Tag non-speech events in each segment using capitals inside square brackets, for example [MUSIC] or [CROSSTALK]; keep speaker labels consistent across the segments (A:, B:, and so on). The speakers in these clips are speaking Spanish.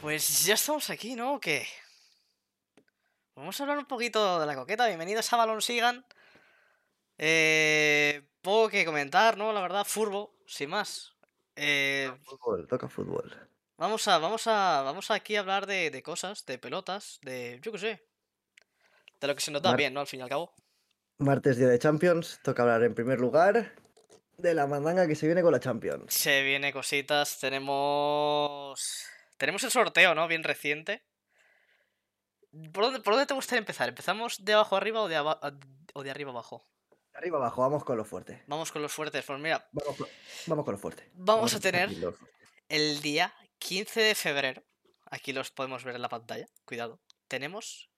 A: Pues ya estamos aquí, ¿no? ¿O qué? Vamos a hablar un poquito de la coqueta. Bienvenidos a Balón Sigan. Eh, poco que comentar, ¿no? La verdad, furbo, sin más. Eh,
B: Fútbol, toca fútbol.
A: vamos a, vamos a, vamos aquí a hablar de, de cosas, de pelotas, de, yo qué sé, de lo que se nos da
B: Mar-
A: bien, ¿no? Al fin y al cabo.
B: Martes día de Champions, toca hablar en primer lugar de la mandanga que se viene con la Champions.
A: Se viene cositas, tenemos... Tenemos el sorteo, ¿no? Bien reciente. ¿Por dónde, por dónde te gustaría empezar? ¿Empezamos de abajo arriba o de, aba- a- o de arriba abajo?
B: De Arriba abajo, vamos con lo fuerte.
A: Vamos con los fuertes. Pues mira,
B: Vamos, con- vamos con lo fuerte.
A: vamos a
B: empezar
A: tener
B: aquí los-
A: el día 15 de febrero. Aquí los podemos ver en la pantalla. Cuidado. Tenemos...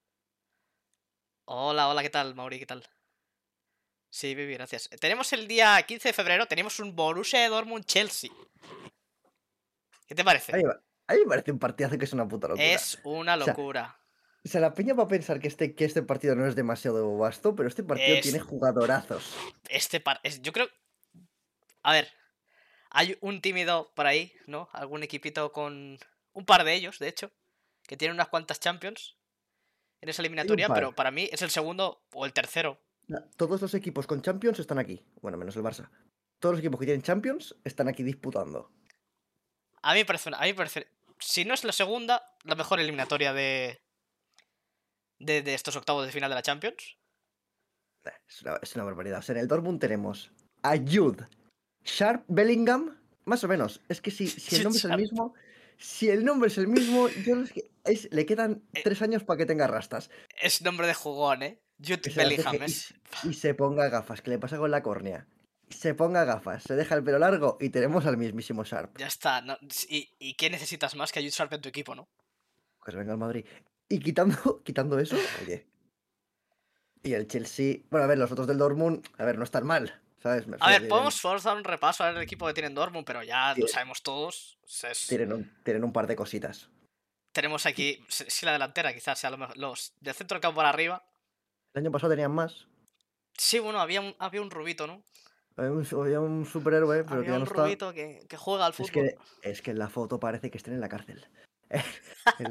A: Hola, hola, ¿qué tal, Mauri? ¿Qué tal? Sí, Vivi, gracias. Tenemos el día 15 de febrero, tenemos un Borussia Dortmund-Chelsea. ¿Qué te parece?
B: A mí, me- a mí me parece un partidazo que es una puta locura.
A: Es una
B: O sea,
A: locura.
B: O sea, la piña va a pensar que este, que este partido no es demasiado vasto, pero este partido
A: Es-
B: tiene jugadorazos.
A: Este par... es- yo creo... A ver. Hay un tímido por ahí, ¿no? Algún equipito con... Un par de ellos, de hecho. Que tienen unas cuantas Champions. En esa eliminatoria.
B: par.
A: Pero para mí es el segundo o el tercero.
B: Na- Todos los equipos con Champions están aquí. Bueno, menos el Barça. Todos los equipos que tienen Champions están aquí disputando.
A: A mí me parece... una- A mí me parece... Si no es la segunda, la mejor eliminatoria de... De, de estos octavos de final de la Champions.
B: Eh, Es una, es una barbaridad. O sea, en el Dortmund tenemos a Jude, Sharp, Bellingham, más o menos. Es que si,
A: [LAUGHS]
B: si el nombre es el
A: Sharp.
B: mismo, si el nombre es el mismo, yo no sé qué- es- le quedan
A: Eh.
B: tres años para que tenga rastas
A: Es nombre de jugón, ¿eh? Jude
B: Que se las deje
A: Bellingham.
B: ir.
A: es-
B: y se ponga gafas, que le pasa con la córnea. Se ponga gafas, se deja el pelo largo y tenemos al mismísimo Sharp.
A: Ya está. no- ¿Y, ¿Y qué necesitas más que a Jude Sharp en tu equipo, no?
B: Pues venga al Madrid. Y quitando, [LAUGHS] quitando eso, oye. Y el Chelsea. Bueno, a ver, los otros del Dortmund, a ver, no están mal. ¿Sabes? Me
A: A
B: refiero,
A: ver,
B: tienen-
A: podemos, podemos dar un repaso al equipo que tienen Dortmund, pero ya lo
B: Tiene-
A: sabemos todos. se- es-
B: Tienen un, tienen un par de cositas.
A: tenemos aquí, si si la delantera quizás sea lo mejor, los del centro del campo para arriba.
B: El año pasado tenían más.
A: Sí, bueno, había un, había un rubito, ¿no?
B: Había un, había un superhéroe, pero que
A: había
B: ya no
A: un
B: está.
A: rubito que, que juega al
B: Es
A: fútbol.
B: que, es que en la foto parece que estén en la cárcel. [LAUGHS] en,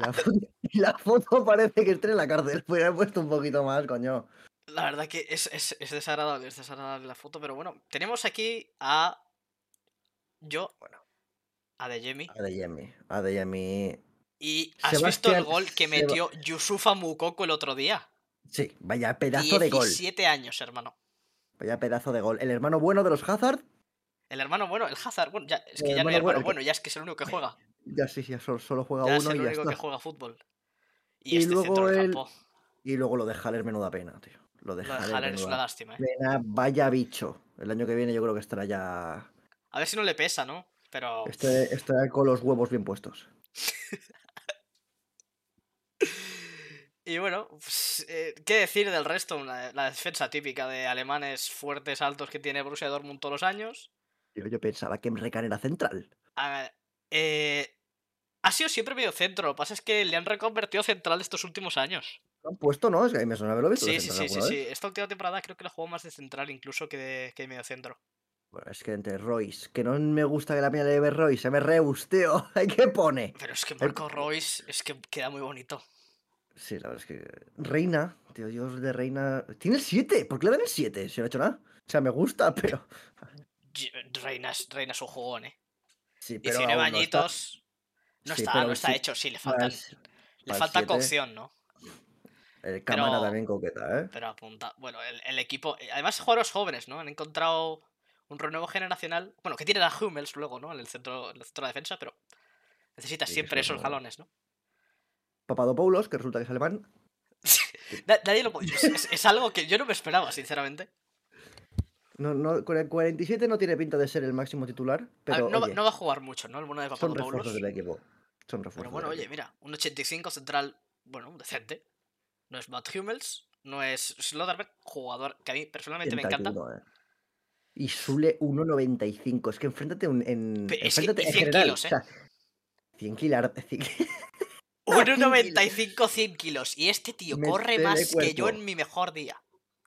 A: [LAUGHS]
B: la foto, en la foto parece que estén en la cárcel. [LAUGHS] Pues he puesto un poquito más, coño.
A: La verdad que es, es- es desagradable, es desagradable la foto, pero bueno, tenemos aquí a yo,
B: Bueno.
A: a De Jemi.
B: A de Yemi. A de Yemi.
A: Y has visto el
B: Sebastián
A: gol que
B: Seba-
A: metió Yusufa Mukoko el otro día.
B: Sí, vaya pedazo de gol.
A: 17 años, hermano.
B: Vaya pedazo de gol. El hermano bueno de los Hazard.
A: El hermano bueno, el Hazard, bueno, ya, es que
B: El
A: ya no hay
B: hermano bueno,
A: hermano
B: el que-
A: bueno, ya es que es el único que juega.
B: Ya sí, sí, solo, solo juega
A: Ya es
B: uno
A: el
B: y ya
A: único
B: está.
A: que juega fútbol. Y,
B: Y
A: este
B: luego
A: centro del
B: el- [LAUGHS]
A: campo.
B: Y luego lo de Haller, menuda pena, tío. Lo de
A: Lo de
B: Haller,
A: Haller es una
B: menuda
A: lástima, ¿eh?
B: pena, vaya bicho. El año que viene yo creo que estará ya.
A: A ver si no le pesa, ¿no? Pero.
B: este- estará con los huevos bien puestos.
A: Y bueno, pues, eh, ¿qué decir del resto? Una- la defensa típica de alemanes fuertes, altos que tiene Borussia Dortmund todos los años.
B: Yo, yo pensaba que Emrecan era central.
A: Ah, eh, ha sido siempre medio centro. Lo que pasa es que le han reconvertido a central estos últimos años.
B: Lo han puesto, ¿no? Es que a mí me suena haberlo visto. de
A: Sí, sí, sí,
B: central
A: sí,
B: alguna
A: sí.
B: vez.
A: Esta última temporada creo que la jugó más de central incluso que de, que de medio centro.
B: Bueno, es que entre Royce, que no me gusta que la mía le ve Royce, se me reus, tío. [LAUGHS] ¿Qué pone?
A: Pero es que Marco Royce es que queda muy bonito.
B: Sí, la verdad es que. Reina, tío, Dios de Reina. Tiene el 7, ¿por qué le dan el 7? Si no ha hecho nada. O sea, me gusta, [LAUGHS] pero.
A: Ye- Reina es, Reina es un jugón, ¿eh?
B: Sí, pero.
A: 19
B: aún no está. eh,
A: bañitos. No
B: Sí,
A: está,
B: pero
A: no está
B: sí,
A: hecho, sí, le
B: Para
A: falta,
B: el-
A: le
B: para el
A: falta
B: siete.
A: cocción, ¿no?
B: El cámara
A: Pero-
B: también coqueta, ¿eh?
A: Pero apunta. Bueno, el, el equipo. eh, Además, jugadores jóvenes, ¿no? Han encontrado un renuevo generacional. Bueno, que tiene a Hummels luego, ¿no? En el centro, en el centro de defensa, pero necesitas
B: Sí,
A: siempre
B: eso
A: esos
B: no.
A: jalones, ¿no?
B: Papadopoulos, que resulta que es alemán.
A: Na- Nadie lo podía. Es, es- es algo que yo no me esperaba, sinceramente.
B: No, no, con el 47 no tiene pinta de ser el máximo titular,
A: A ver,
B: pero
A: Ah, no, va-
B: oye,
A: no va a jugar mucho, ¿no? El bueno de
B: son
A: Papadopoulos.
B: refuerzos del equipo. Son refuerzos.
A: Pero bueno,
B: del
A: oye,
B: equipo.
A: mira, un 85 central, bueno, decente. No es Matt Hummels, no es Slotterberg, jugador que a mí personalmente me encanta.
B: 31, eh. Y Sule 1.95. Es que enfréntate un- en.
A: Pe- es que-
B: enfréntate
A: y
B: en
A: 100
B: general,
A: kilos, ¿eh?
B: o sea, 100 kilar- 100 [LAUGHS]
A: 1,95 100 kilos. Y este tío corre
B: Métele
A: más que yo
B: cuerpo.
A: en mi mejor día.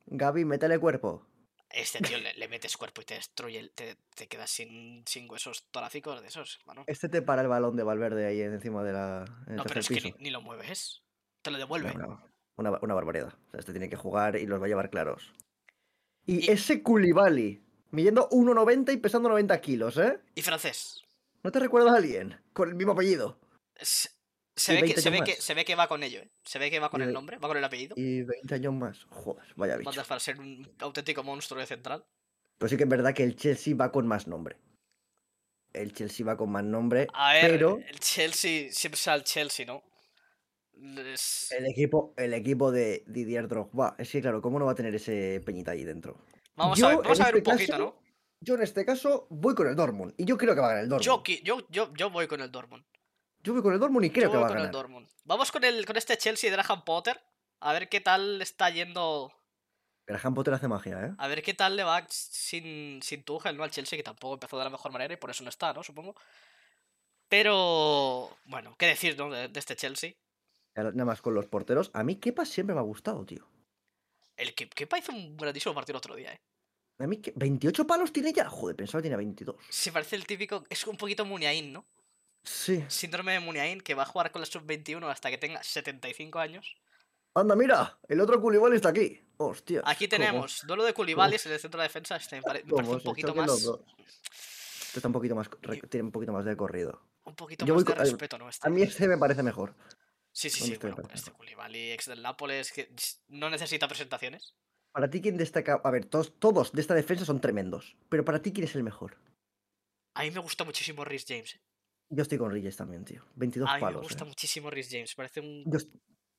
B: Gaby, métele cuerpo.
A: Este tío le, le metes cuerpo y te destruye, el- te, te quedas sin, sin huesos torácicos de esos, hermano.
B: Este te para el balón de Valverde ahí encima de la. En el
A: No, pero
B: tercer
A: es que
B: piso.
A: ni, ni lo mueves. Te lo
B: No,
A: devuelve.
B: no, Una, ba- una barbaridad. O sea, este tiene que jugar y los va a llevar claros. Y,
A: Y-
B: ese Culibali, midiendo 1,90 y pesando 90 kilos, ¿eh?
A: Y francés.
B: ¿No te recuerdas a alguien? Con el mismo apellido.
A: Se, se
B: Y
A: ve que,
B: 20
A: se, ve que,
B: llamas.
A: se ve que va con ello, ¿eh? Se ve que va con
B: Y
A: el
B: ve-
A: nombre, va con el apellido.
B: Y 20 años más. Joder, vaya bicho.
A: Mandas para ser un auténtico monstruo de central.
B: Pero sí que es verdad que el Chelsea va con más nombre. El Chelsea va con más nombre.
A: A ver, eh,
B: Pero
A: el Chelsea, siempre sale el Chelsea, ¿no? Les-
B: el equipo, el equipo de Didier Drogba. Es que claro, ¿cómo no va a tener ese peñita ahí dentro?
A: Vamos
B: yo,
A: a ver, vamos
B: en
A: a ver un
B: este
A: poquito,
B: caso,
A: ¿no?
B: Yo en este caso voy con el Dortmund. Y yo creo que va a ganar el Dortmund.
A: Yo, qui- yo, yo, yo voy con el Dortmund.
B: Yo voy con el Dortmund y creo
A: Yo
B: que
A: voy
B: va a
A: con el
B: ganar.
A: Dortmund. Vamos con, el, con este Chelsea de Graham Potter. A ver qué tal le está yendo.
B: Graham Potter hace magia, ¿eh?
A: A ver qué tal le va sin, sin Tuchel, ¿no? Al Chelsea, que tampoco empezó de la mejor manera y por eso no está, ¿no? Supongo. Pero, bueno, ¿qué decir, ¿no? De, de este Chelsea.
B: Ahora, Nada más con los porteros. A mí Kepa siempre me ha gustado, tío.
A: El Ke- Kepa hizo un grandísimo partido el otro día, ¿eh?
B: A mí que 28 palos tiene ya. Joder, pensaba que tenía 22.
A: Se parece el típico. Es un poquito Muniain, ¿no?
B: Sí.
A: Síndrome de Muniain, que va a jugar con la sub-21 hasta que tenga 75 años.
B: Anda, mira, el otro Koulibaly está aquí. Hostia.
A: Aquí tenemos duelo de Koulibalis en el centro de defensa. Este me,
B: [LAUGHS]
A: pare- me parece un poquito más.
B: Este está un poquito más, re- tiene un poquito más de corrido.
A: Un poquito
B: Yo
A: más
B: voy
A: de
B: con- a ver,
A: respeto, ¿no? Este.
B: A mí este me parece mejor.
A: Sí, sí, sí.
B: ¿Dónde está el
A: Bueno,
B: Barça?
A: este Koulibaly, ex del Nápoles, que ch, no necesita presentaciones.
B: Para ti, ¿quién destaca? A ver, todos, todos de esta defensa son tremendos. Pero para ti, ¿quién es el mejor?
A: A mí me gusta muchísimo Rhys James. eh.
B: Yo estoy con Reyes también, tío. 22
A: A mí me
B: palos. eh.
A: gusta muchísimo Rhys James. Parece un.
B: Yo, est-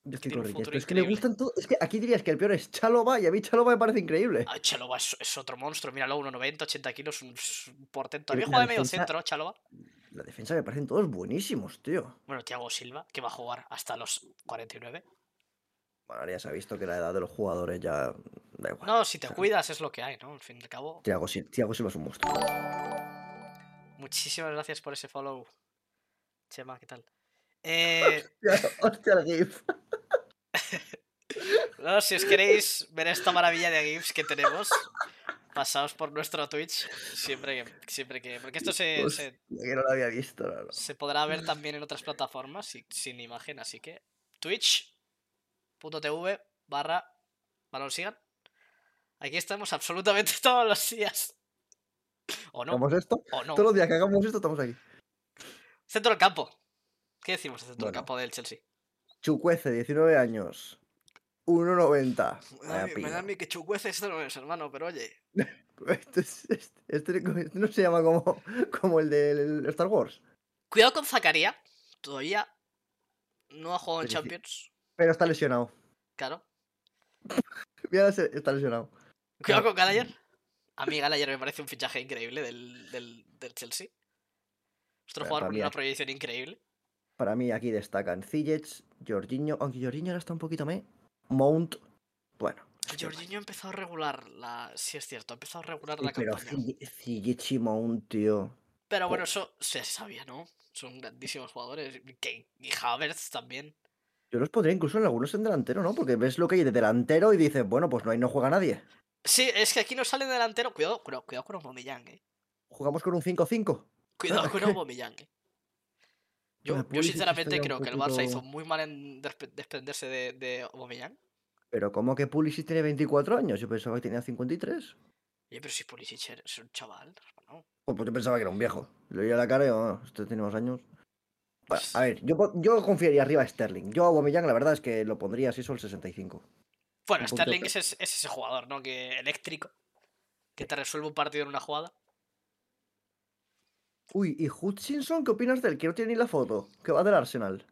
B: yo estoy
A: tiene
B: con
A: un
B: Reyes.
A: futuro
B: Pero es que me
A: increíble.
B: gustan todos. Es que aquí dirías que el peor es Chalova y a mí Chalova me parece increíble.
A: Ah, Chalobah es, es otro monstruo. Míralo, 1,90, 80 kilos, un, es un portento. A
B: Pero
A: mí
B: la
A: juega de medio
B: defensa-
A: centro, Chalobah.
B: La defensa me parecen todos buenísimos, tío.
A: Bueno, Thiago Silva, que va a jugar hasta los 49.
B: Bueno, ahora ya se ha visto que la edad de los jugadores ya da igual.
A: No, si te
B: sea,
A: cuidas es lo que hay, ¿no? Al fin y al cabo.
B: Tiago, Sil- Tiago Silva es un monstruo.
A: [LAUGHS]
B: [LAUGHS]
A: Muchísimas gracias por ese follow. Chema, ¿qué tal?
B: [LAUGHS]
A: Eh,
B: Hostia, el GIF.
A: no, si os queréis ver esta maravilla de GIFs que tenemos, pasaos por nuestro Twitch. Siempre que. Siempre que porque esto se,
B: Hostia,
A: se,
B: que no lo había visto. no, no.
A: se podrá ver también en otras plataformas y- sin imagen, así que. Twitch.tv barra balonsigan. Aquí estamos absolutamente [LAUGHS] todos los días. O no,
B: Hagamos esto.
A: o no.
B: Todos los días que hagamos esto estamos aquí.
A: Centro del campo. ¿Qué decimos de centro del
B: Bueno.
A: campo del Chelsea?
B: Chucuece, 19 años. 1,90. Vaya
A: Pues me da
B: pino.
A: a mí que chucuece esto no es, hermano, pero oye.
B: [LAUGHS] Este, es- este- este no- este no se llama como, como el de Star Wars.
A: Cuidado con Zacaría. Todavía no ha jugado en
B: Pero sí.
A: Champions.
B: Pero está lesionado.
A: Claro.
B: Mira, se- está lesionado.
A: Cuidado
B: Claro.
A: con Gallagher. A mí Gallagher me parece un fichaje increíble del, del, del Chelsea. Otro
B: Pero
A: jugador
B: para
A: con
B: mí
A: una
B: aquí-
A: proyección increíble.
B: Para mí aquí destacan Ziyech, Jorginho, aunque Jorginho ahora está un poquito me. Mount. Bueno. hostia,
A: Jorginho ha empezado a regular la. Sí, es cierto, ha empezado a regular
B: Sí,
A: la
B: Pero
A: campaña.
B: Ziye- Ziyech y Mount, tío.
A: Pero bueno,
B: po-
A: eso se sabía, ¿no? Son grandísimos jugadores. Que- Y Havertz también.
B: Yo los pondría incluso en algunos en delantero, ¿no? Porque ves lo que hay de delantero y dices, bueno, pues no hay, no juega nadie.
A: Sí, es que aquí no sale delantero. Cuidado, cuidado, cuidado con Aubameyang, eh.
B: Jugamos con un 5-5.
A: Cuidado
B: [LAUGHS] es
A: con
B: que-
A: Aubameyang. eh. Yo,
B: La
A: yo
B: Pulisic está
A: sinceramente
B: ya un
A: creo que el Barça hizo
B: poquito-
A: muy mal en despe- desprenderse de, de Aubameyang.
B: Pero ¿cómo que Pulisic tiene 24 años? Yo pensaba que tenía 53.
A: Oye, pero si Pulisic era- es un chaval, hermano.
B: Pues, pues yo pensaba que era un viejo. Le veía la cara y, bueno, este tiene unos años. Bueno,
A: Pues-
B: a ver, yo, pon- yo confiaría arriba a Sterling. Yo a Aubameyang, la verdad es que lo pondría así sobre el 65.
A: Bueno,
B: Un poquito
A: Sterling
B: pe-
A: es, es- es ese jugador, ¿no? Que eléctrico. Que te resuelve un partido en una jugada.
B: Uy, ¿y Hutchinson qué opinas del que no tiene ni la foto? Que va del Arsenal.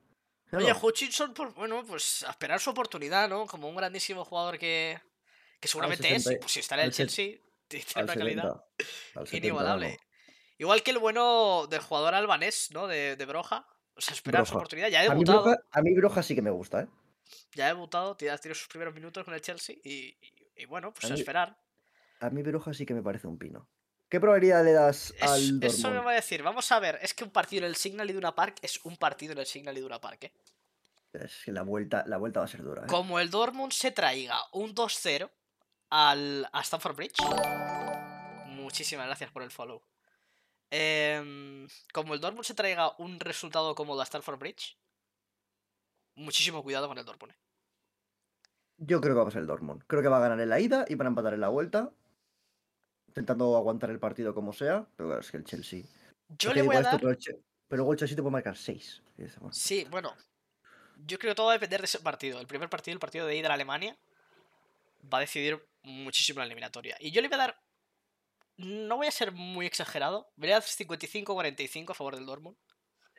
A: Oye,
B: Claro.
A: Hutchinson, pues bueno, pues a esperar su oportunidad, ¿no? Como un grandísimo jugador que, que seguramente es. y
B: 60
A: Pues si está en el
B: al set-
A: Chelsea, tiene
B: al
A: una calidad
B: 70, al 70,
A: inigualable.
B: vamos.
A: Igual que el bueno del jugador albanés, ¿no? De, de Broja. O sea, esperar su
B: Broja.
A: oportunidad. Ya ha
B: A mí,
A: debutado.
B: Broja, a mí Broja sí que me gusta, ¿eh?
A: ya ha debutado, tira- tiene sus primeros minutos con el Chelsea y, y- y bueno, pues
B: A
A: a
B: mí-
A: esperar.
B: A mí Broja sí que me parece un pino. ¿Qué probabilidad le das
A: Es-
B: al Dortmund?
A: eso me va a decir, vamos a ver, es que un partido en el Signal Iduna Park es un partido en el Signal Iduna Park, ¿eh?
B: Es que la vuelta, la vuelta va a ser dura. ¿eh?
A: Como el Dortmund se traiga un 2-0 al, a Stanford Bridge. Muchísimas gracias por el follow. Em, como el Dortmund se traiga un resultado cómodo a Stanford Bridge, muchísimo cuidado con el Dortmund. eh.
B: Yo creo que va a pasar el Dortmund. Creo que va a ganar en la ida y van a empatar en la vuelta. Intentando aguantar el partido como sea. Pero claro, es que el Chelsea.
A: Yo
B: es
A: le
B: que
A: voy a
B: igual esto,
A: dar...
B: pero, el Che- pero luego el Chelsea te puede marcar 6.
A: Sí, bueno. Yo creo que todo va a depender de ese partido. El primer partido, el partido de ida a Alemania, va a decidir muchísimo la eliminatoria. Y yo le voy a dar. No voy a ser muy exagerado. Voy a dar 55-45 a favor del Dortmund.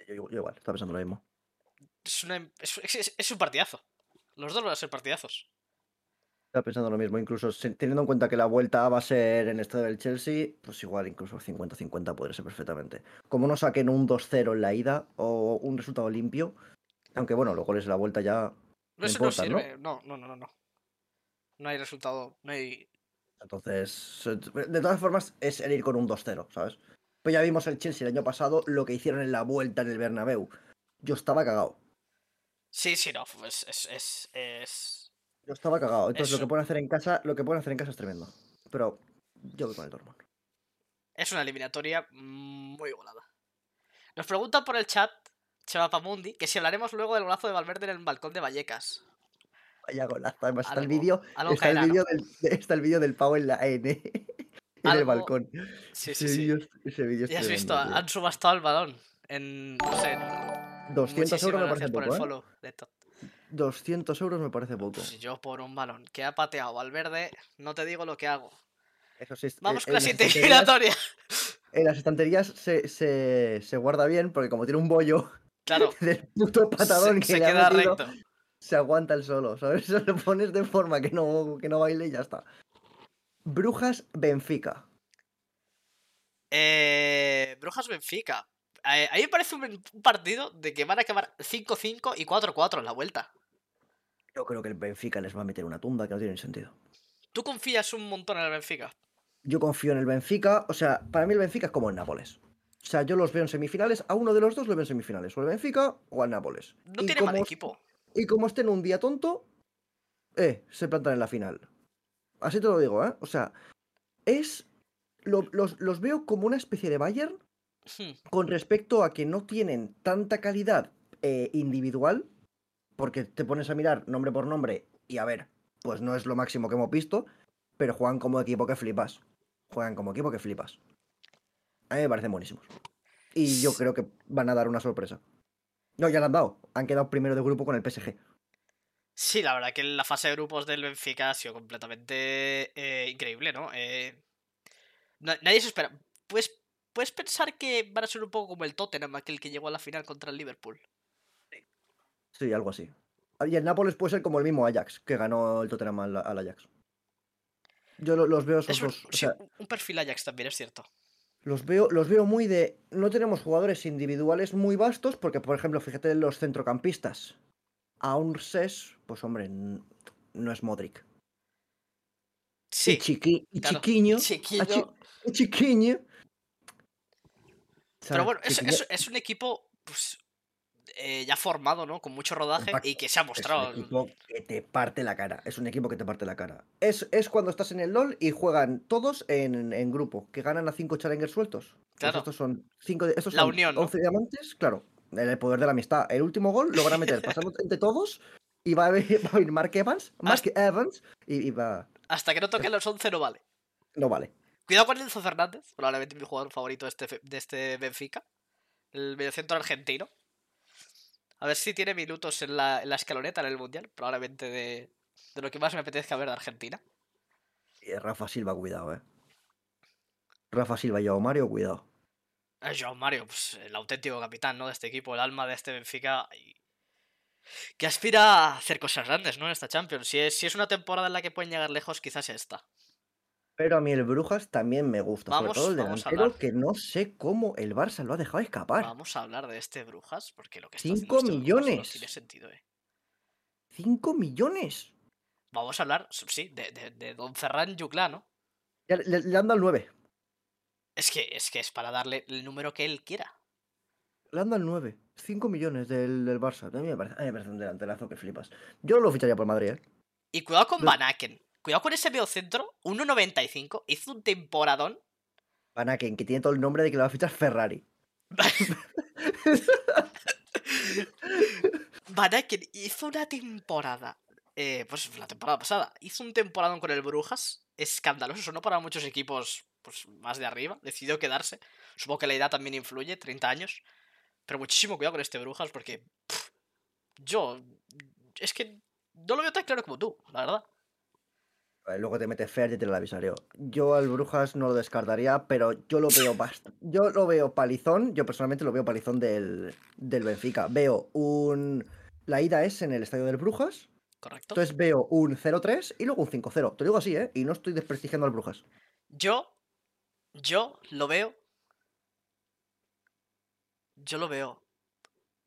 B: Yo, yo igual, estaba pensando lo mismo.
A: Es, una- es- es- es un partidazo. Los dos van a ser partidazos.
B: Estaba pensando lo mismo. Incluso se- teniendo en cuenta que la vuelta va a ser en estadio del Chelsea, pues igual incluso 50-50 podría ser perfectamente. Como no saquen un 2-0 en la ida o un resultado limpio. Aunque bueno, los goles de la vuelta ya.
A: No,
B: No
A: eso
B: importa,
A: no
B: ¿no?
A: sirve. No, no, no, no. No, no hay resultado. No hay.
B: Entonces, eh, de todas formas, es el ir con un 2-0, ¿sabes? Pues ya vimos el Chelsea el año pasado, lo que hicieron en la vuelta en el Bernabéu. Yo estaba cagado.
A: Sí, sí, no. Es. es, es, es-
B: Yo estaba cagado. Entonces,
A: Eso.
B: lo que pueden hacer en casa, lo que pueden hacer en casa es tremendo. Pero yo voy con el Dortmund.
A: es una eliminatoria muy volada. Nos preguntan por el chat, Chavapamundi, que si hablaremos luego del golazo de Valverde en el balcón de Vallecas.
B: Vaya golazo. Además, está el
A: Algo-
B: vídeo.
A: algo
B: Está el
A: caerá, ¿no?
B: vídeo del, de- está el vídeo del Pau en la N. [LAUGHS] En
A: Algo-
B: el balcón.
A: Sí, sí,
B: Ese
A: sí.
B: vídeo es- ese vídeo es
A: Ya has visto,
B: tremendo, tío.
A: han subastado el balón. En, no sé, en-
B: 200
A: muchísimas
B: euros me parece
A: gracias por el
B: poco, ¿eh?
A: follow de esto.
B: 200 euros me parece poco.
A: Pues yo por un balón que ha pateado Valverde, no te digo lo que hago.
B: Eso sí, es-
A: Vamos con
B: Eh, en- en
A: la
B: las
A: siguiente
B: estanterías-
A: eliminatoria.
B: En las estanterías se, se, se guarda bien, porque como tiene un bollo.
A: [LAUGHS]
B: [LAUGHS]
A: Claro,
B: del puto
A: [LAUGHS]
B: patadón
A: se,
B: que
A: se
B: le ha
A: queda
B: metido,
A: recto.
B: se aguanta el solo, ¿sabes? [LAUGHS] Se lo pones de forma que no, que no baile y ya está. Brujas Benfica.
A: Eh, Brujas Benfica. Eh, a mí me parece un, un partido de que van a acabar 5-5 y 4-4 en la vuelta.
B: Yo creo que el Benfica les va a meter una tumba que no tiene ni sentido.
A: ¿Tú confías un montón en el Benfica?
B: Yo confío en el Benfica, o sea, para mí el Benfica es como el Nápoles. O sea, yo los veo en semifinales, a uno de los dos lo veo en semifinales, o el Benfica o al Nápoles.
A: No
B: Y
A: tiene mal
B: como-
A: equipo.
B: Y como estén un día tonto, eh, se plantan en la final. Así te lo digo, ¿eh? O sea, es. lo- los, los veo como una especie de Bayern,
A: Hmm.
B: con respecto a que no tienen tanta calidad eh, individual, porque te pones a mirar nombre por nombre y a ver, pues no es lo máximo que hemos visto, pero juegan como equipo que flipas. Juegan como equipo que flipas. A mí me parecen buenísimos. Y yo
A: S-
B: creo que van a dar una sorpresa. No, ya la han dado. Han quedado primero de grupo con el PSG.
A: Sí, la verdad que la fase de grupos del Benfica ha sido completamente eh, increíble, ¿no? Eh, na- nadie se espera. Pues, puedes pensar que van a ser un poco como el Tottenham, aquel que llegó a la final contra el Liverpool.
B: Sí, algo así. Ah, Y el Nápoles puede ser como el mismo Ajax, que ganó el Tottenham al, al Ajax. Yo lo- los veo esos
A: Es un,
B: dos. o
A: sí,
B: sea,
A: un- un perfil Ajax también, es cierto.
B: Los veo, los veo muy de. No tenemos jugadores individuales muy vastos, porque, por ejemplo, fíjate en los centrocampistas. A un SES, pues hombre, n- no es Modric. Y,
A: Sí,
B: Chiqui- y
A: claro.
B: Chiquiño.
A: chiquillo.
B: a Chi- y Chiquiño.
A: Pero
B: ¿Sabes?
A: bueno, es,
B: Chiquiño-
A: es- es un equipo pues, eh, ya formado, ¿no? Con mucho rodaje y
B: Compacto.
A: que se ha
B: es un
A: mostrado.
B: equipo que te parte la cara. Es un equipo que te parte la cara. Es, es cuando estás en el LOL y juegan todos en, en grupo, que ganan a cinco challengers sueltos. Pues
A: Claro.
B: estos son cinco de- estos
A: La
B: son
A: unión, ¿no?
B: 11 diamantes, claro. El el poder de la amistad. El último gol lo van a meter pasando entre todos y va a venir, [LAUGHS] va a venir Mark Evans,
A: Ah,
B: Mark Evans y, y va.
A: Hasta que no toquen los 11 no vale.
B: No vale.
A: Cuidado con Enzo Fernández, probablemente mi jugador favorito de este, fe- de este Benfica. El mediocentro argentino. A ver si tiene minutos en la, en la escaloneta en el Mundial. Probablemente de, de lo que más me apetezca ver de Argentina.
B: Y Rafa Silva, cuidado, eh. Rafa Silva y Joao Mario, cuidado.
A: Eh, Joao Mario, pues, el auténtico capitán ¿no? de este equipo, el alma de este Benfica. y- Que aspira a hacer cosas grandes ¿no? en esta Champions. Si es, si es una temporada en la que pueden llegar lejos, quizás esta.
B: Pero a mí el Brujas también me gusta.
A: Vamos-
B: sobre todo el
A: vamos a
B: delantero,
A: hablar.
B: que no sé cómo el Barça lo ha dejado escapar.
A: Vamos a hablar de este Brujas, porque lo que está
B: Cinco
A: haciendo este Brujas no
B: millones.
A: tiene sentido, ¿eh?
B: 5 millones.
A: Vamos a hablar, sí, de, de, de Don Ferran Yuclá, ¿no?
B: Ya le, le han dado el 9.
A: Es que, es que es para darle el número que él quiera.
B: Le han dado el 9. 5 millones del, del Barça. A mí, me parece, a mí me parece un delanterazo que flipas. Yo lo ficharía por Madrid, ¿eh?
A: Y cuidado con
B: Pero-
A: Van Aken. Cuidado con ese mediocentro, 1.95. Hizo un temporadón.
B: Panaken, que tiene todo el nombre de que lo va a fichar Ferrari.
A: [LAUGHS] Van Aken hizo una temporada. eh, pues la temporada pasada. Hizo un temporadón con el Brujas. Escandaloso. Sonó para muchos equipos pues, más de arriba. Decidió quedarse. Supongo que la edad también influye, 30 años. Pero muchísimo cuidado con este Brujas porque. pff, yo. Es que no lo veo tan claro como tú, la verdad.
B: Eh, Luego te metes Fer y te lo avisario. Yo al Brujas no lo descartaría, pero yo lo veo bast- Yo lo veo palizón. Yo personalmente lo veo palizón del, del Benfica. Veo un. La ida es en el estadio del Brujas.
A: ¿Correcto?
B: Entonces veo un 0-3 y luego un 5-0. Te lo digo así, ¿eh? Y no estoy desprestigiando al Brujas.
A: Yo. Yo lo veo. Yo lo veo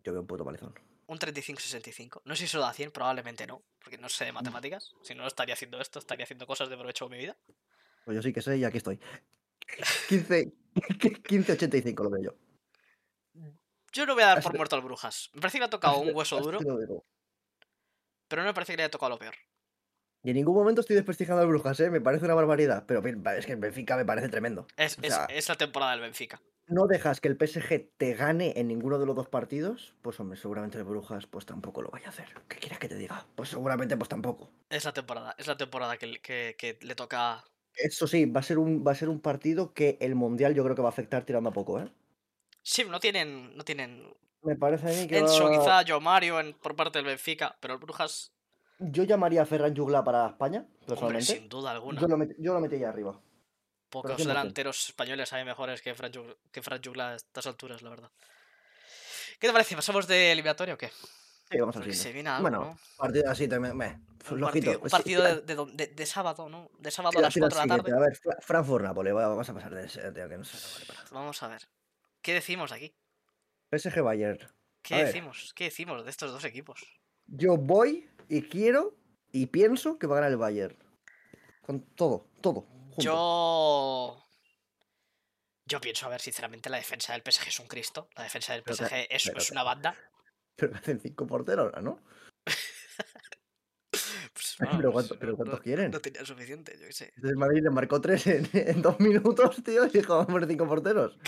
B: Yo veo un puto palizón.
A: un 35-65. No sé si eso da 100, probablemente no. Porque no sé
B: Mm.
A: de matemáticas. Si no, no estaría haciendo esto, estaría haciendo cosas de provecho de mi vida.
B: Pues yo sí que sé y aquí estoy.
A: [LAUGHS]
B: 15 15-85 lo veo yo.
A: Yo no voy a dar
B: Has
A: por
B: de-
A: muerto al Brujas. Me parece que le ha tocado
B: [LAUGHS]
A: un hueso
B: Así
A: duro,
B: te lo digo.
A: pero no me parece que le haya tocado lo peor.
B: Y en ningún momento estoy desprestigiando al Brujas, ¿eh? Me parece una barbaridad. Pero bien, es que el Benfica me parece tremendo.
A: Es,
B: O
A: es-
B: sea-
A: es la temporada del Benfica.
B: no dejas que el PSG te gane en ninguno de los dos partidos, pues hombre, seguramente el Brujas pues tampoco lo vaya a hacer. ¿Qué quieres que te diga? Pues seguramente pues tampoco.
A: Es la temporada, es la temporada que, le- que- que le toca.
B: Eso sí, va a ser un, va a ser un partido que el Mundial yo creo que va a afectar tirando a poco, ¿eh?
A: Sí, no tienen. No tienen.
B: Me parece a mí que
A: Enzo,
B: va-
A: quizá, yo, Mario, en- por parte del Benfica, pero el Brujas,
B: yo llamaría a Ferran Jugla para España,
A: hombre,
B: personalmente.
A: sin duda alguna.
B: Yo lo, met- yo lo metería arriba.
A: Pocos
B: 100%.
A: delanteros españoles hay mejores que Fran, Jugla, que Fran Jugla a estas alturas, la verdad. ¿Qué te parece? ¿Pasamos de eliminatoria o qué?
B: Sí, vamos a
A: Porque se
B: seguir.
A: viene algo,
B: Bueno,
A: ¿no?
B: Partido así también, meh,
A: Un
B: flojito.
A: partido, un
B: Sí,
A: partido
B: tira-
A: de, de don- de- de sábado, ¿no? De sábado
B: tira-
A: a las
B: tira al
A: 4 de la
B: siguiente.
A: tarde.
B: A ver, Fra- Frankfurt-Nápoles, va- vamos a pasar de ese, tío, que no sé, vale, para.
A: Vamos a ver. ¿Qué decimos aquí?
B: PSG-Bayern.
A: ¿Qué
B: A ver.
A: decimos? ¿Qué decimos de estos dos equipos?
B: Yo voy y quiero y pienso que va a ganar el Bayern. Con todo, todo. junto.
A: Yo. Yo pienso, a ver, sinceramente, la defensa del PSG es un Cristo. La defensa del
B: Pero que-
A: PSG es,
B: pero
A: es
B: que-
A: una banda.
B: [LAUGHS] Pero me hacen cinco porteros ahora, ¿no?
A: Pues,
B: [LAUGHS] Pero
A: vamos,
B: cuánto- pero
A: no-
B: cuántos
A: no-
B: quieren.
A: No tenía suficiente, yo qué sé.
B: Entonces Madrid le marcó tres en, [LAUGHS] en dos minutos, tío, y dijo, vamos por cinco porteros.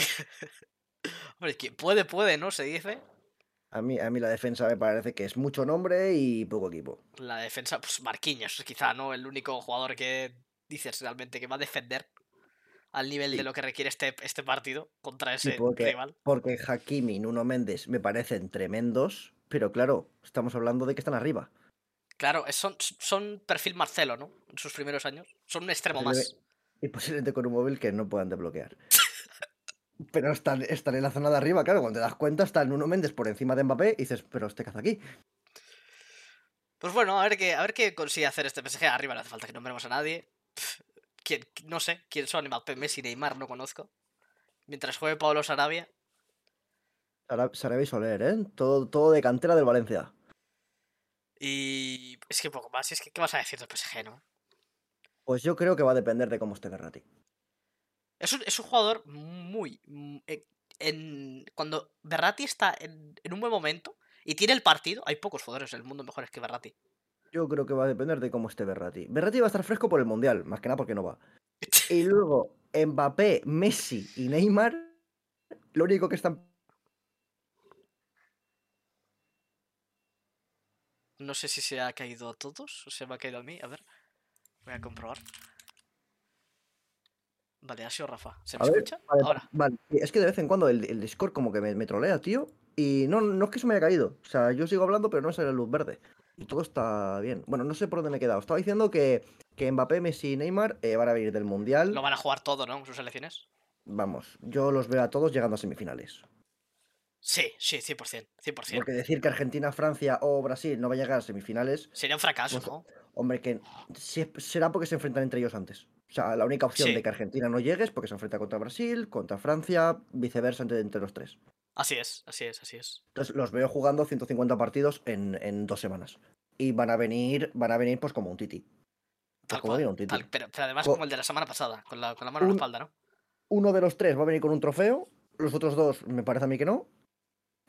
A: Hombre, quien puede, puede, ¿no? Se dice.
B: A mí, a mí la defensa me parece que es mucho nombre y poco equipo.
A: La defensa, pues Marquinhos, quizá, ¿no? El único jugador que dices realmente que va a defender al nivel de
B: Sí.
A: lo que requiere este, este partido contra
B: Sí,
A: ese
B: porque-
A: rival.
B: Porque Hakimi y Nuno Méndez me parecen tremendos, pero claro, estamos hablando de que están arriba.
A: Claro, es- son, son perfil Marcelo, ¿no? En sus primeros años. Son un extremo
B: Pues le
A: más.
B: Y posiblemente con un móvil que no puedan desbloquear. Pero están, están en la zona de arriba, claro, cuando te das cuenta está el Nuno Méndez por encima de Mbappé y dices, pero este caza aquí.
A: Pues bueno, a ver qué, a ver qué consigue hacer este PSG. Arriba no hace falta que nombremos a nadie. Pff, ¿quién- no sé quién son Mbappé, Messi, Neymar, no conozco. Mientras juegue Pablo Sarabia.
B: Sara- Sarabia y Soler, ¿eh? Todo, todo de cantera del Valencia.
A: Y es que poco más. Es que, ¿qué vas a decir del PSG, no?
B: Pues yo creo que va a depender de cómo esté Garrati.
A: Es un, es un jugador muy. mm, eh, en- cuando Berratti está en, en un buen momento y tiene el partido, hay pocos jugadores en el mundo mejores que Berratti.
B: Yo creo que va a depender de cómo esté Berrati. Berrati va a estar fresco por el Mundial, más que nada porque no va. Y luego, Mbappé, Messi y Neymar, lo único que están...
A: No sé si se ha caído a todos o se me ha caído a mí. A ver, voy a comprobar. Vale, ha sido Rafa. ¿Se me
B: A ver,
A: escucha?
B: vale,
A: Ahora.
B: Vale, es que de vez en cuando el, el Discord como que me, me trolea, tío. Y no, no es que se me haya caído. O sea, yo sigo hablando, pero no me sale la luz verde. Y todo está bien. Bueno, no sé por dónde me he quedado. Estaba diciendo que, que Mbappé, Messi y Neymar eh, van a venir del Mundial.
A: Lo van a jugar todo, ¿no? Sus selecciones.
B: Vamos, yo los veo a todos llegando a semifinales.
A: Sí, sí, 100%. 100%.
B: Porque decir que Argentina, Francia o Brasil no va a llegar a semifinales,
A: Sería un fracaso,
B: Pues-
A: ¿no?
B: hombre, que se- será porque se enfrentan entre ellos antes. O sea, la única opción
A: Sí.
B: de que Argentina no llegue es porque se enfrenta contra Brasil, contra Francia, viceversa entre, entre los tres.
A: Así es, así es, así es.
B: Entonces los veo jugando 150 partidos en, en dos semanas. Y van a venir, van a venir pues como un titi.
A: Tal
B: Pues como
A: cual,
B: viene un titi.
A: tal- pero, pero además
B: Co-
A: como el de la semana pasada, con la, con la mano en la
B: Un-
A: espalda, ¿no?
B: Uno de los tres va a venir con un trofeo, los otros dos [LAUGHS] me parece a mí que no.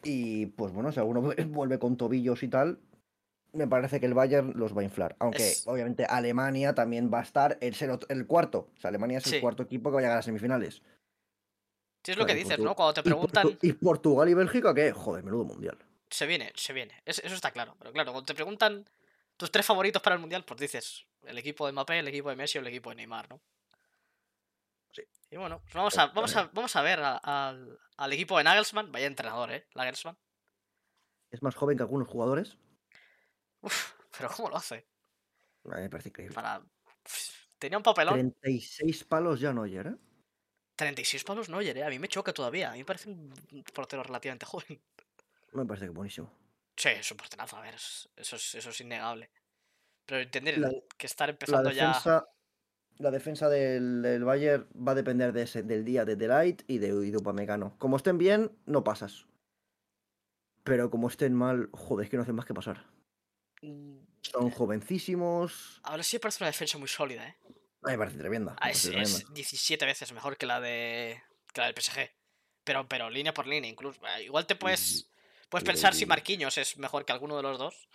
B: Y pues bueno, si alguno vuelve con tobillos y tal, me parece que el Bayern los va a inflar. Aunque
A: Es-
B: obviamente Alemania también va a estar el, ser ot- el cuarto. O sea, Alemania es el
A: Sí.
B: cuarto equipo que va a llegar a las semifinales.
A: Sí, es lo que
B: Vale, pues
A: dices,
B: Portu-
A: ¿no? Cuando te
B: ¿Y, Portu-
A: preguntan,
B: y Portugal y Bélgica qué? Joder, menudo mundial.
A: se viene, se viene. Es- Eso está claro. Pero claro, cuando te preguntan tus tres favoritos para el mundial, pues dices el equipo de Mbappé, el equipo de Messi o el equipo de Neymar, ¿no?
B: Sí.
A: Y bueno, pues vamos a, vamos a, vamos a ver a- al, al equipo de Nagelsmann. Vaya entrenador, ¿eh? Nagelsmann.
B: Es más joven que algunos jugadores.
A: Uf, pero ¿cómo lo hace?
B: A mí me parece increíble.
A: Para... Tenía un papelón.
B: 36 palos ya no ¿eh?
A: 36 palos no, Oyer, ¿eh? A mí me choca todavía. A mí me parece un portero relativamente joven.
B: Me parece que buenísimo.
A: Sí, es un porterazo, a ver, es- eso es, eso es innegable. Pero entender
B: La-
A: que estar
B: La
A: empezando ya...
B: defensa, la defensa del, del Bayern va a depender de ese- del día de Delight y de, y de Upamecano. Como estén bien, no pasas. Pero como estén mal, joder, es que no hacen más que pasar.
A: mm,
B: Son jovencísimos.
A: Ahora sí parece una defensa muy sólida, ¿eh?
B: Ay, me parece tremenda. me
A: Ah, Es,
B: parece
A: es
B: tremenda.
A: 17 veces mejor que la de que la del PSG. Pero, pero línea por línea, incluso. Ah, Igual te puedes, puedes
B: y
A: pensar si
B: Rodrigo.
A: Marquinhos es mejor que alguno de los dos.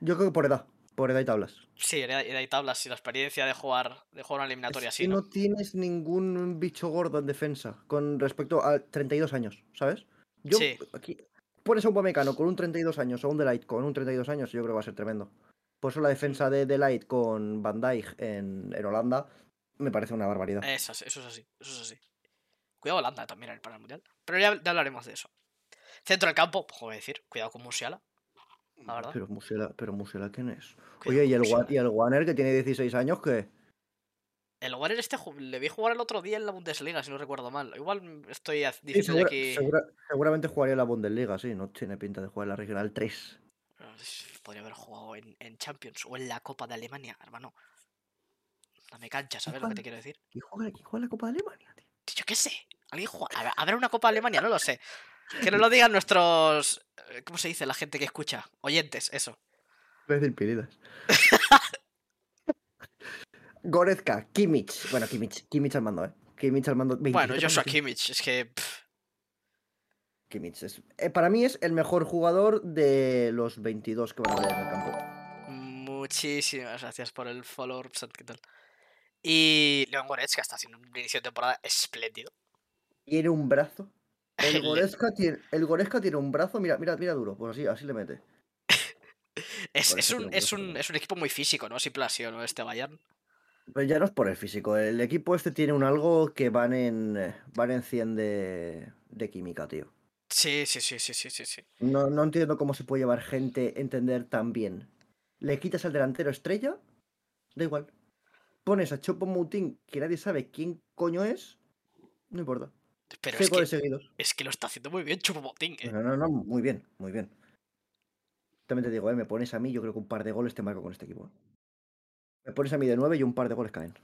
B: Yo creo que por edad. Por edad y tablas.
A: Sí, era, era y tablas y la experiencia de jugar, de jugar una eliminatoria
B: Es
A: así.
B: que
A: ¿no?
B: no tienes ningún bicho gordo en defensa con respecto a 32 años, ¿sabes? Yo
A: Sí.
B: aquí pones a un Pamecano con un 32 años o un Delight con un 32 años, yo creo que va a ser tremendo. Por eso la defensa de Delight con Van Dijk en, en Holanda me parece una barbaridad.
A: Eso, es- eso es así, eso es así. Cuidado Holanda también para el Mundial. Pero ya, ya hablaremos de eso. Centro del campo, pues, voy a decir, cuidado con Musiala. La verdad.
B: Mm, Pero Musiala, pero Musiala, ¿quién es?
A: cuidado
B: Oye, ¿y
A: con
B: el, Wa-
A: Musiala.
B: y el Warner que tiene 16 años que
A: El Warner este ju- le vi jugar el otro día en la Bundesliga, si no recuerdo mal. Igual mm, estoy haz- diciendo de aquí...
B: seguramente jugaría en la Bundesliga, sí, no tiene pinta de jugar en la Regional 3.
A: Bueno, es- Podría haber jugado en, en Champions o en la Copa de Alemania, hermano. No me cancha, ¿sabes lo que te
B: Juan.
A: quiero decir?
B: ¿Quién juega, quién juega en la Copa de Alemania, tío?
A: Yo qué sé. ¿Alguien juega? ¿Habrá- ¿Habrá una Copa de Alemania? No lo sé. Que no lo digan nuestros... eh, ¿Cómo se dice? La gente que escucha. Oyentes, eso.
B: Voy a decir piridas. [LAUGHS] Goretzka, Kimmich. Bueno, Kimmich. Kimmich al mando, ¿eh? Kimmich al mando.
A: Bueno,
B: 27
A: Joshua
B: años,
A: Kimmich, es que... pff,
B: Kimmich es- eh, para mí es el mejor jugador de los 22 que van a jugar en el campo.
A: Muchísimas gracias por el follow, Rupsat, ¿qué tal? Y Leon Goretzka está haciendo un inicio de temporada espléndido.
B: Tiene un brazo.
A: [LAUGHS]
B: El
A: Le-
B: Goretzka, tiene, el Goretzka tiene un brazo. Mira, mira, mira duro. Pues así, así le mete.
A: Es, es
B: Goretzka
A: un, es,
B: tiene un brazo
A: un,
B: tremendo.
A: es un equipo muy físico, ¿no? Simple así, ¿no? Este Bayern.
B: Pero ya no es por el físico. El equipo este tiene un algo que van en, eh, van en 100 de, de química, tío.
A: Sí, sí, sí, sí, sí, sí, sí.
B: No, no entiendo cómo se puede llevar gente a entender tan bien. Le quitas al delantero estrella, da igual. Pones a Chopo Moutin, que nadie sabe quién coño es, no importa.
A: Pero
B: Seis
A: es que,
B: goles seguidos.
A: es que lo está haciendo muy bien Chupomotín, ¿eh?
B: No, no, no, muy bien, muy bien. También te digo, eh, me pones a mí, yo creo que un par de goles te marco con este equipo. eh. Me pones a mí de nueve y un par de goles caen.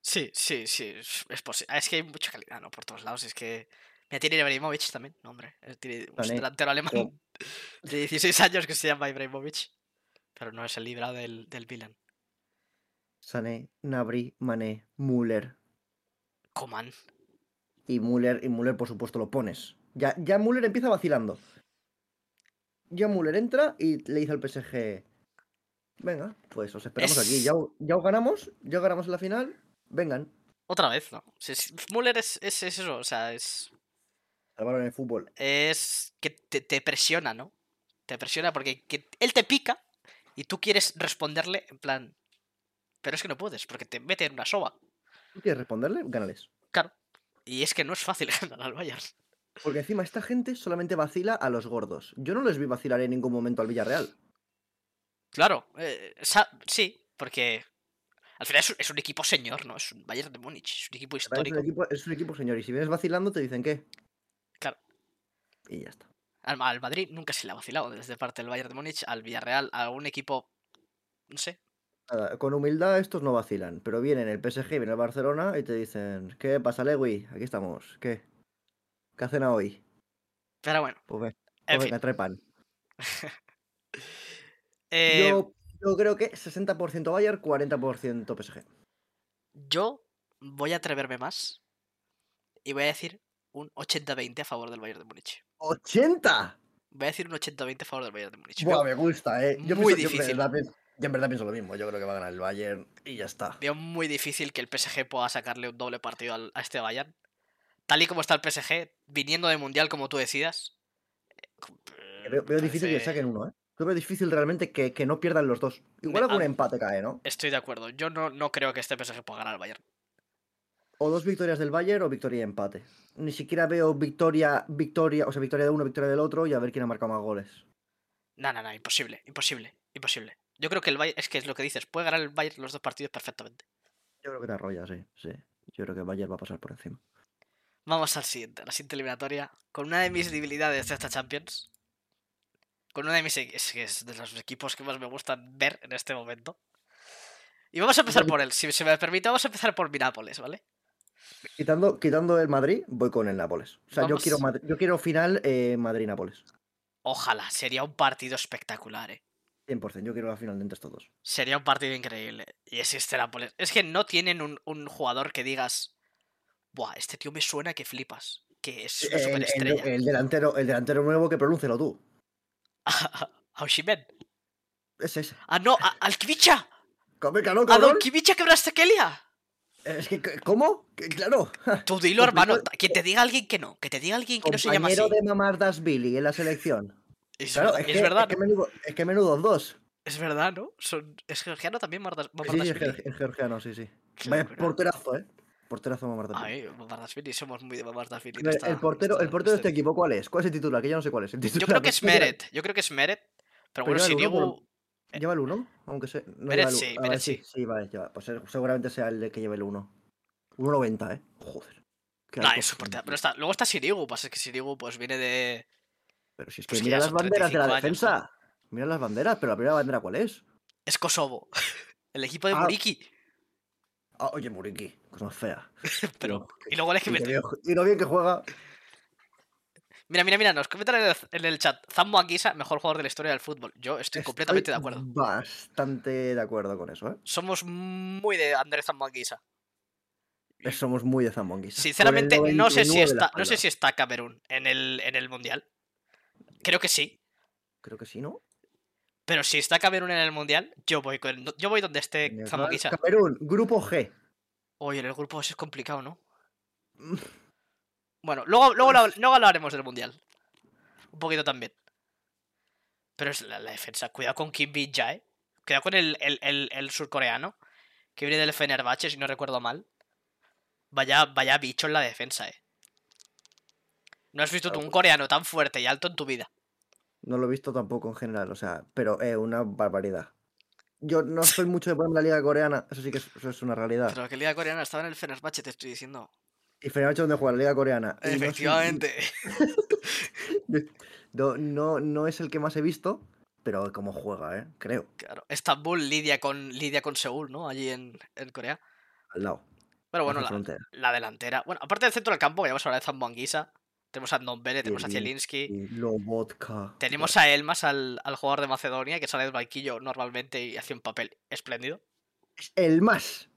A: Sí, sí, sí. Es, posible. Es que hay mucha calidad, ¿no? Por todos lados. Es que. Mira, tiene Ibrahimovic también, no, hombre. eh, Tiene un
B: Sané,
A: delantero alemán
B: pero-
A: de 16 años que se llama Ibrahimovic. Pero no es el libra del, del Milan.
B: Sané, Nabri, Mané, Müller.
A: Coman.
B: Y Müller, y Müller, por supuesto, lo pones. Ya, ya Müller empieza vacilando. Ya Müller entra y le dice al PSG: Venga, pues os esperamos aquí. Ya, o- ya os ganamos, ya os ganamos en la final. Vengan,
A: Otra vez, ¿no? Si es- Müller es, es, es eso, o sea, es.
B: salvaron el fútbol.
A: Es que te, te presiona, ¿no? Te presiona porque que- él te pica y tú quieres responderle en plan. Pero es que no puedes, porque te mete en una soba.
B: ¿Tú quieres responderle? Gánales.
A: Claro. Y es que no es fácil [LAUGHS] ganar al Bayern.
B: Porque encima esta gente solamente vacila a los gordos. Yo no les vi vacilar en ningún momento al Villarreal.
A: Claro, eh, sa- sí, porque al final es un, es un equipo señor, ¿no? Es un Bayern de Múnich, es un equipo
B: Es un,
A: histórico.
B: equipo, es un equipo, señor, y si vienes vacilando te dicen qué.
A: Claro.
B: Y ya está.
A: Al, al Madrid nunca se le ha vacilado desde parte del Bayern de Múnich, al Villarreal, a un equipo, no sé,
B: Nada, con humildad estos no vacilan, pero vienen el PSG, viene el Barcelona y te dicen, ¿qué pasa, Lewy? Aquí estamos, ¿qué? ¿Qué hacen a hoy?
A: pero bueno,
B: Pues, ven-
A: en
B: pues
A: fin.
B: venga, trae pan.
A: eh, yo...
B: Yo, yo creo que 60% Bayern, 40% PSG.
A: voy a atreverme más y voy a decir un 80-20 a favor del Bayern de Múnich.
B: ¡80!
A: Voy a decir un 80-20 a favor del Bayern de Múnich.
B: Buah,
A: Veo-
B: me gusta, ¿eh? Yo
A: Muy
B: pienso- yo en
A: difícil.
B: verdad pienso- Yo en verdad pienso lo mismo. Yo creo que va a ganar el Bayern y ya está.
A: Veo muy difícil que el PSG pueda sacarle un doble partido al- a este Bayern. Tal y como está el PSG, viniendo de Mundial como tú decidas. eh,
B: Veo, veo
A: me
B: difícil que
A: parece-
B: saquen uno, ¿eh? Yo veo difícil realmente que, que no pierdan los dos. Igual
A: Me-
B: algún
A: a-
B: empate cae, ¿no?
A: Estoy de acuerdo. Yo no, no creo que este PSG pueda ganar al Bayern.
B: O dos victorias del Bayern o victoria y empate. Ni siquiera veo victoria, victoria, o sea, victoria de uno, victoria del otro y a ver quién ha marcado más goles.
A: No, no, no, imposible, imposible, imposible. Yo creo que el Bayern, es que es lo que dices, puede ganar el Bayern los dos partidos perfectamente.
B: Yo creo que te arrolla, sí, sí. Yo creo que el Bayern va a pasar por encima.
A: Vamos al siguiente, a la siguiente eliminatoria. Con una de mis debilidades de esta Champions. Con una de mis e- es que es de los equipos que más me gustan ver en este momento. Y vamos a empezar por él. Si se me permite, vamos a empezar por mi Nápoles, ¿vale?
B: Quitando, quitando el Madrid, voy con el Nápoles. O sea, yo
A: Vamos.
B: quiero, Madri- yo quiero final eh, Madrid-Nápoles.
A: Ojalá, sería un partido espectacular, ¿eh?
B: 100%, yo quiero la final de entre estos dos.
A: Sería un partido increíble. Y es este Nápoles. Es que no tienen un, un jugador que digas. Buah, este tío me suena que flipas. Que es una
B: Eh, El,
A: superestrella. [LAUGHS]
B: el- el delantero, el delantero nuevo que pronúncelo tú.
A: A Osimhen.
B: Es ese.
A: Ah, no,
B: [LAUGHS]
A: a, Ah, al Kvicha.
B: Come, claro,
A: A Don
B: cabrón.
A: Kvicha quebraste
B: [LAUGHS]
A: Kelia.
B: Es que, que- ¿cómo? Que- Claro.
A: Tú dilo, hermano.
B: Compañero-
A: ta- Que te diga alguien que no. Que te diga alguien que no se llama así.
B: Pues eh. Compañero de Mamardas Billy en la selección.
A: Es,
B: Claro,
A: verdad-
B: es,
A: es
B: que,
A: verdad,
B: Es que,
A: ¿no?
B: menudo, es que menudo dos.
A: Es verdad, ¿no? Son... Es georgiano también, Mardas-
B: Sí, sí, es,
A: Mamardashvili.
B: geor- es georgiano, sí, sí.
A: Qué
B: Vaya
A: locura.
B: porterazo, ¿eh? Porterazo Mamardashvili.
A: Ay, Mamardashvili, somos muy de Mamardashvili. en
B: El,
A: esta- en
B: portero,
A: esta-
B: el portero de
A: en
B: este equipo, ¿cuál es? ¿Cuál es el titular? Que ya no sé cuál es. el [LAUGHS]
A: Yo
B: titular, este
A: creo que es
B: no sé.
A: Meret. Yo creo que es Meret. Pero bueno,
B: lleva
A: si
B: el uno por-
A: digo.
B: ¿Lleva el 1? Aunque sé. No
A: Meret
B: lleva el,
A: sí,
B: uno. Ah,
A: Meret
B: vale,
A: sí.
B: sí. Sí, vale, lleva. Pues eh, seguramente sea el de que lleve el 1. 1.90, ¿eh? Joder. Qué
A: No,
B: alto
A: es
B: son,
A: soportable.
B: tío.
A: Pero está... luego está Sirigu. Pasa que Sirigu pues viene de.
B: Pero si es que
A: pues que
B: mira
A: ya
B: las
A: son
B: banderas de la
A: 35
B: defensa. Mira las banderas, pero la primera bandera, ¿cuál es?
A: Es Kosovo. [LAUGHS] El equipo de
B: Ah.
A: Muriki. [LAUGHS]
B: Ah, oye, Muriki, cosa más fea.
A: Pero.
B: Dios,
A: Y luego el que
B: Y,
A: metió.
B: que bien- y lo bien que juega.
A: Mira, mira, mira, nos comentan en el, en el chat. Zambo Anguissa, mejor jugador de la historia del fútbol. Yo estoy completamente de acuerdo.
B: Bastante de acuerdo con eso, ¿eh?
A: Somos muy de Andrés Zambo Anguissa.
B: Eh, Somos muy de Zambonguis.
A: Sinceramente, no sé si está, no sé si está Camerún en el, en el Mundial. Creo que sí.
B: Creo que sí, ¿no?
A: Pero si está Camerún en el Mundial, yo voy con, yo voy donde esté
B: Venga,
A: Zambo Anguissa.
B: Camerún, grupo G.
A: Oye, en el grupo ese es complicado, ¿no?
B: Mm.
A: Bueno, luego, luego,
B: [LAUGHS]
A: lo- luego hablaremos del Mundial. Un poquito también. Pero es la, la defensa. Cuidado con Kim Min Jae. Cuidado con el, el- el- el surcoreano. Que viene del Fenerbahce, si no recuerdo mal. Vaya, vaya bicho en la defensa, eh. No has visto tú
B: Claro,
A: un
B: pues.
A: coreano tan fuerte y alto en tu vida.
B: No lo he visto tampoco en general, o sea, pero eh, una barbaridad. Yo
A: [LAUGHS]
B: no soy mucho de ponerme la liga coreana, eso sí que es, eso es una realidad.
A: Pero que liga coreana estaba en el Fenerbahce, te estoy diciendo.
B: Y Fenerbahce donde juega la liga coreana. y no soy-
A: Efectivamente. [LAUGHS]
B: No, no, no es el que más he visto, pero como juega, ¿eh? Creo,
A: Claro. Estambul lidia con, lidia con Seúl, ¿no? Allí en, en Corea.
B: al lado.
A: Pero bueno,
B: hace
A: la,
B: frontera.
A: la delantera. Bueno, aparte del centro del campo, que ya hemos hablado de Zamboanguisa, tenemos a Ndombele, tenemos a
B: Bien,
A: Zielinski,
B: Y Lobotka.
A: tenemos a Elmas, al, al jugador de Macedonia, que sale del banquillo normalmente y hace un papel espléndido.
B: Es El más.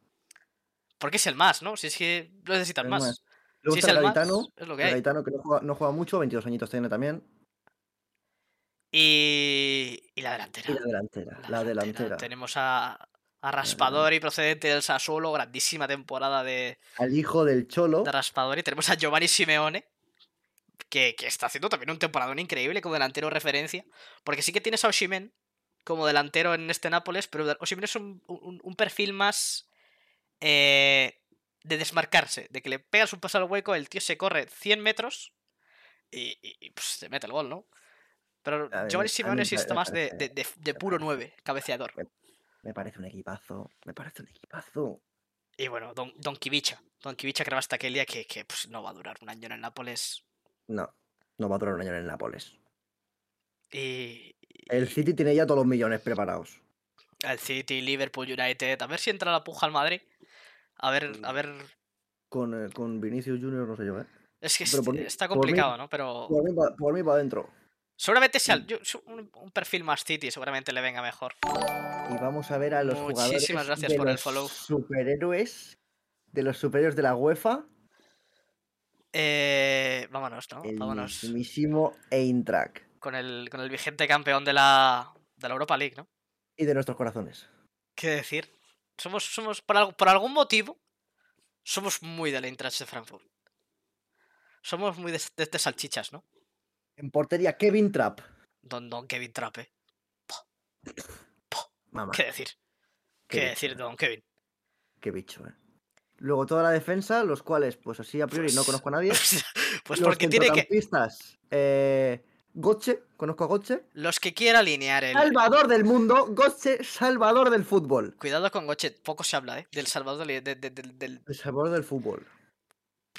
A: Porque es el más, ¿no? Si es que lo necesitan
B: El
A: más.
B: más. Luego
A: Si es
B: está
A: el
B: el
A: más,
B: Gaitano.
A: es lo que
B: El
A: hay.
B: Gaitano que no juega, no juega mucho, 22 añitos tiene también.
A: Y, y la delantera.
B: Y la delantera. La delantera.
A: Tenemos a, a Raspadori, procedente del Sassuolo, grandísima temporada de,
B: Al hijo del Cholo.
A: de Raspadori. Tenemos a Giovanni Simeone, que, que está haciendo también un temporadón increíble como delantero referencia. Porque sí que tienes a Oshimen como delantero en este Nápoles, pero Oshimen es un, un- un perfil más eh, de desmarcarse, de que le pegas un paso al hueco, el tío se corre 100 metros y, y- y, pues, te mete el gol, ¿no? Pero
B: A ver,
A: Giovanni
B: a
A: Simeone
B: mí
A: sí
B: me
A: está más de,
B: parece-
A: de- de- de puro 9, cabeceador.
B: Me parece un equipazo. Me parece un equipazo.
A: Y bueno, Don, Don Kivicha. Don Kivicha creo hasta aquel día que, que, pues, no va a durar un año en el Nápoles.
B: No. No va a durar un año en el Nápoles.
A: Y,
B: El City tiene ya todos los millones preparados.
A: al City, Liverpool, United. A ver si entra la puja al Madrid. A ver, a
B: Mm.
A: ver.
B: Con, eh, con Vinicius Junior, no sé yo, ¿eh?
A: Es que
B: Pero
A: es-
B: por mí-
A: está
B: por mí-
A: complicado, ¿no? Pero
B: Por Mm. mí, pa- por mí para adentro.
A: seguramente sea yo- su- un, un perfil más City, seguramente le venga mejor.
B: Y vamos a ver a los
A: Muchísimas
B: jugadores
A: gracias
B: de
A: por el
B: los
A: follow.
B: superhéroes. De los superhéroes de la UEFA.
A: Eh, vámonos, ¿no?
B: El
A: Ah, Vámonos.
B: mismísimo Eintrack.
A: con el, con el vigente campeón de la, de la Europa League, ¿no?
B: Y de nuestros corazones.
A: ¿Qué decir? Somos, somos por, al- por algún motivo, somos muy de la Eintracht de Frankfurt. Somos muy de, de- de salchichas, ¿no?
B: En portería, Kevin Trapp.
A: Don, don Kevin Trape.
B: Mamá,
A: ¿Qué decir? ¿Qué,
B: bicho,
A: decir, don Kevin? [LAUGHS]
B: qué bicho, eh. Luego toda la defensa, los cuales, pues así a priori no
A: Pues-
B: conozco
A: [LAUGHS]
B: a nadie.
A: pues
B: Los
A: porque tiene que.
B: centrocampistas, eh, Gotche, conozco a Gotche.
A: Los que quiera alinear el.
B: Salvador del mundo, Gotche, salvador del fútbol.
A: Cuidado con Gochet, poco se habla, ¿eh? Del Salvador, del, del- del- del-
B: El salvador del fútbol.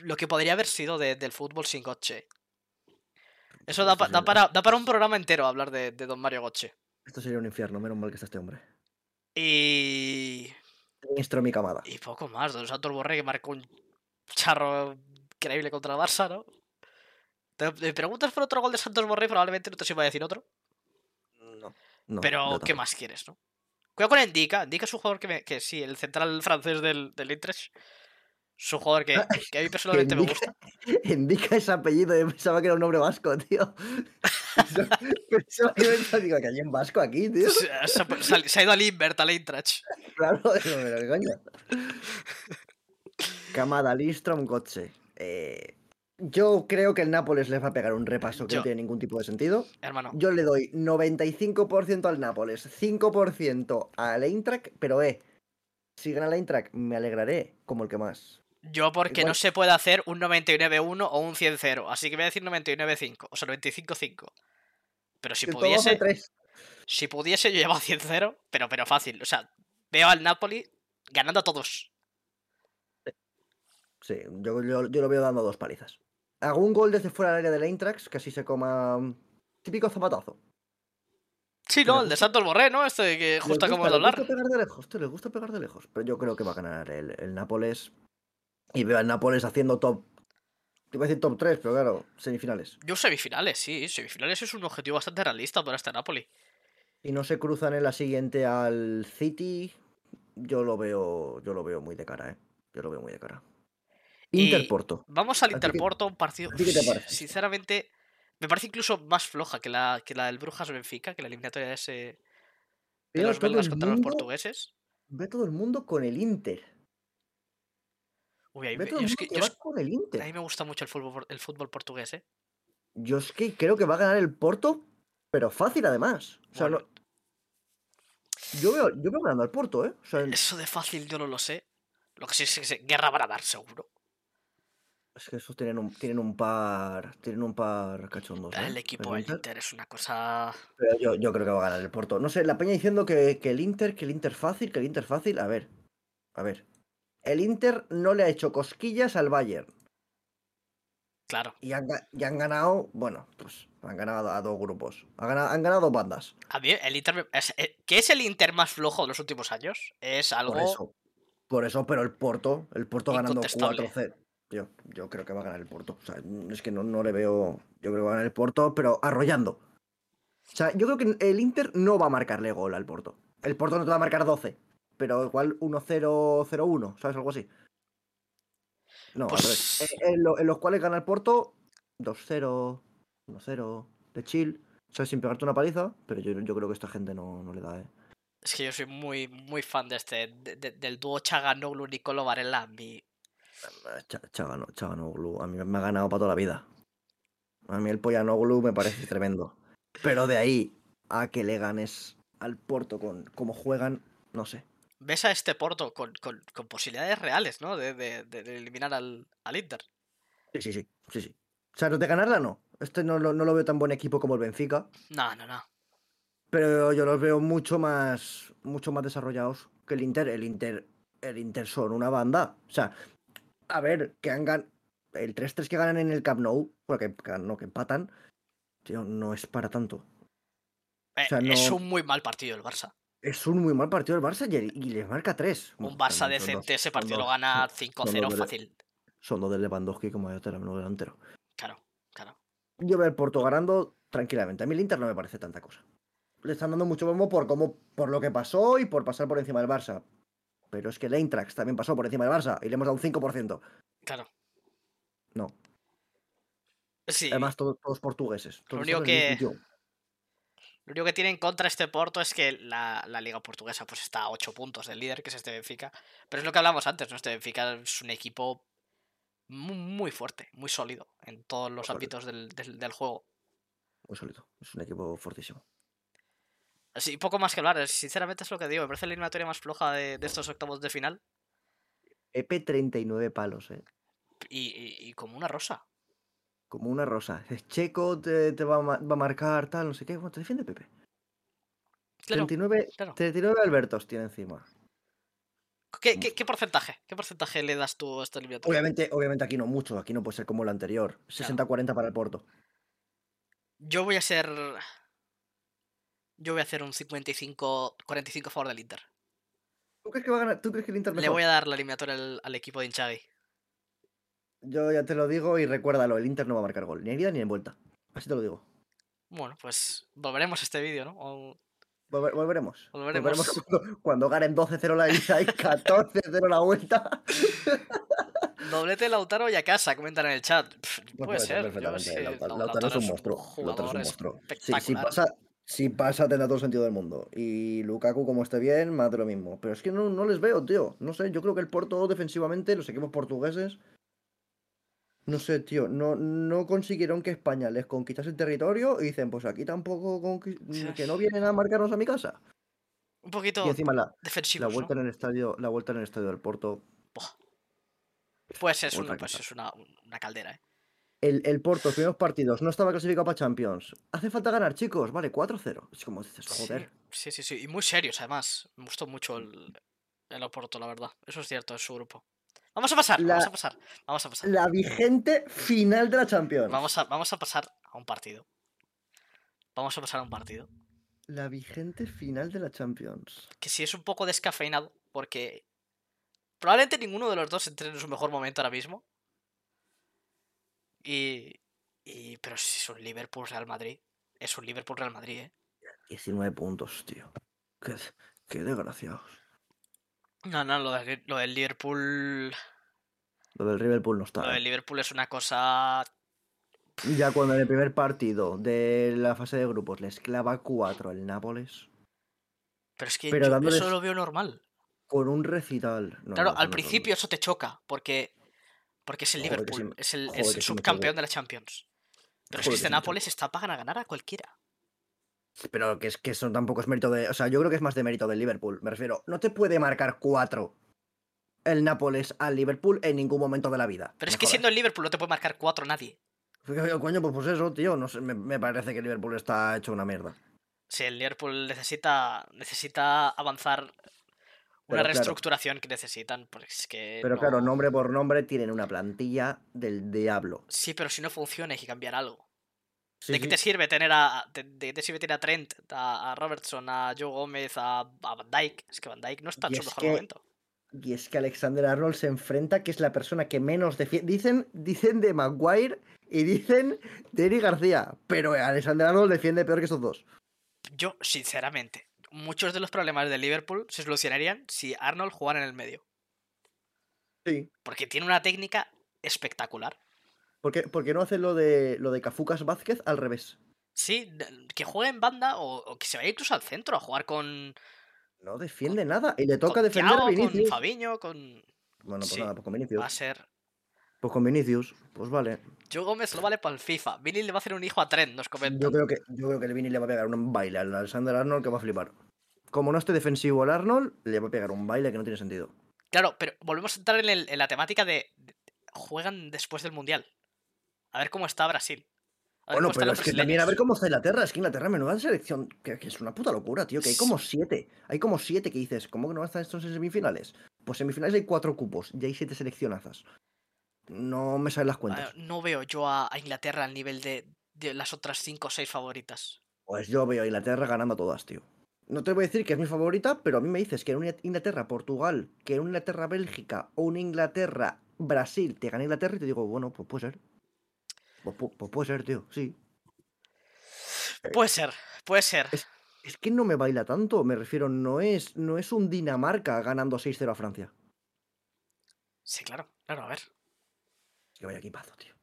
A: lo que podría haber sido de- del fútbol sin Goche. Eso da,
B: Esto
A: pa- da
B: sería-
A: para, da para un programa entero hablar de, de Don Mario Goche.
B: Esto sería un infierno, menos mal que está este hombre.
A: Y.
B: Ministro mi camada.
A: Y poco más, Don Santos Borré que marcó un charro increíble contra el Barça, ¿no? Te, te preguntas por otro gol de Santos Borré, probablemente no te iba a decir otro.
B: No. no,
A: pero,
B: no
A: ¿qué
B: tampoco.
A: más quieres, no? Cuidado con Endika. Endika es un jugador que, me- que sí, el central francés del, del Utrecht. Es un jugador
B: [LAUGHS]
A: que, que a mí personalmente me
B: Endika-
A: gusta.
B: [LAUGHS] Indica ese apellido, yo pensaba que era un nombre vasco,
A: [LAUGHS]
B: tío. Pensaba- pensaba que pensaba, digo, que hay un vasco aquí, [LAUGHS] tío.
A: Se, se ha pu- se ha- se ha ido al Invert, al Eintracht.
B: [LAUGHS] Claro, digo, pero qué coño. Camada, Listrom, Gotze. Eh, yo creo que el Nápoles les va a pegar un repaso que
A: Yo-
B: no tiene ningún tipo de sentido.
A: Hermano,
B: Yo le doy 95% al Nápoles, 5% al Eintrack, pero eh, si gana el Eintrack me alegraré como el que más.
A: yo porque no
B: igual-
A: se puede hacer un 99-1 o un 100-0, así que voy a decir 99-5, o sea, 95-5. Pero si pudiese,
B: 112, tres.
A: si pudiese yo llevaba 100-0, pero, pero fácil. O sea, veo al Napoli ganando a todos.
B: Sí, yo, yo- yo lo veo dando dos palizas. Algún gol desde fuera del área del Eintrax, que así se coma mm, típico zapatazo.
A: Sí,
B: Me
A: ¿no? El de Santos Borré, ¿no? Este que
B: Les
A: justo acabamos
B: gusta-
A: de
B: les
A: hablar.
B: gusta pegar de lejos, tío, les gusta pegar de lejos. Pero yo creo que va a ganar el, el Nápoles. Y veo al Nápoles haciendo top. Te iba a decir top 3, pero claro, semifinales.
A: Yo semifinales, sí, semifinales es un objetivo bastante realista para este Napoli.
B: Y no se cruzan en la siguiente al City. Yo lo veo. Yo lo veo muy de cara, eh. Yo lo veo muy de cara.
A: Y-
B: Interporto.
A: Vamos al
B: ¿A ti qué-
A: Interporto, un partido.
B: a
A: [LAUGHS]
B: ti qué te parece?
A: Sinceramente, me parece incluso más floja que la, que la del Brujas Benfica, que la eliminatoria de ese. de
B: Veo a
A: los
B: todo
A: belgas
B: el
A: contra los
B: mundo-
A: portugueses.
B: Ve todo el mundo con el Inter.
A: Uy, ahí
B: Ve
A: me-
B: todo
A: yo es
B: el mundo
A: que,
B: que
A: yo
B: va
A: es-
B: con el Inter.
A: a mí me gusta mucho el fútbol, por- el fútbol portugués, ¿eh?
B: Yo es que creo que va a ganar el Porto, pero fácil además. O sea,
A: Bueno,
B: no- yo, veo, yo veo ganando al Porto, ¿eh? O sea, el-
A: Eso de fácil yo no lo sé. Lo que sí es que se- guerra van a dar, seguro.
B: es que esos tienen un, tienen un par. Tienen un par cachondos.
A: Pero
B: ¿eh?
A: el equipo del
B: Inter.
A: Inter es una cosa.
B: Pero yo, yo creo que va a ganar el Porto. No sé, la peña diciendo que, que el Inter, que el Inter fácil, que el Inter fácil. A ver, a ver. El Inter no le ha hecho cosquillas al Bayern.
A: Claro.
B: Y han, ga- y han ganado, bueno, pues han ganado a dos grupos. Han ganado, han ganado dos bandas.
A: A mí el Inter. me- es- eh, ¿Qué es el Inter más flojo de los últimos años? Es algo.
B: Por eso. Por eso, pero el Porto, el Porto ganando
A: Incontestable.
B: 4-0. Yo, yo creo que va a ganar el Porto. O sea, n- es que no, no le veo. Yo creo que va a ganar el Porto, pero arrollando. O sea, yo creo que el Inter no va a marcarle gol al Porto. El Porto no te va a marcar 12, pero igual 1-0, 0-1, ¿sabes? Algo así. No, al
A: Pues-
B: revés. En, en lo- en los cuales gana el Porto 2-0, 1-0, de chill. O sea, sin pegarte una paliza, pero yo, yo creo que esta gente no, no le da, ¿eh?
A: Es que yo soy muy, muy fan de este, de- de- del dúo Chaganoglu Nicolo Varela. Mi...
B: Ah, Cha- Chagano, Chaganoglu, a mí me ha ganado para toda la vida. A mí el Pollanoglu me parece tremendo. Pero de ahí a que le ganes al Porto con cómo juegan, no sé.
A: Ves a este Porto con, con- con posibilidades reales, ¿no? De, de- de- de eliminar al, al Inter.
B: Sí, sí, sí, sí, sí. O sea, de ganarla no. Este no, lo- no lo veo tan buen equipo como el Benfica,
A: No, no, no.
B: pero yo los veo mucho más, mucho más desarrollados que el Inter. El Inter, el Inter son una banda. O sea, a ver, que han ganado el 3-3 que ganan en el Camp Nou, bueno, que, que no, que empatan, tío, no es para tanto.
A: Eh,
B: sea,
A: Es
B: no-
A: un muy mal partido el Barça.
B: Es un muy mal partido el Barça y, el- y les marca tres. Bueno,
A: Un Barça
B: también son
A: decente,
B: dos-
A: ese
B: son
A: partido lo
B: dos-
A: gana
B: son-
A: 5-0
B: dos-
A: fácil.
B: Son dos de Lewandowski como yo te la menudo delantero.
A: Claro, claro.
B: Yo veo el Porto ganando tranquilamente. A mí el Inter no me parece tanta cosa. Le están dando mucho bombo por, cómo, por lo que pasó y por pasar por encima del Barça. Pero es que el Eintracht también pasó por encima del Barça y le hemos dado un 5%.
A: Claro.
B: No.
A: Sí,
B: Además, todo- todos portugueses.
A: Lo
B: Todos
A: único
B: están en el
A: que-
B: mismo sitio.
A: Lo único que tiene en contra este Porto es que la, la liga portuguesa pues está a 8 puntos del líder, que es este Benfica. Pero es lo que hablamos antes, ¿no? Este Benfica es un equipo mu- muy fuerte, muy sólido en todos los
B: Correcto.
A: ámbitos del, del- del juego.
B: Muy sólido. Es un equipo fortísimo.
A: Así, poco más que hablar, es- sinceramente es lo que digo. Me parece la eliminatoria más floja de, de estos octavos de final.
B: Pepe 39 palos, eh.
A: Y, y- y como una rosa.
B: Como una rosa. Es Checo te, te va, a ma- va a marcar, tal, no sé qué. Bueno, te defiende Pepe.
A: Claro,
B: 39,
A: claro.
B: 39 Albertos tiene encima.
A: ¿Qué, qué, qué porcentaje? ¿Qué porcentaje le das tú a esta eliminatoria?
B: Obviamente, obviamente aquí no mucho, aquí no puede ser como el anterior. 60-40 para el Porto.
A: Yo voy a ser. Yo voy a hacer un 55, 45 a favor del Inter.
B: ¿Tú crees que va a ganar? ¿Tú crees que el Inter
A: Le
B: mejor?
A: voy a dar la eliminatoria al, al equipo de Inchagui.
B: Yo ya te lo digo y recuérdalo, el Inter no va a marcar gol, ni en ida ni en vuelta. Así te lo digo.
A: Bueno, pues volveremos a este vídeo, ¿no? O-
B: Volve- volveremos.
A: Volveremos.
B: cuando, [LAUGHS] cuando ganen 12-0 la ida y 14-0 la vuelta.
A: Doblete Lautaro y a casa, comentan en el chat. Pff,
B: Pues
A: puede ser. yo
B: perfectamente.
A: es que
B: Lautaro,
A: Lau-
B: Lautaro es un monstruo. Lautaro es
A: jugador
B: un monstruo. Sí, Si,
A: espectacular.
B: pasa, si pasa, tendrá todo el sentido del mundo. Y Lukaku, como esté bien, más de lo mismo. Pero es que no, no les veo, tío. No sé, yo creo que el Porto defensivamente, los equipos portugueses. No sé, tío. No, no consiguieron que España les conquistase el territorio y dicen, pues aquí tampoco. conquist- Que no vienen a marcarnos a mi casa.
A: Un poquito
B: Y encima la, la
A: defensivo.
B: vuelta en el estadio, la vuelta en el estadio del Porto.
A: Pues es,
B: Otra
A: una,
B: que
A: pues
B: tal.
A: es una, una caldera, ¿eh?
B: El, el Porto, los primeros partidos, no estaba clasificado para Champions. Hace falta ganar, chicos. Vale, 4-0. Es como dices,
A: Sí,
B: joder.
A: Sí, sí, sí. Y muy serios, además. Me gustó mucho el, el Oporto, la verdad. Eso es cierto, es su grupo. Vamos a pasar, vamos
B: La-
A: a pasar. Vamos a pasar.
B: La vigente final de la Champions.
A: Vamos a, vamos a pasar a un partido. Vamos a pasar a un partido.
B: La vigente final de la Champions.
A: Que sí es un poco descafeinado, porque probablemente ninguno de los dos entre en su mejor momento ahora mismo. Y. y- pero si es un Liverpool Real Madrid. Es un Liverpool Real Madrid, eh.
B: 19 puntos, tío. Qué, qué desgraciados.
A: No, no, lo, de- lo del Liverpool.
B: Lo del Liverpool no está.
A: Lo
B: ¿eh?
A: del Liverpool es una cosa
B: Ya cuando en el primer partido de la fase de grupos les clava 4 el Nápoles.
A: Pero es que
B: Pero
A: yo
B: dándoles-
A: eso lo veo normal.
B: Con un recital. No,
A: claro,
B: no,
A: al
B: no, no, no.
A: principio eso te choca, porque, porque es el
B: Joder, que
A: Liverpool,
B: sí me-
A: es el, es
B: joder,
A: el
B: que sí me
A: subcampeón
B: chocó.
A: de la Champions. Pero es
B: Joder,
A: que
B: que
A: este
B: sí me
A: Nápoles está para ganar a cualquiera.
B: Pero que es que eso tampoco es mérito de. O sea, yo creo que es más de mérito del Liverpool. Me refiero, no te puede marcar 4 el Nápoles al Liverpool en ningún momento de la vida.
A: Pero es
B: me
A: que
B: jodas.
A: siendo el Liverpool no te puede marcar cuatro nadie.
B: Coño, Coño, pues, pues eso, tío. No sé, me, me parece que el Liverpool está hecho una mierda.
A: Si el Liverpool necesita, necesita avanzar una
B: Pero claro.
A: reestructuración que necesitan, porque es que.
B: Pero claro, nombre por nombre tienen una plantilla del diablo.
A: Sí, pero si no funciona hay que cambiar algo.
B: Sí,
A: ¿De qué
B: sí.
A: te sirve tener a. de- de qué te sirve tener a Trent, a, a Robertson, a Joe Gómez, a, a Van Dyke? Es que Van Dyke no está en
B: Y
A: su
B: es
A: mejor
B: que-
A: momento.
B: Y es que Alexander Arnold se enfrenta, que es la persona que menos defiende. Dicen, dicen de Maguire y dicen de Eric García. Pero Alexander Arnold defiende peor que estos dos.
A: Yo, sinceramente, muchos de los problemas de Liverpool se solucionarían si Arnold jugara en el medio.
B: Sí.
A: Porque tiene una técnica espectacular.
B: ¿Por qué, por qué no hacen lo de, lo de Cafucas Vázquez al revés?
A: Sí, n- que juegue en banda o, o que se vaya incluso al centro a jugar con.
B: No defiende nada. Y le toca
A: con
B: defender
A: Thiago,
B: a
A: con
B: Vinicius.
A: Fabinho, con.
B: Bueno, pues
A: Sí.
B: nada, pues con
A: Va
B: Vinicius.
A: a ser.
B: Pues con Vinicius. Pues vale.
A: Joe Gómez lo vale para el FIFA. Vini le va a hacer un hijo a Trent, nos
B: Yo
A: comentan.
B: creo que, yo creo que el Vini le va a pegar un baile al Alexander Arnold que va a flipar. Como no esté defensivo el Arnold, le va a pegar un baile que no tiene sentido.
A: Claro, pero volvemos a entrar en, el- en la temática de, de- Juegan después del mundial. A ver cómo está Brasil. A ver
B: Bueno,
A: cómo están
B: pero
A: los
B: es que también a ver
A: brasileños.
B: cómo está Inglaterra. Es que Inglaterra, menuda selección, que, que es una puta locura, tío. Que hay como siete. Hay como siete que dices, ¿cómo que no están estos en semifinales? Pues semifinales hay cuatro cupos y hay siete seleccionazas. No me salen las
A: Ah,
B: cuentas.
A: No veo yo a, a Inglaterra al nivel de, de las otras 5 o 6 favoritas.
B: Pues yo veo a Inglaterra ganando todas, tío. No te voy a decir que es mi favorita, pero a mí me dices que en una Inglaterra-Portugal, que en una Inglaterra-Bélgica o una Inglaterra-Brasil te gana Inglaterra y te digo, bueno, pues puede ser. Pues, pu- pues puede ser, tío, sí.
A: Puede ser, puede ser.
B: Eh. Es que no me baila tanto, me refiero, no es, no es un Dinamarca ganando 6-0 a Francia.
A: Sí, claro, claro, a ver.
B: Es que vaya equipazo, tío.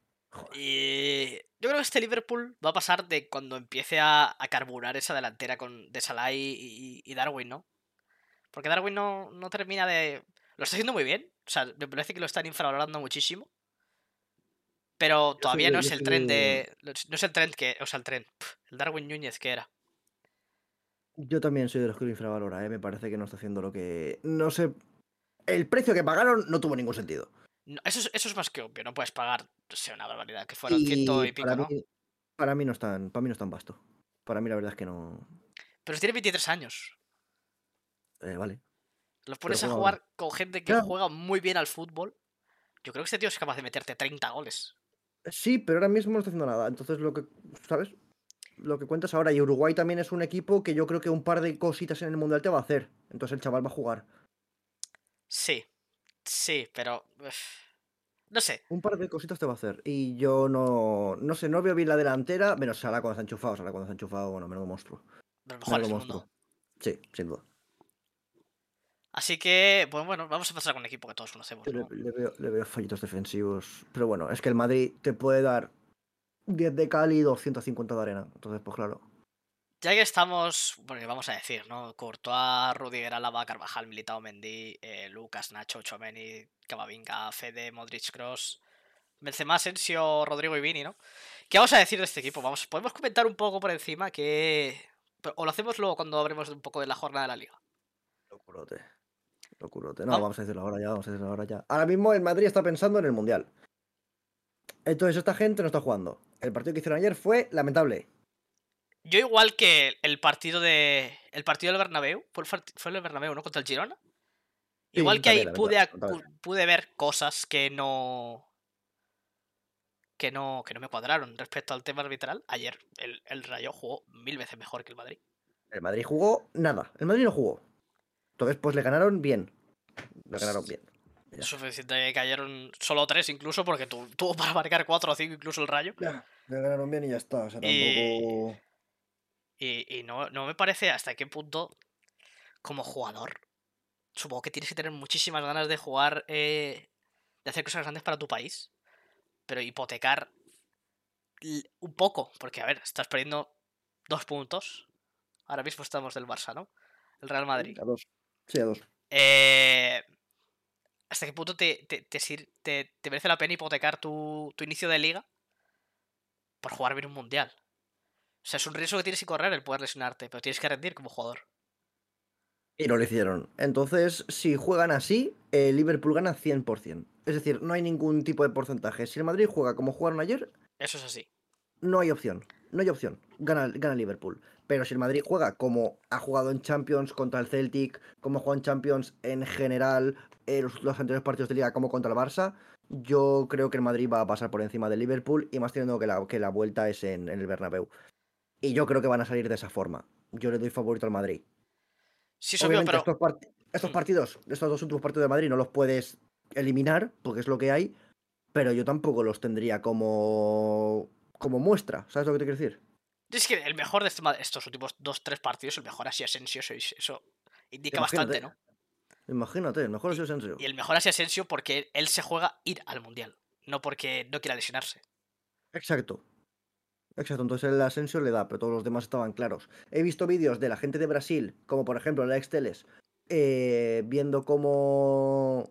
A: Y yo creo que este Liverpool va a pasar de cuando empiece a, a carburar esa delantera con de Salah y, y- y Darwin, ¿no? Porque Darwin no, no termina de... Lo está haciendo muy bien. O sea, me parece que lo están infravalorando muchísimo. Pero
C: soy
A: todavía
C: de-
A: no
C: yo
A: es el
C: soy
A: tren
C: de-
A: de... No es el tren que... O sea, el tren. pf, El Darwin Núñez que era.
B: Yo también soy de los que lo infravalora, ¿eh? me parece que no está haciendo lo que. No sé. El precio que pagaron no tuvo ningún sentido.
A: No, eso, es, eso es más que obvio. No puedes pagar, no sé, una barbaridad. Que fueron ciento y pico,
B: para,
A: ¿no?
B: mí, para mí no están, para mí no están basto. Para mí la verdad es que no.
A: Pero tiene 23 años.
B: eh, vale.
A: Los pones a
B: juega
A: jugar con gente que
B: Claro.
A: juega muy bien al fútbol. Yo creo que este tío es capaz de meterte 30 goles.
B: Eh, Sí, pero ahora mismo no está haciendo nada. Entonces lo que, ¿sabes? Lo que cuentas ahora y Uruguay también es un equipo que yo creo que un par de cositas en el mundial te va a hacer. Entonces el chaval va a jugar.
A: Sí, sí, pero. uf, No sé.
B: Un par de cositas te va a hacer. Y yo no, no sé, no veo bien la delantera, menos Sala cuando está enchufado. Sala cuando está enchufado, bueno, menudo monstruo.
A: de Lo mejor
B: Menudo
A: del
B: monstruo.
A: mundo.
B: Sí, sin duda.
A: Así que, bueno, bueno, vamos a pasar con un equipo que todos conocemos.
B: Yo Le,
A: Pues ¿no?
B: le veo, le veo fallitos defensivos. Pero bueno, es que el Madrid te puede dar 10 de cal y 250 de arena. Entonces, pues claro.
A: Ya que estamos, bueno, vamos a decir, ¿no? Courtois, Rudiger, Álava, Carvajal, Militao, Mendy, eh, Lucas, Nacho, Chomeni, Camavinga, Fede, Modric, Cross, Benzema, Asensio, Rodrigo y Vini, ¿no? ¿Qué vamos a decir de este equipo? Vamos, podemos comentar un poco por encima que... pero- O lo hacemos luego cuando hablemos un poco de la jornada de la liga.
B: Locurote. Locurote. No,
A: Vam-
B: vamos a decirlo ahora ya, vamos a decirlo ahora ya. Ahora mismo el Madrid está pensando en el Mundial. Entonces esta gente no está jugando. El partido que hicieron ayer fue lamentable.
A: Yo igual que el partido de... El partido del Bernabéu, fue el, fart- fue el Bernabéu, ¿no? Contra el Girona.
B: Sí,
A: Igual que ahí
B: lamentable,
A: pude, ac-
B: lamentable.
A: pu- pude ver cosas que no. Que no, que no me cuadraron respecto al tema arbitral. Ayer el, el Rayo jugó mil veces mejor que el Madrid.
B: El Madrid jugó nada. El Madrid no jugó. Entonces, pues le ganaron bien. Le ganaron bien. Ya.
A: Suficiente que cayeron solo tres incluso porque tu- tuvo para marcar cuatro o cinco incluso el Rayo.
B: Le ganaron bien y ya está. O sea,
A: Y- Y, y no, no me parece hasta qué punto, como jugador, supongo que tienes que tener muchísimas ganas de jugar, eh, de hacer cosas grandes para tu país, pero hipotecar l- un poco, porque a ver, estás perdiendo dos puntos. Ahora mismo estamos del Barça, ¿no? El Real Madrid.
B: A dos. Sí, a dos.
A: Eh, ¿Hasta qué punto te, te, te sir- te- te merece la pena hipotecar tu, tu inicio de liga por jugar bien un mundial? O sea, es un riesgo que tienes que correr el poder lesionarte, pero tienes que rendir como jugador.
B: Y no lo hicieron. Entonces, si juegan así, el Liverpool gana 100%. Es decir, no hay ningún tipo de porcentaje. Si el Madrid juega como jugaron ayer,
A: Eso es así.
B: no hay opción. No hay opción. Gana, gana Liverpool. Pero si el Madrid juega como ha jugado en Champions contra el Celtic, como ha jugado en Champions en general, en los, los anteriores partidos de liga como contra el Barça, yo creo que el Madrid va a pasar por encima del Liverpool y más teniendo que la, que la vuelta es en, en el Bernabéu. Y yo creo que van a salir de esa forma. Yo le doy favorito al Madrid.
A: Sí, es obvio,
B: Obviamente,
A: pero
B: estos, part- estos
A: Hmm.
B: partidos, estos dos últimos partidos de Madrid no los puedes eliminar, porque es lo que hay, pero yo tampoco los tendría como, como muestra, ¿sabes lo que te quiero decir?
A: es que el mejor de este ma- estos últimos dos, tres partidos, el mejor así Asensio, eso- eso indica bastante,
B: Imagínate.
A: ¿no?
B: Imagínate, el mejor es Asensio.
A: Y el mejor así Asensio porque él se juega ir al mundial, no porque no quiera lesionarse.
B: Exacto. Exacto, entonces el Asensio le da, pero todos los demás estaban claros. He visto vídeos de la gente de Brasil, como por ejemplo la Exteles, eh, viendo cómo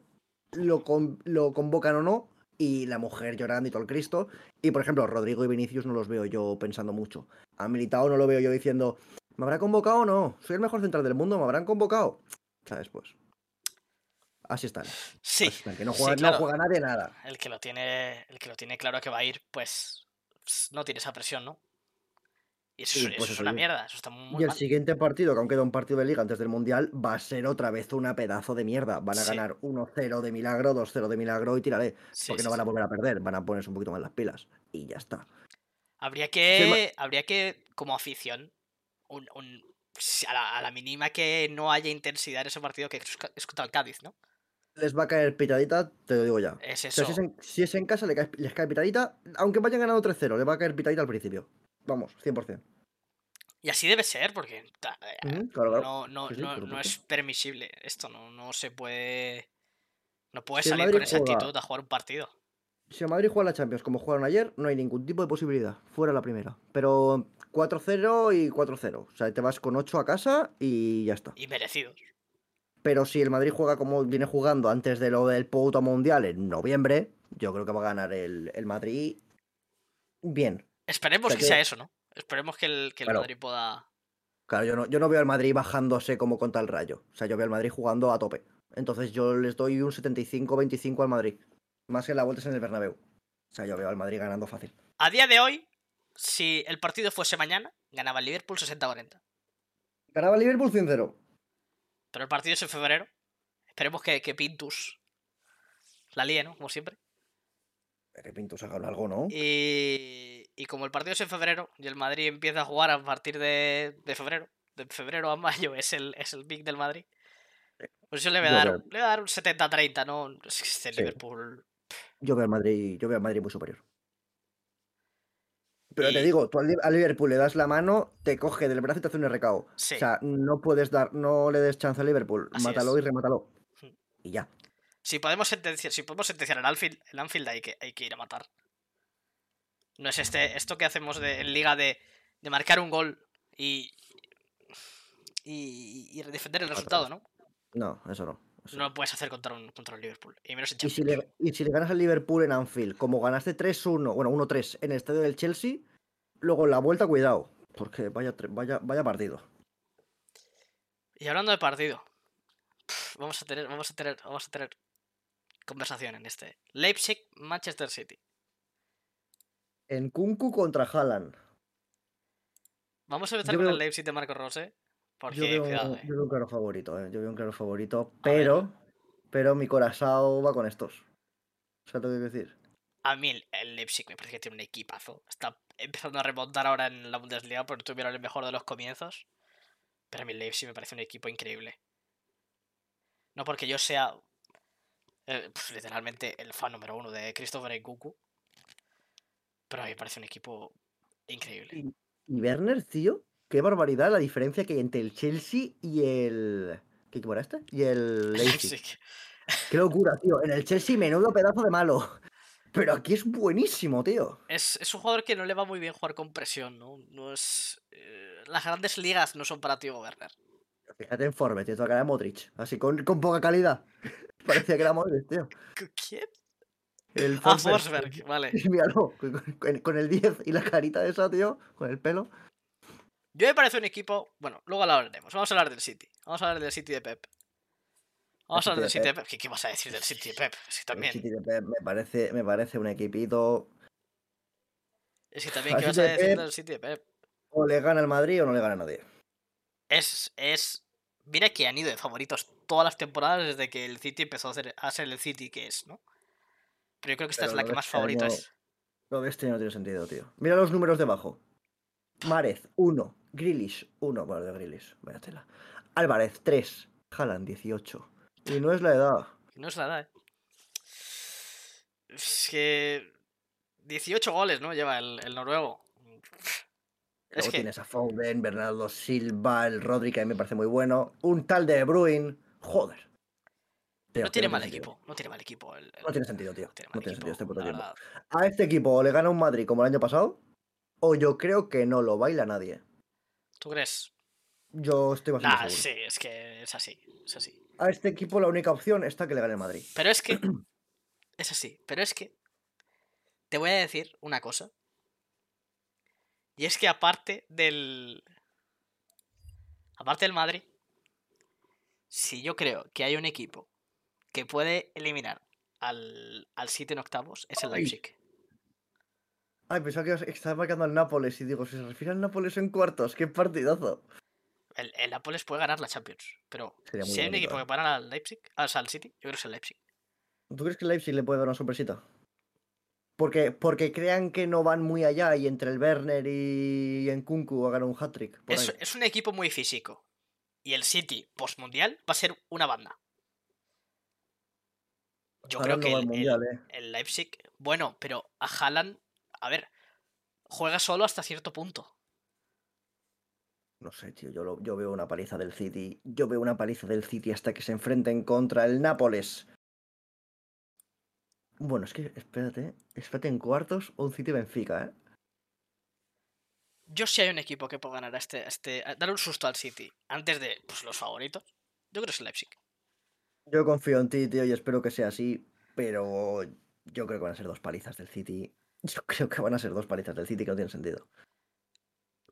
B: lo, con- lo convocan o no, y la mujer llorando y todo el Cristo. Y por ejemplo, Rodrigo y Vinicius no los veo yo pensando mucho. A Militao no lo veo yo diciendo, ¿me habrá convocado o no? Soy el mejor central del mundo, ¿me habrán convocado? ¿Sabes? Pues. Así están.
A: Sí.
B: así están, que no
A: sí,
B: juega,
A: claro.
B: no juega nadie nada.
A: el que lo tiene el que lo tiene claro que va a ir pues ps, no tiene esa presión no y eso,
B: Sí,
A: es-
B: pues
A: eso es
B: eso
A: una
B: digo.
A: mierda eso está muy
B: Y el
A: mal
B: siguiente partido, que aún queda un partido de liga antes del Mundial, va a ser otra vez una pedazo de mierda. Van a
A: Sí.
B: ganar 1-0 de milagro, 2-0 de milagro y tiraré.
A: Sí,
B: porque
A: sí,
B: no van a
A: sí.
B: volver a perder, van a ponerse un poquito más las pilas. Y ya está.
A: habría que habría que como afición un, un- si a, la, a la mínima que no haya intensidad en ese partido que es, ca- es contra el Cádiz no
B: Les va a caer pitadita, te lo digo ya. O
A: es eso
B: sea, si, es en, si es en casa, le cae- les cae pitadita. Aunque vayan ganando 3-0, les va a caer pitadita al principio. Vamos, 100%.
A: y así debe ser porque ta- eh,
B: Ujú, claro, claro.
A: no no,
B: Sí, sí,
A: no-
B: por
A: no
B: supuesto.
A: es permisible esto no no se puede no puedes
B: Si el
A: salir
B: Madrid
A: con esa
B: juega-
A: actitud a jugar un partido
B: Si el Madrid juega la Champions como jugaron ayer, no hay ningún tipo de posibilidad. Fuera la primera. Pero 4-0 y 4-0. O sea, te vas con 8 a casa y ya está.
A: Y merecidos.
B: Pero si el Madrid juega como viene jugando antes de lo del Pouta Mundial en noviembre, yo creo que va a ganar el, el Madrid bien.
A: Esperemos
B: O sea
A: que,
B: que-
A: sea eso, ¿no? Esperemos que el, que el
B: Claro.
A: Madrid pueda.
B: Claro, yo no, yo no veo al Madrid bajándose como contra el Rayo. O sea, yo veo al Madrid jugando a tope. Entonces yo les doy un 75-25 al Madrid. Más que en la vuelta es en el Bernabéu. O sea, yo veo al Madrid ganando fácil.
A: A día de hoy, si el partido fuese mañana, ganaba el Liverpool 60-40.
B: Ganaba el Liverpool 100-0.
A: Pero el partido es en febrero. Esperemos que, que Pintus la líe, ¿no? Como siempre.
B: Que Pintus haga algo, ¿no?
A: Y, y como el partido es en febrero y el Madrid empieza a jugar a partir de, de febrero, de febrero a mayo es el, es el pick del Madrid, pues yo le voy a
B: Yo
A: dar,
B: creo.
A: un- le voy a dar un 70-30, ¿no? Es que este
B: Sí.
A: Liverpool.
B: Yo veo al Madrid, yo veo al Madrid muy superior. Pero
A: Y-
B: te digo, tú al, Li- al Liverpool le das la mano, te coge del brazo y te hace un RKO.
A: Sí.
B: O sea, no puedes dar, no le des chance al Liverpool.
A: Así
B: Mátalo
A: es.
B: y remátalo.
A: Ujú.
B: Y ya.
A: Si podemos sentenciar, si podemos sentenciar el Anfield, el Anfield hay que, hay que ir a matar. No es este, esto que hacemos de, en liga de, de marcar un gol y, y, y defender el resultado, ¿no?
B: No, eso no. eso
A: No lo puedes hacer contra un, contra un Liverpool. Y menos en
B: Y si,
A: Champions.
B: le, y si le ganas al Liverpool en Anfield, como ganaste 3-1, bueno, 1-3 en el estadio del Chelsea, luego en la vuelta, cuidado. Porque vaya, tre- vaya, vaya partido.
A: Y hablando de partido, pf, vamos a tener, vamos a tener, vamos a tener conversación en este. Leipzig, Manchester City.
B: En Kunku contra Haaland.
A: Vamos a empezar
B: Yo
A: con el
B: veo-
A: Leipzig de Marco Rose. Porque
B: Yo veo,
A: cuidado,
B: un-
A: eh.
B: yo veo un claro favorito, ¿eh? Yo veo un claro favorito,
A: A ver.
B: pero, pero mi corazón va con estos. O sea, te voy a decir.
A: A mí el- el Leipzig me parece que tiene un equipazo. Está empezando a remontar ahora en la Bundesliga porque tuvieron el mejor de los comienzos. Pero a mí el Leipzig me parece un equipo increíble. No porque yo sea eh, pf, literalmente el fan número uno de Christopher Nkunku. Pero a mí me parece un equipo increíble.
B: Y Werner, tío, qué barbaridad la diferencia que hay entre el Chelsea y el. ¿Qué equipo era este?
A: [LAUGHS]
B: Y el Leipzig.
A: Leipzig.
B: Qué locura, tío. En el Chelsea, menudo pedazo de malo. [LAUGHS] Pero aquí es buenísimo, tío.
A: Es, es un jugador que no le va muy bien jugar con presión, ¿no? No es. eh, las grandes ligas no son para Tío Werner. [LAUGHS]
B: Fíjate en Forbes, tiene toda cara de Modric. Así con, con poca calidad. [LAUGHS] Parecía que era Modric, tío.
A: ¿Qué- ¿Quién?
B: El
A: Ah,
B: Forsberg.
A: Forsberg, vale.
B: [LAUGHS] Míralo, con, con- con el 10 y la carita de esa, tío, con el pelo.
A: Yo me parece un equipo. Bueno, luego lo hablaremos. Vamos a hablar del City. Vamos a hablar del City de Pep. Vamos a
B: El
A: hablar del
B: City de
A: City de Pep. ¿Qué, qué vas a decir del City de Pep? Es que
B: El
A: también.
B: City de Pep me parece, me parece un equipito.
A: Es que
B: [LAUGHS]
A: también,
B: al
A: ¿qué vas a
B: City de
A: decir
B: Pep.
A: del City de Pep?
B: O le gana el Madrid o no le gana a nadie.
A: Es. es... Mira que han ido de favoritos todas las temporadas desde que el City empezó a ser, a ser el City que es, ¿no? Pero yo creo que esta
B: Pero
A: es la
B: lo
A: que
B: de
A: más
B: este
A: favorito
B: año-
A: es.
B: Lo de este no tiene sentido, tío. Mira los números debajo. Márez, 1. Grealish, 1. Bueno, de Grealish, vaya tela. Álvarez, 3. Haaland, 18. Y no es la edad.
A: No es la edad, ¿eh? Es que. 18 goles, ¿no? Lleva el, el noruego. Es
B: Luego
A: que-
B: tienes a Foden, Bernardo Silva, el Rodri, que a mí me parece muy bueno. Un tal de Bruin. Joder. Tío,
A: No
B: que
A: tiene mal
B: sentido.
A: equipo. No tiene mal equipo. el- el-
B: No tiene sentido, tío.
A: no tiene
B: No
A: mal
B: tiene sentido este
A: equipo,
B: puto
A: la
B: equipo.
A: verdad.
B: A este equipo o le gana un Madrid como el año pasado, o yo creo que no lo baila nadie.
A: ¿Tú crees?
B: Yo estoy bastante
A: Ah,
B: seguro.
A: sí, es que es así, es así.
B: A este equipo la única opción está que le gane el Madrid.
A: Pero es
B: [CLEARS THROAT]
A: que. Es así, pero es que. Te voy a decir una cosa. Y es que aparte del. Aparte del Madrid. Si yo creo que hay un equipo que puede eliminar al, al City en octavos, es el
B: Ay.
A: Leipzig.
B: Ay, pensaba que ibas- que estaba marcando al Nápoles y digo, si se refiere al Nápoles en cuartos, qué partidazo.
A: El, el Nápoles puede ganar la Champions, pero
B: Sería muy
A: si hay un
B: bonito,
A: equipo
B: ¿eh?
A: que puede ganar al Leipzig, ah, o sea, al City, yo creo que es el Leipzig.
B: ¿Tú crees que el Leipzig le puede dar una sorpresita? Porque, porque crean que no van muy allá y entre el Werner y Nkunku hagan un hat-trick. por
A: Es,
B: ahí.
A: es un equipo muy físico. Y el City postmundial va a ser una banda. Yo
B: Haaland
A: creo
B: no va
A: que
B: al
A: el, el-
B: Mundial, eh.
A: el Leipzig. Bueno, pero a Haaland. A ver. Juega solo hasta cierto punto.
B: No sé, tío, yo, lo- yo veo una paliza del City. Yo veo una paliza del City hasta que se enfrenten contra el Nápoles. Bueno, es que espérate, espérate en cuartos o un City Benfica, ¿eh?
A: Yo si hay un equipo que puede ganar a este, a este a dar un susto al City antes de pues, los favoritos, yo creo que es el Leipzig.
B: Yo confío en ti, tío, y espero que sea así, pero yo creo que van a ser dos palizas del City. [LAUGHS] Yo creo que van a ser dos palizas del City que no tienen sentido.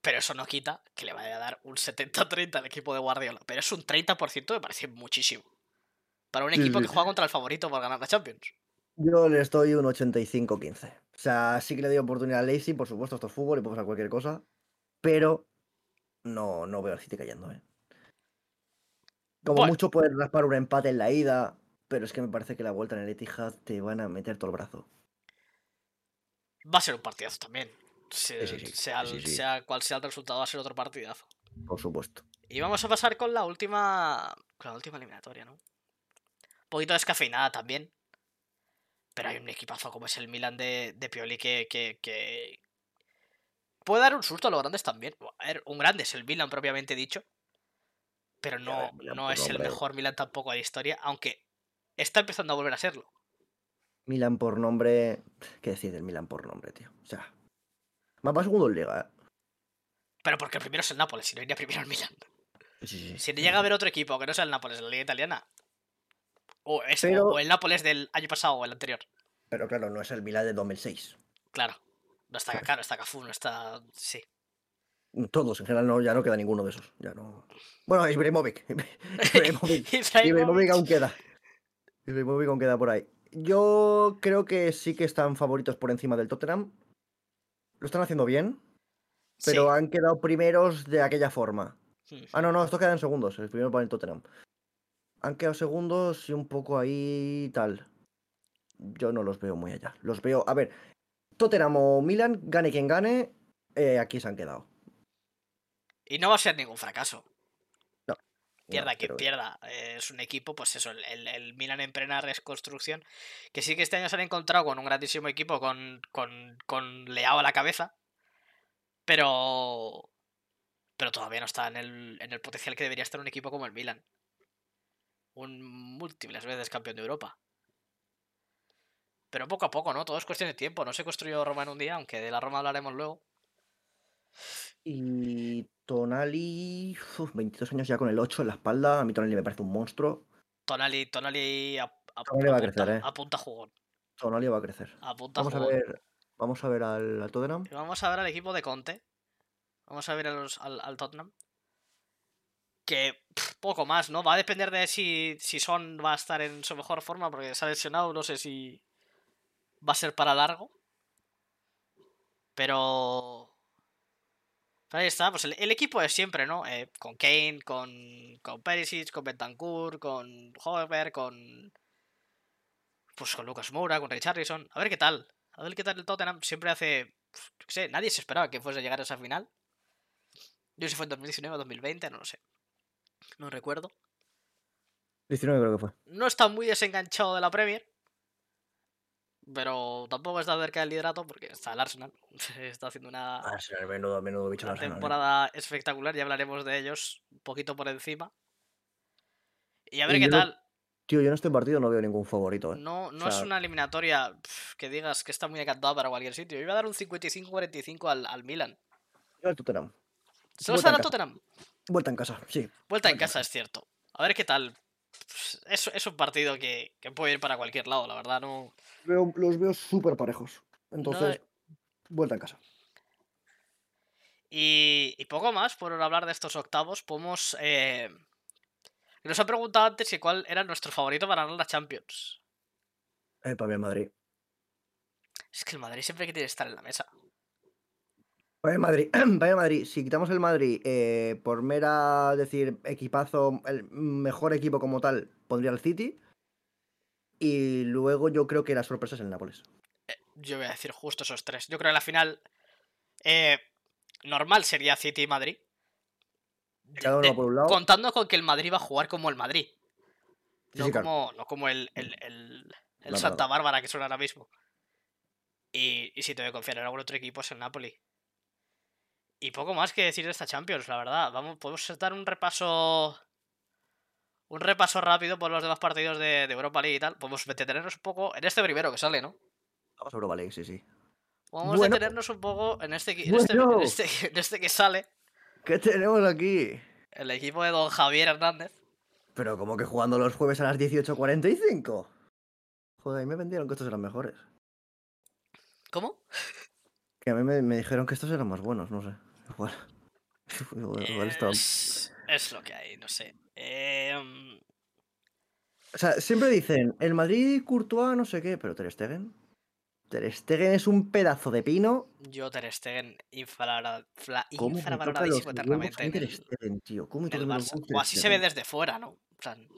A: Pero eso no quita que le vaya a dar un 70-30 al equipo de Guardiola. Pero es un 30% me parece muchísimo. Para un
B: Sí,
A: equipo
B: sí,
A: que
B: sí.
A: juega contra el favorito por ganar la Champions.
B: Yo les doy un 85-15. O sea, sí que le doy oportunidad a Lacey, por supuesto, esto es fútbol y puedo pasar cualquier cosa, pero no, no veo al City cayendo, ¿eh? Como
A: Bueno.
B: mucho pueden raspar un empate en la ida, pero es que me parece que la vuelta en el Etihad te van a meter todo el brazo.
A: Va a ser un partidazo también. Se-
B: Sí, sí, sí.
A: Sea,
B: Sí,
A: el-
B: sí, sí.
A: sea cual sea el resultado, va a ser otro partidazo.
B: Por supuesto.
A: Y vamos a pasar con la última. Con la última eliminatoria, ¿no? Un poquito descafeinada también. Pero hay un equipazo como es el Milan de, de Pioli que, que, que Puede dar un susto a los grandes también. A ver, un grande es el Milan propiamente dicho. Pero
B: a
A: no,
B: ver, Milan,
A: no
B: por
A: es el
B: nombre.
A: mejor Milan tampoco de la historia, aunque está empezando a volver a serlo.
B: Milan por nombre. ¿Qué decir del Milan por nombre, tío? O sea. Más va segundo en Liga, ¿eh?
A: Pero porque el primero es el Nápoles, si no iría primero el Milan.
B: Sí, sí, sí,
A: Si
B: sí,
A: te llega a
B: sí.
A: haber otro equipo que no sea el Nápoles, la Liga Italiana. O, es- o-
B: Pero-
A: o el Nápoles del año pasado o el anterior.
B: Pero claro, no es el Milan de 2006.
A: Claro. No está Kaká, no está Cafú, no está. Sí.
B: Todos, en general, no, ya no queda ninguno de esos. Ya no. Bueno, Ibrahimovic. [LAUGHS]
A: [LAUGHS]
B: Ibrahimovic. Ibrahimovic aún queda. Ibrahimovic aún queda por ahí. Yo creo que sí que están favoritos por encima del Tottenham. Lo están haciendo bien,
A: Sí.
B: pero han quedado primeros de aquella forma.
A: Mm.
B: Ah, no, no, estos quedan segundos. El primero para el Tottenham. Han quedado segundos y un poco ahí tal. Yo no los veo muy allá. Los veo, a ver, Tottenham o Milan, gane quien gane, eh, aquí se han quedado.
A: Y no va a ser ningún fracaso.
B: No,
A: Pierda quien
B: pero-
A: pierda. eh, es un equipo, pues eso, el, el- el Milan en plena reconstrucción. Que sí que este año se han encontrado con un grandísimo equipo, con, con, con Leao a la cabeza. Pero. Pero todavía no está en el, en el potencial que debería estar un equipo como el Milan. Un múltiples veces campeón de Europa. Pero poco a poco, ¿no? Todo es cuestión de tiempo. No se construyó Roma en un día, aunque de la Roma hablaremos luego.
B: Y Tonali, uf, 22 años ya con el 8 en la espalda. A mí Tonali me parece un monstruo.
A: Tonali, Tonali ap- ap-
B: Tonali va a
A: apunta,
B: crecer, ¿eh?
A: apunta jugón.
B: Tonali va a crecer.
A: Apunta
B: Vamos a
A: jugón.
B: ver, vamos a ver al, al Tottenham.
A: Y Vamos a ver al equipo de Conte. Vamos a ver a los- al, al Tottenham. Que pf, poco más, ¿no? Va a depender de si, si Son va a estar en su mejor forma porque se ha lesionado. No sé si va a ser para largo. Pero... pero ahí está, pues el, el equipo es siempre, ¿no? Eh, con Kane, con, con Perisic, con Bentancur, con Hover, con... Pues con Lucas Moura, con Richarlison. A ver qué tal. A ver qué tal el Tottenham. Siempre hace yo qué sé, nadie se esperaba que fuese a llegar a esa final. Yo sé si fue en 2019 o 2020, no lo sé. No recuerdo.
B: 19 creo que fue.
A: No está muy desenganchado de la Premier. Pero tampoco está cerca del liderato porque está el Arsenal. [LAUGHS] está haciendo una,
B: Arsenal, menudo, menudo bicho
A: una
B: Ah, el Arsenal, ¿eh?
A: temporada espectacular. Ya hablaremos de ellos un poquito por encima. Y a ver
B: Y
A: qué
B: yo no-
A: tal.
B: Tío, yo en este partido no veo ningún favorito. ¿eh?
A: No, no
B: O
A: es
B: sea-
A: una eliminatoria pf, que digas que está muy encantada para cualquier sitio. Yo iba a dar un 55-45 al, al Milan.
B: Yo al Tottenham.
A: ¿Se lo
B: Vuelta
A: están
B: en
A: al
B: casa.
A: Tottenham?
B: Vuelta en casa, sí.
A: Vuelta en
B: Bueno.
A: casa, es cierto. A ver qué tal. Es, es un partido que, que puede ir para cualquier lado, la verdad. No,
B: Veo- los veo súper parejos. Entonces,
A: eh.
B: vuelta en casa.
A: Y, y poco más por hablar de estos octavos. Podemos. eh, Nos han preguntado antes que cuál era nuestro favorito para ganar la Champions.
B: Eh, para mí el Madrid.
A: Es que el Madrid siempre quiere estar en la mesa.
B: Para el Madrid. [CLEARS THROAT] Para el Madrid. Si quitamos el Madrid eh, por mera decir equipazo, el mejor equipo como tal, pondría el City. Y luego yo creo que la sorpresa es el Nápoles.
A: Yo voy a decir justo esos tres. Yo creo que la final. eh, normal sería City y Madrid.
B: Cada uno
A: De-
B: por un lado.
A: Contando eh, con que el Madrid va a jugar como el Madrid.
B: Sí,
A: No,
B: sí, claro.
A: como, no como el, el, el- el
B: La
A: Santa
B: verdad.
A: Bárbara que suena ahora mismo. Y, y si tengo que confiar en algún otro equipo es el Napoli. Y poco más que decir de esta Champions, la verdad. Vamos, podemos dar un repaso. un repaso rápido por los demás partidos de, de Europa League y tal. Podemos detenernos un poco en este primero que sale, ¿no?
B: Vamos a Europa League, sí, sí.
A: Podemos
B: Bueno.
A: detenernos un poco en este, que- en este- en
B: Bueno.
A: este [LAUGHS] que- en este que sale,
B: ¿Qué tenemos aquí?
A: el equipo de don Javier Hernández.
B: Pero como que jugando los jueves a las 18.45. Joder, ahí me vendieron que estos eran mejores.
A: ¿Cómo?
B: Que a mí me, me dijeron que estos eran más buenos, no sé. Igual. [LAUGHS] Igual, igual estaba-
A: Eh, Es, es lo que hay, no sé. Em,
B: O sea, siempre dicen, el Madrid, Courtois, no sé qué, pero Ter Stegen. Ter Stegen es un pedazo de pino.
A: yo Ter Stegen infravalo- fla-
B: ¿Cómo me toca
A: infravaloradísimo
B: los huevos a
A: eternamente
B: mí
A: en
B: Ter
A: el,
B: Stegen, tío? ¿Cómo me
A: en
B: tocan
A: el
B: los
A: Barça.
B: huevos Ter
A: O así se ve
B: Stegen?
A: desde fuera, ¿no? En plan,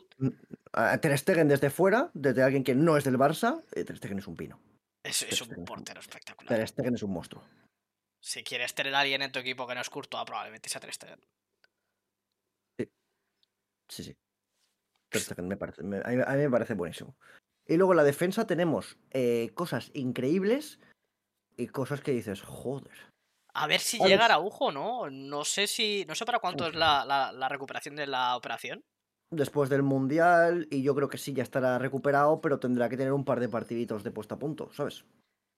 B: A Ter Stegen desde fuera, desde alguien que no es del Barça, eh, Ter Stegen es un pino.
A: es, es
B: Ter Stegen es
A: un
B: un-
A: portero espectacular.
B: Ter Stegen es un monstruo.
A: Si quieres tener a alguien en tu equipo que no es Courtois, probablemente sea Ter Stegen.
B: Sí, sí. Ter Stegen me parece, me- a, mí, a mí me parece buenísimo. Y luego en la defensa tenemos eh, cosas increíbles y cosas que dices, joder.
A: A ver si
B: Alex.
A: llega Araujo o no. No sé si. No sé para cuánto es la, la- la recuperación de la operación.
B: Después del Mundial, y yo creo que sí, ya estará recuperado, pero tendrá que tener un par de partiditos de puesta a punto, ¿sabes?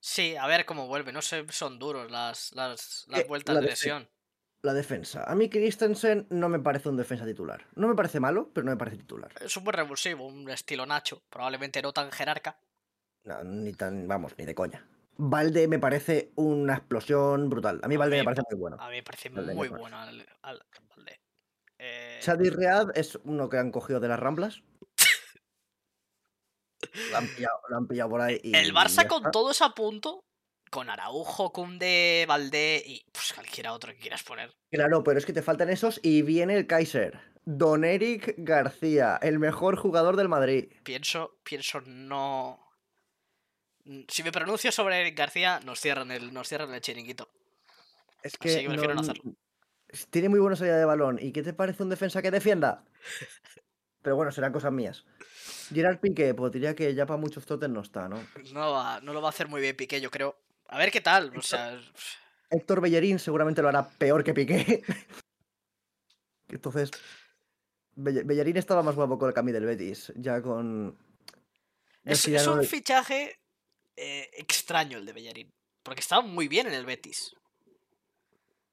A: Sí, a ver cómo vuelve. No sé, son duros las, las, las
B: Eh,
A: vueltas
B: la
A: de
B: defe-
A: lesión.
B: La defensa. A mí Christensen no me parece un defensa titular. No me parece malo, pero no me parece titular.
A: Es un buen revulsivo, un estilo Nacho. Probablemente no tan jerarca.
B: No, ni tan, vamos, ni de coña. Valde me parece una explosión brutal. A mí
A: A
B: Valde
A: mí
B: me parece muy bueno.
A: A mí me parece
B: Vale,
A: muy
B: ya está.
A: bueno al, al- Valde. Eh,
B: Chadi Read es uno que han cogido de las Ramblas. Lo han pillado, lo han pillado por ahí. y
A: el
B: ya
A: Barça con
B: está.
A: todos a punto. Con Araujo, Kunde, Valdé y pues, cualquiera otro que quieras poner.
B: Claro, pero es que te faltan esos y viene el Kaiser. Don Eric García, el mejor jugador del Madrid.
A: Pienso, pienso no. Mm, Si me pronuncio sobre Eric García, nos cierran el, nos cierran el chiringuito.
B: Es que,
A: Así que prefiero no hacerlo.
B: Tiene muy buena salida de balón. ¿Y qué te parece un defensa
A: [LAUGHS]
B: que defienda? Pero bueno, serán cosas mías. Gerard Piqué, pues diría que ya para muchos totem no está, ¿no?
A: No, va- no lo va a hacer muy bien Piqué, yo creo. A ver qué tal. O sea,
B: Héctor Bellerín seguramente lo hará peor que Piqué. [LAUGHS] Entonces, Belle- Bellerín estaba más guapo con el Cami del Betis, ya con... ya
A: es,
B: que ya
A: es
B: no-
A: un fichaje eh, extraño el de Bellerín. Porque estaba muy bien en el Betis.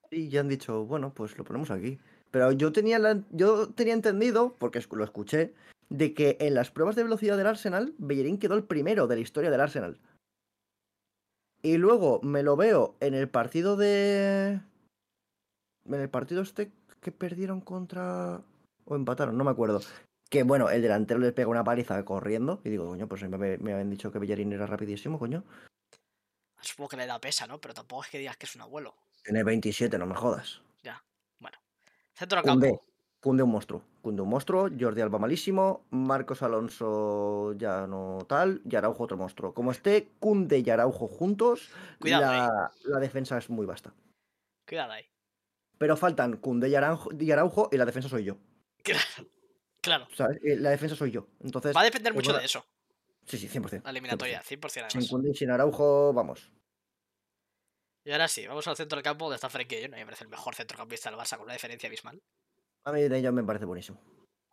B: Y ya han dicho, bueno, pues lo ponemos aquí. Pero yo tenía, la- yo tenía entendido, porque escu- lo escuché, de que en las pruebas de velocidad del Arsenal, Bellerín quedó el primero de la historia del Arsenal. Y luego me lo veo en el partido de... En el partido este que perdieron contra... O empataron, no me acuerdo. Que bueno, el delantero les pega una paliza corriendo. Y digo, coño, pues me, me- me habían dicho que Bellerín era rapidísimo, coño.
A: Supongo que le da pesa, ¿no? Pero tampoco es que digas que es un abuelo.
B: Tiene 27, no me jodas.
A: Centro del
B: Cundé.
A: campo.
B: Cunde un monstruo. Cunde un monstruo. Jordi Alba malísimo. Marcos Alonso ya no tal. Y Araujo otro monstruo. Como esté Cunde y Araujo juntos,
A: Cuidado, eh.
B: la, la defensa es muy vasta.
A: Cuidado ahí.
B: Pero faltan Cunde y Araujo, y Araujo y la defensa soy yo.
A: Claro.
B: ¿sabes? Eh, La defensa soy yo. Entonces,
A: Va a depender mucho
B: ahora-
A: de eso.
B: sí, sí, 100%.
A: La eliminatoria, 100%
B: Sin
A: además.
B: Cunde y sin Araujo, vamos.
A: Y ahora sí, vamos al centro del campo donde está Frenkie de Jong. A mí me parece el mejor centrocampista del Barça con una diferencia abismal.
B: A mí de ellos me parece buenísimo.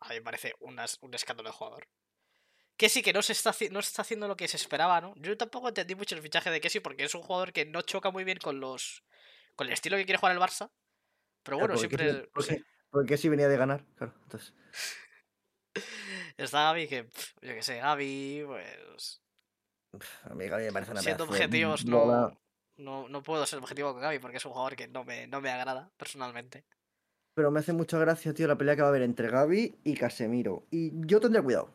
A: A mí me parece unas- un escándalo de jugador. Que sí, que no se, está, haci- no se está haciendo lo que se esperaba, ¿no? Yo tampoco entendí mucho el fichaje de Kessi porque es un jugador que no choca muy bien con los con el estilo que quiere jugar el Barça. Pero bueno,
B: Claro, porque
A: siempre
B: sí,
A: no sé,
B: porque- Porque si venía de ganar, claro. Entonces,
A: [LAUGHS] está Gaby que, pf, yo qué sé, Gaby, pues...
B: pf, a mí Gavi me parece una
A: siendo
B: pedazo de
A: objetivos,
B: bola.
A: no, no, no puedo ser objetivo con Gaby porque es un jugador que no me, no me agrada personalmente.
B: Pero me hace mucha gracia, tío, la pelea que va a haber entre Gaby y Casemiro. Y yo tendría cuidado.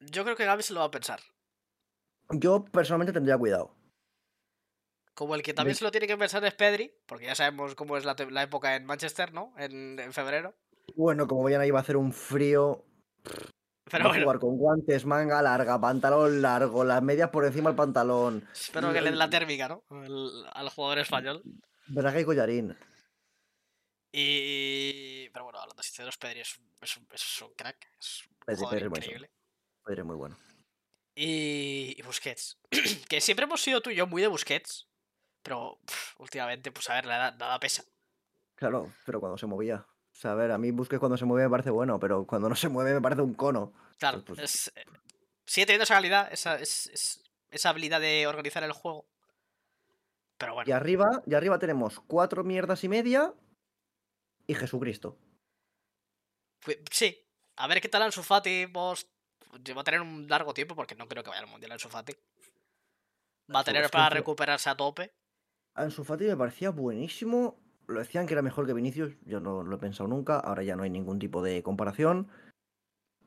A: Yo creo que Gaby se lo va a pensar.
B: Yo personalmente tendría cuidado.
A: Como el que también
B: Ve-
A: se lo tiene que pensar es Pedri, porque ya sabemos cómo es la, te- la época en Manchester, ¿no? En, en febrero. [LAUGHS]
B: Bueno, como vayan ahí va a hacer un frío.
A: Pero
B: va a
A: bueno,
B: jugar con guantes, manga larga, pantalón largo, las medias por encima del pantalón.
A: espero que le den la térmica, ¿no? Al- al jugador español.
B: Braga y collarín.
A: Y. Pero bueno, hablando sinceros, Pedri es un, es un- es un crack. Es un
B: Pedri-
A: jugador
B: Pedri es buenísimo.
A: increíble.
B: Podría muy bueno.
A: Y, y Busquets. [CLEARS THROAT] que siempre hemos sido tú y yo muy de Busquets. Pero pf, últimamente, pues a ver, la edad nada pesa.
B: Claro, pero cuando se movía. O sea, a ver, a mí Busquets cuando se mueve me parece bueno, pero cuando no se mueve me parece un cono.
A: Claro,
B: Pues-
A: es- eh, sigue teniendo esa calidad, esa, es- es- esa habilidad de organizar el juego. Pero bueno,
B: Y arriba, y arriba tenemos cuatro mierdas y media y Jesucristo.
A: fui- sí. A ver qué tal Ansu Fati, vos. Va a tener un largo tiempo porque no creo que vaya al mundial Ansu Fati. Va a
B: Ansu,
A: tener
B: es que
A: para
B: Ansu-
A: recuperarse a tope.
B: Ansu Fati me parecía buenísimo. Lo decían que era mejor que Vinicius. Yo no lo he pensado nunca. Ahora ya no hay ningún tipo de comparación.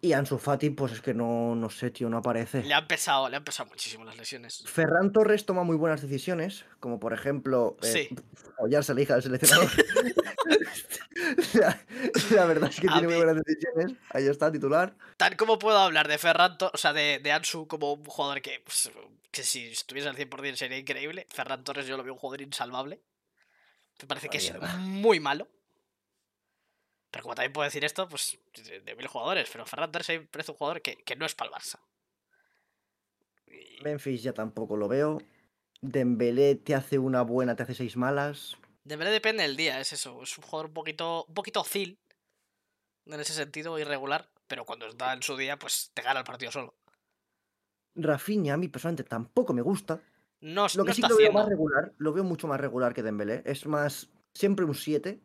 B: Y Ansu Fati, pues es que no, no sé, tío, no aparece.
A: Le han pesado, le han pesado muchísimo las lesiones.
B: Ferran Torres toma muy buenas decisiones, como por ejemplo
A: Sí.
B: eh, follarse a la hija del
A: [LAUGHS]
B: seleccionador. la, la verdad es que
A: A
B: tiene
A: mí-
B: muy buenas decisiones. Ahí está, titular.
A: Tan como puedo hablar de Ferran, Tor- o sea, de, de Ansu como un jugador que, pues, que si estuviese al 100% sería increíble. Ferran Torres yo lo veo un jugador insalvable. Me parece que
B: Una
A: es
B: mierda.
A: muy malo. Pero como también puedo decir esto, pues de, de mil jugadores. Pero Ferran Torres a mí me parece un jugador que, que no es para el Barça. Y-
B: Memphis ya tampoco lo veo. Dembélé te hace una buena, te hace seis malas.
A: De verdad depende del día, es eso. Es un jugador un poquito, un poquito hostil. En ese sentido, irregular. Pero cuando está en su día, pues te gana el partido solo.
B: Rafinha a mí personalmente tampoco me gusta.
A: No, es-
B: Lo que
A: no
B: sí
A: está
B: que lo veo
A: haciendo.
B: más regular, lo veo mucho más regular que Dembélé. Es más, siempre un 7.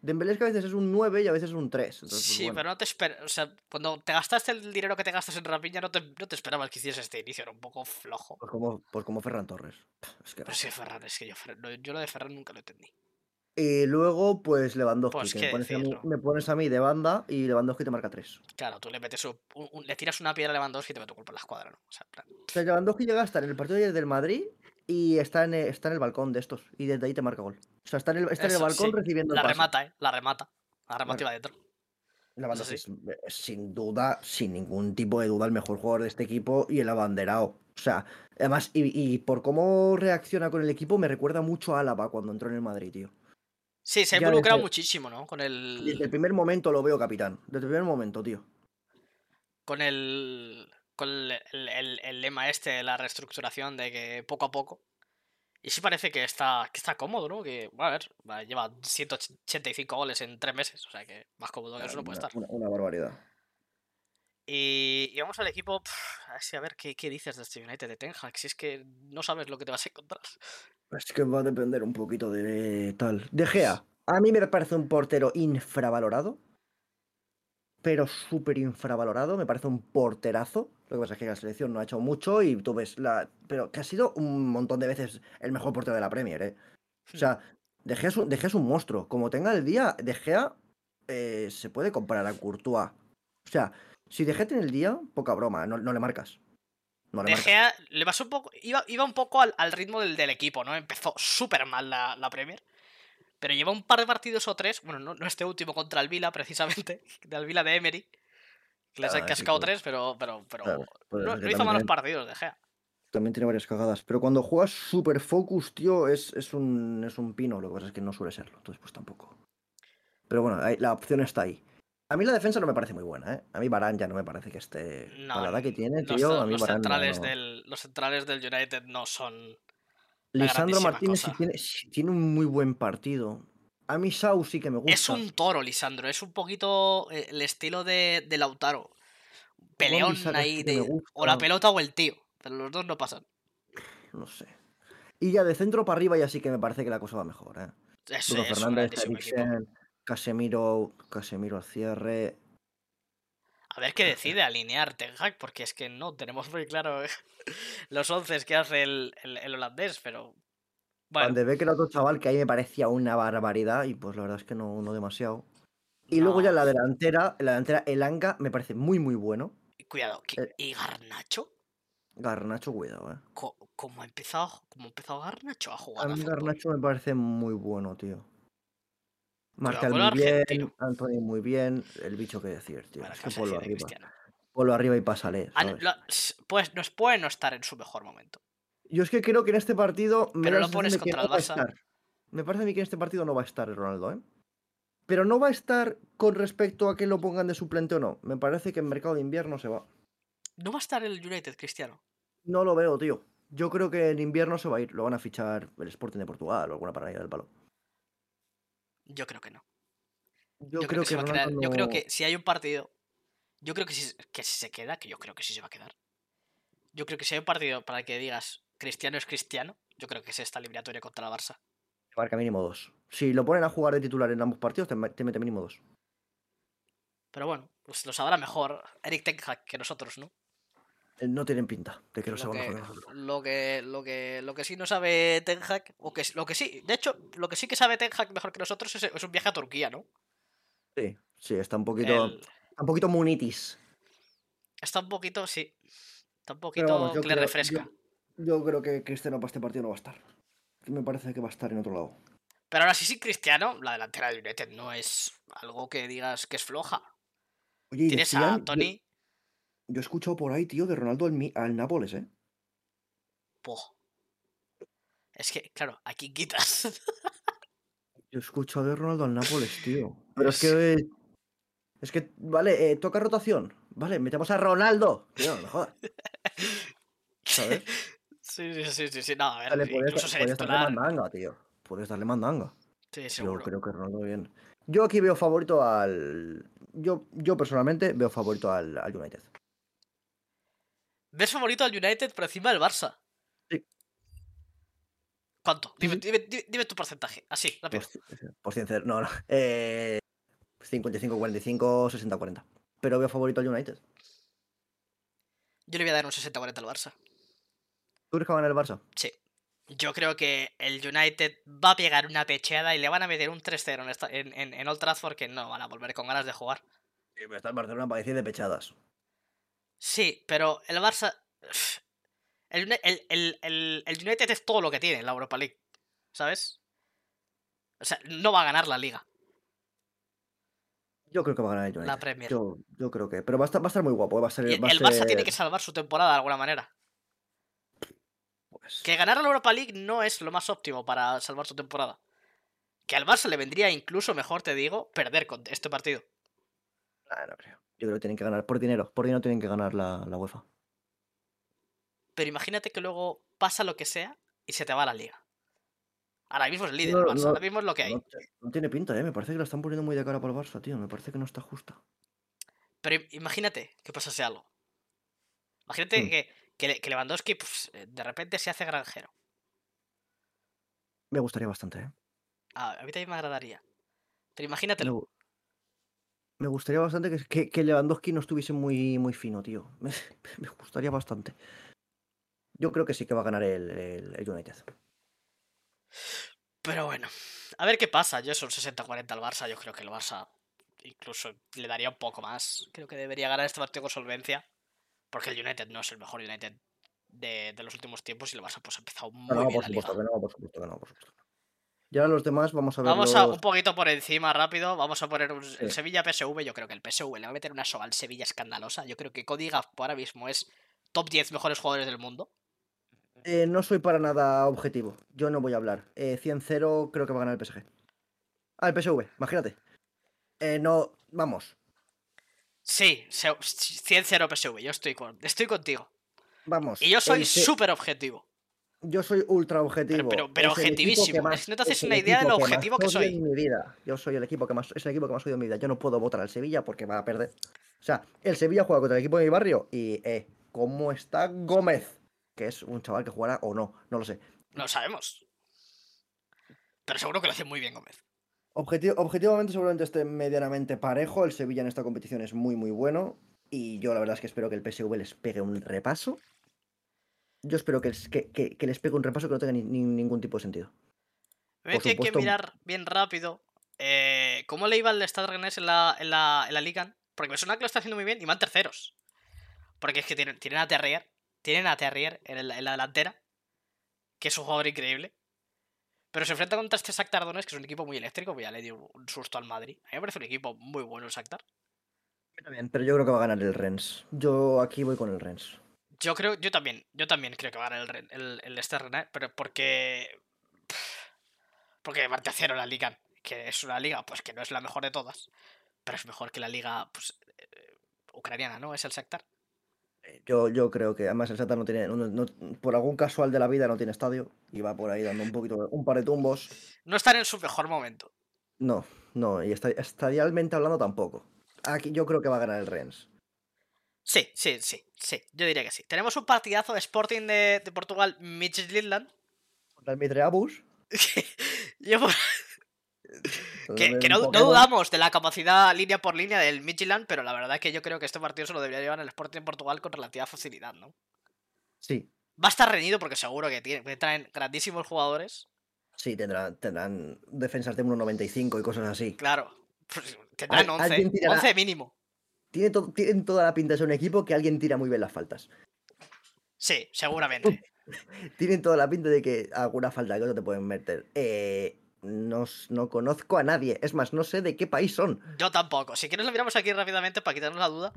B: Dembélé es que a veces es un 9 y a veces es un pues 3.
A: Sí, pero no te esperas. O sea, cuando te gastaste el dinero que te gastas en Rapiña, no te, no te esperabas que hiciese este inicio, era un poco flojo.
B: Pues como, pues como Ferran Torres. Es que-
A: Pero es que Ferran, es que yo, Ferran- no, yo lo de Ferran nunca lo entendí.
B: Y luego, pues Lewandowski,
A: Pues,
B: que
A: ¿qué
B: me pones, a mí,
A: decirlo?
B: me pones a mí de banda y Lewandowski te marca 3.
A: Claro, tú le metes un- un- un- le tiras una piedra a Lewandowski y te mete un gol por la escuadra, ¿no? O sea, en plan,
B: O sea, Lewandowski llega a estar en el partido de ayer del Madrid y está en, e- está en el balcón de estos. Y desde ahí te marca gol. O sea, está en el, está en el
A: Eso,
B: balcón
A: sí.
B: recibiendo
A: la
B: el pase.
A: remata, ¿eh? La remata. La remata
B: Bueno.
A: iba dentro.
B: Lewandowski
A: Eso
B: es, es sin duda, sin ningún tipo de duda, el mejor jugador de este equipo y el abanderado. O sea, además, y, y por cómo reacciona con el equipo, me recuerda mucho a Álava cuando entró en el Madrid, tío.
A: Sí, se ha
B: Ya
A: involucrado
B: desde-
A: muchísimo, ¿no? Con
B: Desde el
A: el.
B: primer momento lo veo capitán. Desde el primer momento, tío.
A: Con el. Con el, el- el- el lema este de la reestructuración de que poco a poco. Y sí parece que está, que está cómodo, ¿no? Que, bueno, a ver, va- lleva 185 goles en 3 meses, o sea que más cómodo que eso no puede
B: Una-
A: estar.
B: Una, una barbaridad.
A: Y, y vamos al equipo, pf, a ver si- a ver qué, qué dices de este United de Ten Hag, si es que no sabes lo que te vas a encontrar.
B: Pues Es que va a depender un poquito de tal. De Gea. A mí me parece un portero infravalorado. Pero súper infravalorado. Me parece un porterazo. Lo que pasa es que la selección no ha hecho mucho y tú ves la. Pero que ha sido un montón de veces el mejor portero de la Premier, ¿eh? O sea, De Gea es un, De Gea es un monstruo. Como tenga el día, De Gea eh, se puede comparar a Courtois. O sea, si De Gea tiene el día, poca broma. No, no le marcas. No le
A: De
B: marcas.
A: Gea le pasó un poco, iba, iba un poco al, al ritmo del, del equipo, ¿no? Empezó súper mal la, la Premier, pero lleva un par de partidos o tres, bueno, no, no este último contra el Vila, [LAUGHS] precisamente, del Vila de Emery, que les
B: Claro,
A: han
B: es que
A: cascado
B: claro.
A: tres, pero, pero, pero
B: Claro, pues
A: no,
B: es que
A: no hizo
B: también
A: malos
B: hay-
A: partidos De Gea.
B: También tiene varias cagadas. Pero cuando juegas super focus, tío, es, es, un, es un pino. Lo que pasa es que no suele serlo. Entonces, pues tampoco. Pero bueno, ahí- la opción está ahí. A mí la defensa no me parece muy buena, ¿eh? A mí Barán ya no me parece que esté.
A: No,
B: para la edad que tiene,
A: los,
B: Eh, tío.
A: ce-
B: A mí
A: los
B: Varane no-
A: centrales
B: no.
A: del, los centrales del United no son... la
B: Lisandro
A: grandísima
B: Martínez sí
A: cosa.
B: tiene, sí tiene un muy buen partido. A mí Sau sí que me gusta.
A: Es un toro, Lisandro. Es un poquito eh, el estilo de, de Lautaro. Peleón
B: Wan-Bissaka es
A: ahí
B: que me
A: de. O la
B: gusta.
A: pelota o el tío. Pero los dos no pasan.
B: No sé. Y ya de centro para arriba ya sí que me parece que la cosa va mejor, ¿eh?
A: Es,
B: Bruno
A: es un
B: Fernández,
A: grandísimo equipo.
B: Eriksen, Casemiro, Casemiro al cierre.
A: A ver qué decide alinear Ten Hag, porque es que no tenemos muy claro eh, [LAUGHS] los once que hace el, el- el holandés, pero.
B: Van
A: Bueno,
B: de Beek era otro chaval que ahí me parecía una barbaridad y pues la verdad es que no, no demasiado. Y luego ya
A: no.
B: la delantera, la delantera Elanga me parece muy muy bueno.
A: Cuidado. ¿qué-
B: eh.
A: ¿Y Garnacho?
B: Garnacho, cuidado, eh.
A: Co- ¿Cómo ha empezado, cómo ha empezado Garnacho a
B: A
A: jugar? a
B: mí
A: fútbol?
B: Garnacho me parece muy bueno, tío. Marcal
A: con el
B: muy bien,
A: argentino.
B: Anthony muy bien, el bicho que decir, tío.
A: Bueno,
B: Es
A: ¿qué
B: que
A: vas a
B: ponlo
A: decir de
B: arriba.
A: Cristiano?
B: Ponlo arriba y pásale.
A: Ah, no,
B: ¿sabes?
A: lo- pues nos puede no estar en su mejor momento.
B: Yo es que creo que en este partido me
A: Pero
B: da
A: lo
B: la sensación
A: pones
B: de que
A: contra
B: no
A: el
B: va a
A: Barça.
B: estar. Me parece a mí que en este partido no va a estar el Ronaldo, ¿eh? Pero no va a estar con respecto a que lo pongan de suplente o no. Me parece que en mercado de invierno se va.
A: No va a estar el United, Cristiano.
B: No lo veo, tío. Yo creo que en invierno se va a ir. Lo van a fichar el Sporting de Portugal o alguna parada del palo.
A: Yo creo que no.
B: Yo,
A: creo, que se va a quedar-
B: Ronaldo
A: yo creo
B: no-
A: que si hay un partido. Yo creo que si, que si se queda, que yo creo que sí se va a quedar. Yo creo que si hay un partido para el que digas Cristiano es Cristiano, yo creo que es esta eliminatoria contra la Barça.
B: Marca mínimo dos. Si lo ponen a jugar de titular en ambos partidos, te, ma- te mete mínimo dos.
A: Pero bueno, pues lo sabrá mejor Eric Ten Hag que nosotros, ¿no?
B: Eh, No tienen pinta de que lo
A: Lo
B: sepan
A: que,
B: mejor que nosotros.
A: lo, que, lo, que, lo que sí no sabe Ten Hag, o que, lo que sí, de hecho, lo que sí que sabe Ten Hag mejor que nosotros es, es un viaje a Turquía, ¿no?
B: Sí, sí, está un poquito.
A: El-
B: está un poquito munitis.
A: está un poquito, sí. Está un poquito
B: Pero vamos, yo
A: que le
B: creo-
A: refresca.
B: Yo, yo creo que Cristiano para este partido no va a estar. Me parece que va a estar en otro lado.
A: Pero ahora sí, sí, Cristiano, la delantera de United no es algo que digas que es floja.
B: Oye, y
A: Tienes
B: decían-
A: a
B: yo-
A: Tony.
B: Yo, he escuchado por ahí, tío, de Ronaldo al, Mi- al Nápoles, ¿eh?
A: po. Es que, claro, ¿a quién quitas?
B: Yo he escuchado de Ronaldo al Nápoles, tío. [LAUGHS] Pero es que. eh, Es que, vale, eh, toca rotación. Vale, metemos a Ronaldo. Tío, no
A: [LAUGHS]
B: me jodas. ¿Sabes?
A: sí, sí, sí, sí, sí, no, a ver,
B: Dale, podías,
A: incluso sería
B: podías darle
A: titular.
B: mandanga, tío. Puedes darle mandanga.
A: Sí,
B: Yo
A: seguro.
B: creo que Ronaldo bien. Yo aquí veo favorito al. Yo, yo personalmente veo favorito al, al United.
A: ¿Ves favorito al United por encima del Barça?
B: Sí.
A: ¿Cuánto? Dime,
B: sí. Pues
A: dime, dime- dime tu porcentaje, así, rápido.
B: Por, ci- por ciencia- no, [LAUGHS] no. Eh, 55-45, 60-40. Pero veo favorito al United.
A: Yo le voy a dar un 60-40 al Barça.
B: ¿Tú crees que va a ganar el Barça?
A: Yo creo que el United va a pegar una pecheada y le van a meter un 3-0 en, esta- en, en- en Old Trafford que no van a volver con ganas de jugar.
B: Sí, pero está el Barcelona para decir de pechadas.
A: Sí, pero el Barça. [SIGHS] El, Uni- el- el- el- el United es todo lo que tiene en la Europa League. ¿Sabes? O sea, no va a ganar la liga.
B: Yo creo que va a ganar el United.
A: La Premier.
B: Yo, yo creo que. Pero va a estar, va a estar muy guapo. eh, Va a ser.
A: Y el
B: va a
A: Barça tiene
B: ser,
A: que salvar su temporada de alguna manera.
B: pues,
A: Que ganar la Europa League no es lo más óptimo para salvar su temporada. Que al Barça le vendría incluso mejor, te digo, perder con este partido.
B: nah, ah, no creo. Yo creo que tienen que ganar por dinero. Por dinero tienen que ganar la, la UEFA.
A: Pero imagínate que luego pasa lo que sea y se te va la liga. Ahora mismo es líder el
B: No,
A: Barça,
B: no,
A: ahora mismo es lo que hay.
B: No, te- no tiene pinta, ¿eh? Me parece que la están poniendo muy de cara para el Barça, tío. Me parece que no está justa.
A: Pero im- imagínate que pasase algo. Imagínate
B: Mm.
A: que, que, Le- que Lewandowski pues, eh, de repente se hace granjero.
B: Me gustaría bastante, ¿eh?
A: Ah, a mí también me agradaría. Pero
B: Me,
A: imagínatelo.
B: gu- me gustaría bastante que, que, que Lewandowski no estuviese muy, muy fino, tío. [LAUGHS] Me, me gustaría bastante. Yo creo que sí que va a ganar el, el- el United.
A: Pero bueno, a ver qué pasa. Yo soy un 60-40 al Barça. Yo creo que el Barça incluso le daría un poco más. Creo que debería ganar este partido con solvencia. Porque el United no es el mejor United de, de los últimos tiempos y el Barça pues ha empezado muy
B: No, no,
A: bien
B: por
A: la liga.
B: supuesto que no, por supuesto que no, por supuesto. que no. Ya los demás vamos a ver.
A: Vamos a
B: los-
A: un poquito por encima rápido. Vamos a poner un, el
B: Sí.
A: Sevilla PSV. Yo creo que el PSV le va a meter una soga al Sevilla escandalosa. Yo creo que Cody Gakpo ahora mismo es top 10 mejores jugadores del mundo.
B: Eh, no soy para nada objetivo. Yo no voy a hablar. Eh, 100-0 creo que va a ganar el PSG. Ah, el PSV, imagínate. Eh, no, vamos.
A: Sí, se- 100-0 PSV. Yo estoy, con- estoy contigo.
B: Vamos.
A: Y yo soy
B: el se-
A: súper objetivo.
B: Yo soy ultra
A: Pero-
B: objetivo.
A: pero- pero
B: Es el equipo que
A: objetivísimo.
B: más-
A: Es- no te haces
B: es el
A: una idea de
B: equipo
A: lo
B: más
A: objetivo que
B: odio
A: soy.
B: En mi vida. Yo soy el equipo que más. Es el equipo que más odio en mi vida. Yo no puedo votar al Sevilla porque va a perder. O sea, el Sevilla juega contra el equipo de mi barrio y, eh, ¿cómo está Gómez? Que es un chaval que jugará o no, no lo sé.
A: No lo sabemos. Pero seguro que lo hace muy bien Gómez.
B: Objeti- objetivamente, seguramente esté medianamente parejo. El Sevilla en esta competición es muy, muy bueno. Y yo la verdad es que espero que el PSV les pegue un repaso. Yo espero que, les- que- que- que les pegue un repaso que no tenga ni- ni- ningún tipo de sentido.
A: Me
B: Por
A: tiene que
B: supuesto.
A: mirar bien rápido eh, cómo le iba al Stade Rennais en la, en la, en la Liga. Porque me suena que lo está haciendo muy bien y van terceros. Porque es que tienen, tienen a Terrier. Tienen a Terrier en, el- en la delantera. Que es un jugador increíble. Pero se enfrenta contra este Shakhtar Donetsk, que es un equipo muy eléctrico. Que ya le dio un susto al Madrid. A mí me parece un equipo muy bueno el Shakhtar.
B: También, Pero yo creo que va a ganar el Rennes. Yo aquí voy con el Rennes.
A: Yo creo, yo también, yo también creo que va a ganar el, Ren- el, el Leicester Rennes, pero porque. Porque va tercero en la liga, que es una liga, pues que no es la mejor de todas, pero es mejor que la liga, pues. eh, ucraniana, ¿no? Es el Shakhtar.
B: Eh, Yo, yo creo que además el Shakhtar no tiene, no- no- por algún casual de la vida no tiene estadio y va por ahí dando un poquito, un par de tumbos.
A: No están en su mejor momento.
B: No, No, y esta- estadialmente hablando tampoco. Aquí yo creo que va a ganar el Rennes.
A: Sí, sí, sí, sí, yo diría que sí. Tenemos un partidazo Sporting de, de Portugal, Midtjylland.
B: Contra el Mitreabus.
A: Yo [LAUGHS] por- Que,
B: donde
A: que
B: un
A: no, no
B: Pokémon-
A: dudamos de la capacidad línea por línea del Midtjylland, pero la verdad que yo creo que este partido se lo debería llevar el Sporting de Portugal con relativa facilidad, ¿no?
B: Sí,
A: Va a estar reñido porque seguro que, tiene, que traen grandísimos jugadores.
B: sí, tendrán, tendrán defensas de 1.95 y cosas así.
A: Claro, pues tendrán
B: Al-
A: 11,
B: alguien tirará-
A: 11 mínimo.
B: Tiene to- tienen toda la pinta de ser un equipo que alguien tira muy bien las faltas.
A: Sí, seguramente.
B: Tienen toda la pinta de que alguna falta que otra te pueden meter. Eh, no, s- no conozco a nadie. Es más, no sé de qué país son.
A: Yo tampoco. Si quieres lo miramos aquí rápidamente para quitarnos la duda.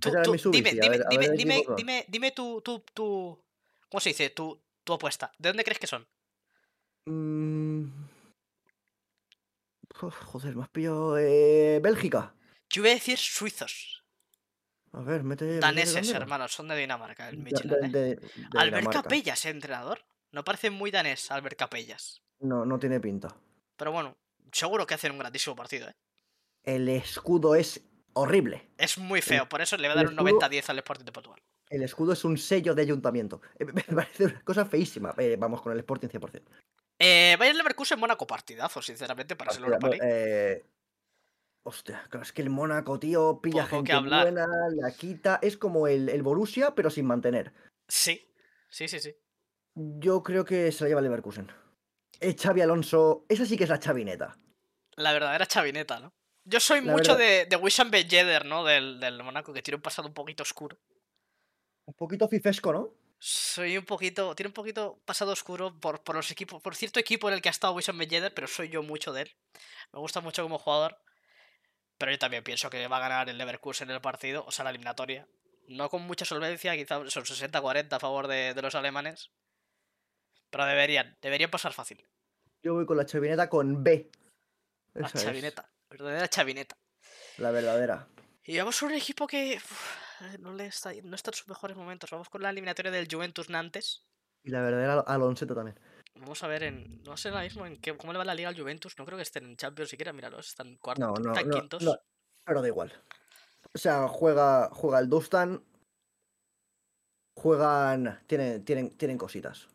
A: Tú-
B: Esa era
A: tú-
B: mi Mitsubishi,
A: dime,
B: a
A: dime,
B: ver- a
A: dime,
B: ver el
A: dime,
B: equipo.
A: dime, dime tu, tu, tu- ¿Cómo se dice? Tu, tu apuesta. ¿De dónde crees que son?
B: Mm. Uf, joder, más pillo. Eh, Bélgica.
A: Yo voy a decir suizos.
B: A ver, mete. mete
A: Daneses,
B: dónde era.
A: hermanos. Son de Dinamarca, el
B: Da-
A: Michelin.
B: de-
A: ¿eh?
B: de- de
A: Albert
B: Dinamarca.
A: Capellas, ¿eh, entrenador. No parece muy danés Albert Capellas.
B: No, no tiene pinta.
A: Pero bueno, seguro que hacen un grandísimo partido, ¿eh?
B: El escudo es horrible.
A: Es muy feo, por eso le voy a dar
B: el
A: un
B: escudo-
A: 90-10 al Sporting de Portugal.
B: El escudo es un sello de ayuntamiento. [LAUGHS] Eh, Me parece una cosa feísima. Eh, vamos con el Sporting 100%.
A: Eh, Bayern Leverkusen, Mónaco, partidazo, sinceramente, para ser el
B: Hostia,
A: Europa
B: no,
A: League.
B: eh, Hostia, claro, es que el Mónaco, tío, pilla
A: Poco que
B: gente
A: hablar.
B: buena, la quita. Es como el, el Borussia, pero sin mantener.
A: Sí, sí, sí, sí.
B: Yo creo que se la lleva el Leverkusen. Eh, Xavi Alonso, esa sí que es la chavineta.
A: La verdadera chavineta, ¿no? Yo soy
B: La
A: mucho de, de Wissam Ben Yedder, ¿no? Del, del Mónaco, que tiene un pasado un poquito oscuro.
B: Un poquito fifesco, ¿no?
A: Soy un poquito. Tiene un poquito pasado oscuro por, por los equipos. Por cierto equipo en el que ha estado Wissam Ben Yedder, pero soy yo mucho de él. Me gusta mucho como jugador. Pero yo también pienso que va a ganar el Leverkusen en el partido, o sea, la eliminatoria. No con mucha solvencia, quizás son 60-40 a favor de, de los alemanes. Pero deberían, deberían pasar fácil.
B: Yo voy con la chavineta con B.
A: La
B: Esa es
A: chavineta. Verdadera chavineta.
B: la verdadera.
A: Y vamos con un equipo que uf, no, le está, no está en sus mejores momentos. Vamos con la eliminatoria del Juventus Nantes.
B: Y la verdadera Alonseta también.
A: Vamos a ver en. No sé ahora mismo en qué, cómo le va la liga al Juventus. No creo que estén en Champions siquiera. Míralos, están cuartos,
B: No, no,
A: están
B: no,
A: quintos.
B: no, pero da igual. O sea, juega, juega el Dustan. Juegan. Tienen, tienen, tienen cositas.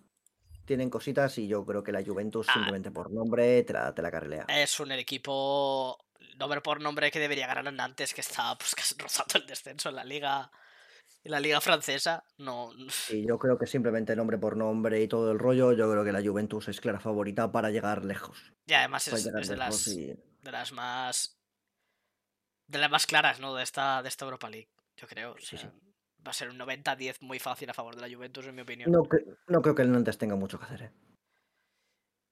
B: Tienen cositas y yo creo que la Juventus
A: Ah.
B: simplemente por nombre te la, te la carrilea.
A: Es un equipo. Nombre por nombre que debería ganar al Nantes, que está pues, [LAUGHS] casi rozando el descenso en la liga. En la liga francesa. No. [LAUGHS]
B: Y yo creo que simplemente nombre por nombre y todo el rollo, yo creo que la Juventus es clara favorita para llegar lejos.
A: Y además
B: Para
A: es,
B: llegar
A: es de,
B: lejos
A: las,
B: y-
A: de las más. De las más claras, ¿no? De esta, de esta Europa League, yo creo. o
B: Sí, sí.
A: sea, Va a ser un 90-10 muy fácil a favor de la Juventus, en mi opinión.
B: No, cre- no creo que el Nantes tenga mucho que hacer. ¿eh?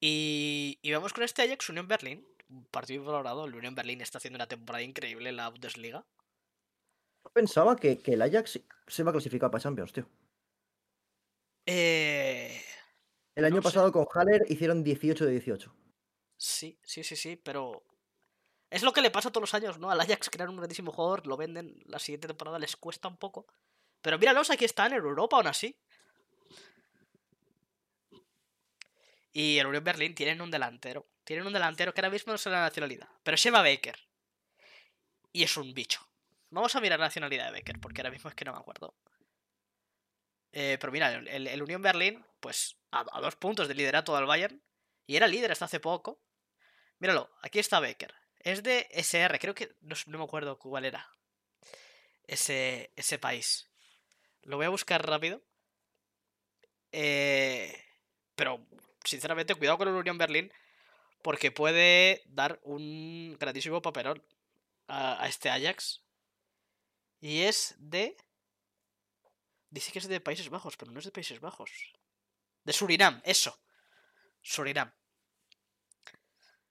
A: Y, y vamos con este Ajax Unión Berlín. Un partido valorado. El Unión Berlín está haciendo una temporada increíble en la Bundesliga.
B: Yo pensaba que, que el Ajax se va a clasificar para Champions, tío.
A: Eh,
B: El año
A: No sé.
B: pasado con Haller hicieron 18 de 18.
A: sí, sí, sí, sí, pero. Es lo que le pasa todos los años, ¿no? Al Ajax crear un grandísimo jugador, lo venden, la siguiente temporada les cuesta un poco. Pero míralos, aquí están en Europa aún así. Y el Unión Berlín tienen un delantero. Tienen un delantero que ahora mismo no sé la nacionalidad. Pero se llama Baker. Y es un bicho. Vamos a mirar la nacionalidad de Baker, porque ahora mismo es que no me acuerdo. Eh, pero mira, el, el- el Unión Berlín, pues a, a dos puntos de liderato del Bayern. Y era líder hasta hace poco. Míralo, aquí está Baker. Es de SR, creo que. No, s- no me acuerdo cuál era. Ese, ese país. Lo voy a buscar rápido. Eh, pero, sinceramente, cuidado con el Unión Berlín. Porque puede dar un grandísimo papelón a, a este Ajax. Y es de. Dice que es de Países Bajos, pero no es de Países Bajos. De Surinam, eso. Surinam.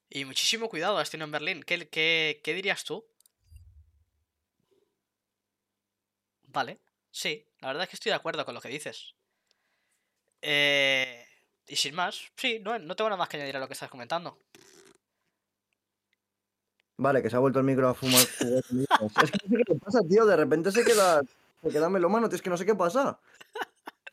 A: Y muchísimo cuidado a este en Berlín. ¿Qué, qué, qué dirías tú? Vale, sí, la verdad es que estoy de acuerdo con lo que dices. Eh, y sin más, sí, no, no tengo nada más que añadir a lo que estás comentando.
B: Vale, que se ha vuelto el micro a fumar. juguetes míos. es que no sé qué le pasa, tío. De repente se queda, se queda melómano, tío. Es que no sé qué pasa.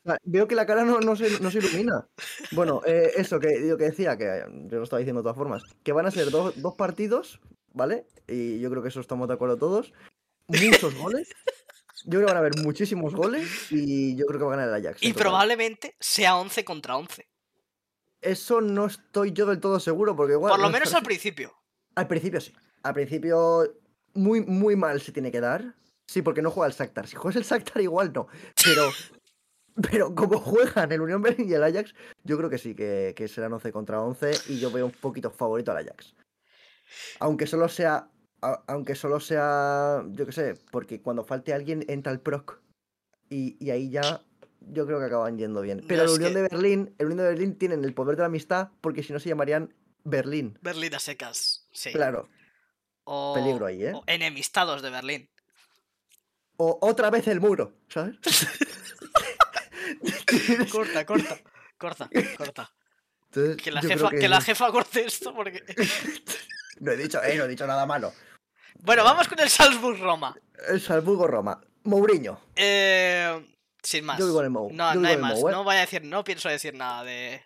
B: O sea, veo que la cara no, no se, no se ilumina. Bueno, eh, eso que yo que decía, que yo lo estaba diciendo de todas formas, que van a ser dos- dos partidos ¿vale? Y yo creo que eso estamos de acuerdo todos. Muchos goles. Yo creo que van a haber muchísimos goles y yo creo que va a ganar el Ajax.
A: Y
B: en total.
A: probablemente sea 11 contra 11.
B: Eso no estoy yo del todo seguro porque igual...
A: Por lo
B: no
A: menos
B: estar- [LAUGHS]
A: al principio.
B: Al principio sí. Al principio muy, muy mal se tiene que dar. Sí, porque no juega el Shakhtar. Si juegas el Shakhtar igual no. Pero, [LAUGHS] pero como juegan el Unión Berlin y el Ajax, yo creo que sí, que, que serán 11 contra 11 y yo veo un poquito favorito al Ajax. Aunque solo sea, a- aunque solo sea, yo qué sé, porque cuando falte alguien entra el Proc y, y ahí ya yo creo que acaban yendo bien.
A: No,
B: Pero el
A: es
B: Unión
A: que-
B: de Berlín, el Unión de Berlín tienen el poder de la amistad porque si no se llamarían Berlín.
A: Berlín a secas. Sí.
B: Claro.
A: O,
B: peligro ahí, ¿eh?
A: o enemistados de
B: [LAUGHS]
A: Berlín.
B: O otra vez el muro, ¿sabes?
A: Corta, corta. Corta, corta.
B: Entonces,
A: Que la,
B: yo creo
A: jefa, que la
B: sí.
A: jefa corte esto porque... [LAUGHS]
B: No he dicho, eh, no he dicho nada malo.
A: Bueno, vamos con el Salzburg-Roma.
B: El Salzburgo-Roma. Mourinho.
A: Eh, sin más.
B: Yo digo el Mou.
A: No,
B: Yo
A: no hay
B: digo el
A: más.
B: Mou, ¿eh?
A: No voy a decir, no pienso decir nada de.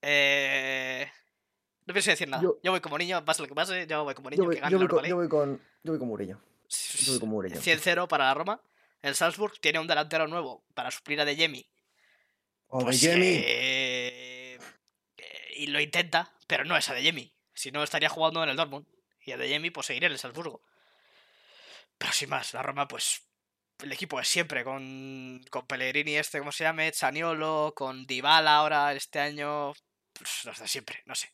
A: Eh... No pienso decir nada. Yo,
B: Yo-
A: voy como niño, pase lo que pase, yo voy como niño,
B: Yo voy,
A: que gane
B: yo
A: la
B: voy con,
A: Europa
B: yo
A: League.
B: voy con, yo voy con Mourinho. voy con Mourinho.
A: 100-0 para la Roma. El Salzburg tiene un delantero nuevo para suplir a De Jemi.
B: ¡Hombre,
A: Pues,
B: Jimmy!
A: eh, eh, Y lo intenta, pero no es a De Jemi. Si no, estaría jugando en el Dortmund. Y a De Jemi, pues seguiría en el Salzburgo. Pero sin más, la Roma, pues. El equipo es siempre con, con Pellegrini, este, ¿cómo se llame? Chaniolo, con Dybala ahora este año. Pues los de siempre, no sé.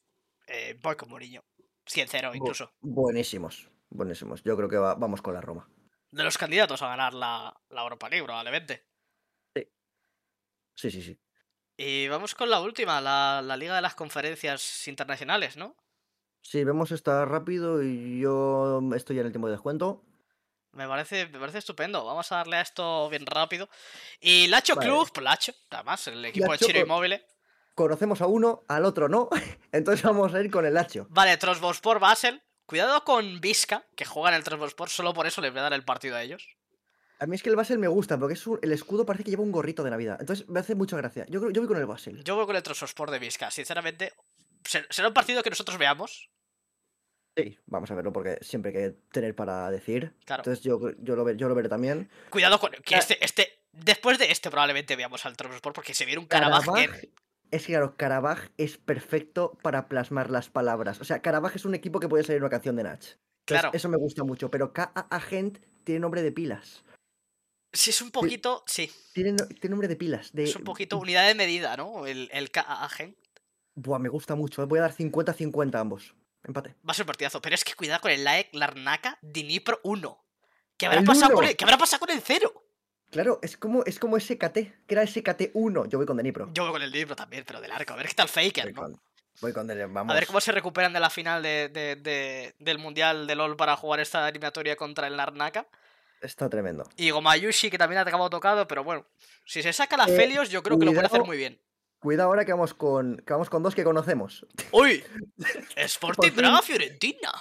A: Eh, voy con Mourinho. 100-0 incluso.
B: Buenísimos. Buenísimos. Yo creo que va- vamos con la Roma.
A: De los candidatos a ganar la, la Europa League, probablemente.
B: Sí, sí, sí.
A: Y vamos con la última, la, la Liga de las Conferencias Internacionales, ¿no?
B: Sí, vemos esta rápido y yo estoy ya en el tiempo de descuento.
A: Me parece, me parece estupendo. Vamos a darle a esto bien rápido. Y Lacho
B: Vale.
A: Club, Lacho, además, el equipo
B: Lacho
A: de Chiro
B: con-
A: Inmóvil. ¿eh?
B: Conocemos a uno, al otro no. [LAUGHS] Entonces vamos a ir con el Lazio.
A: Vale, Trosbospor, Basel. Cuidado con Vizca, que juegan el Trosbospor, solo por eso les voy a dar el partido a ellos.
B: A mí es que el Basel me gusta porque es un- el escudo parece que lleva un gorrito de Navidad. Entonces me hace mucha gracia. Yo, creo- yo voy con el Basel.
A: Yo voy con el Trosbospor de Vizca, sinceramente. se- Será un partido que nosotros veamos.
B: Sí, vamos a verlo porque siempre hay que tener para decir.
A: Claro.
B: Entonces yo, yo, lo, ve- yo lo veré también.
A: Cuidado con. Que
B: Ah.
A: este, este. Después de este, probablemente veamos al Trosbospor porque se viene un Carabaj.
B: Carabaj, es que claro, Carabaj es perfecto para plasmar las palabras. O sea, Carabaj es un equipo que puede salir una canción de Nach. Entonces,
A: Claro.
B: Eso me gusta mucho, pero K.A. Gent tiene nombre de pilas.
A: Si es un poquito. Sí,
B: Tiene, no- tiene nombre de pilas. De...
A: es un poquito unidad de medida, ¿no? El, el KAA Gen.
B: Buah, me gusta mucho. eh. Voy a dar 50-50 a ambos. Empate.
A: Va a ser partidazo. Pero es que cuidado con el Laek Larnaca Dinipro 1. ¿Qué habrá,
B: El
A: pasado con
B: uno.
A: el, ¿Qué habrá pasado con el 0?
B: Claro, es como, es como SKT, que era SKT1. Yo voy con Denipro.
A: Yo voy con el Dinipro también, pero del arco. A ver qué tal Faker,
B: Voy
A: ¿no?
B: con, voy con Denipro, vamos.
A: A ver cómo se recuperan de la final de, de- de- del Mundial de LOL para jugar esta eliminatoria contra el Larnaca.
B: Está tremendo.
A: Y Gomayushi, que también ha acabado tocado, pero bueno. Si se saca la
B: Eh,
A: Felios, yo creo que lo puede hacer
B: cuidado.
A: muy bien.
B: Cuidado ahora que vamos con, que vamos con dos que conocemos. [LAUGHS]
A: ¡Uy! Sporting
B: fin.
A: Braga Fiorentina.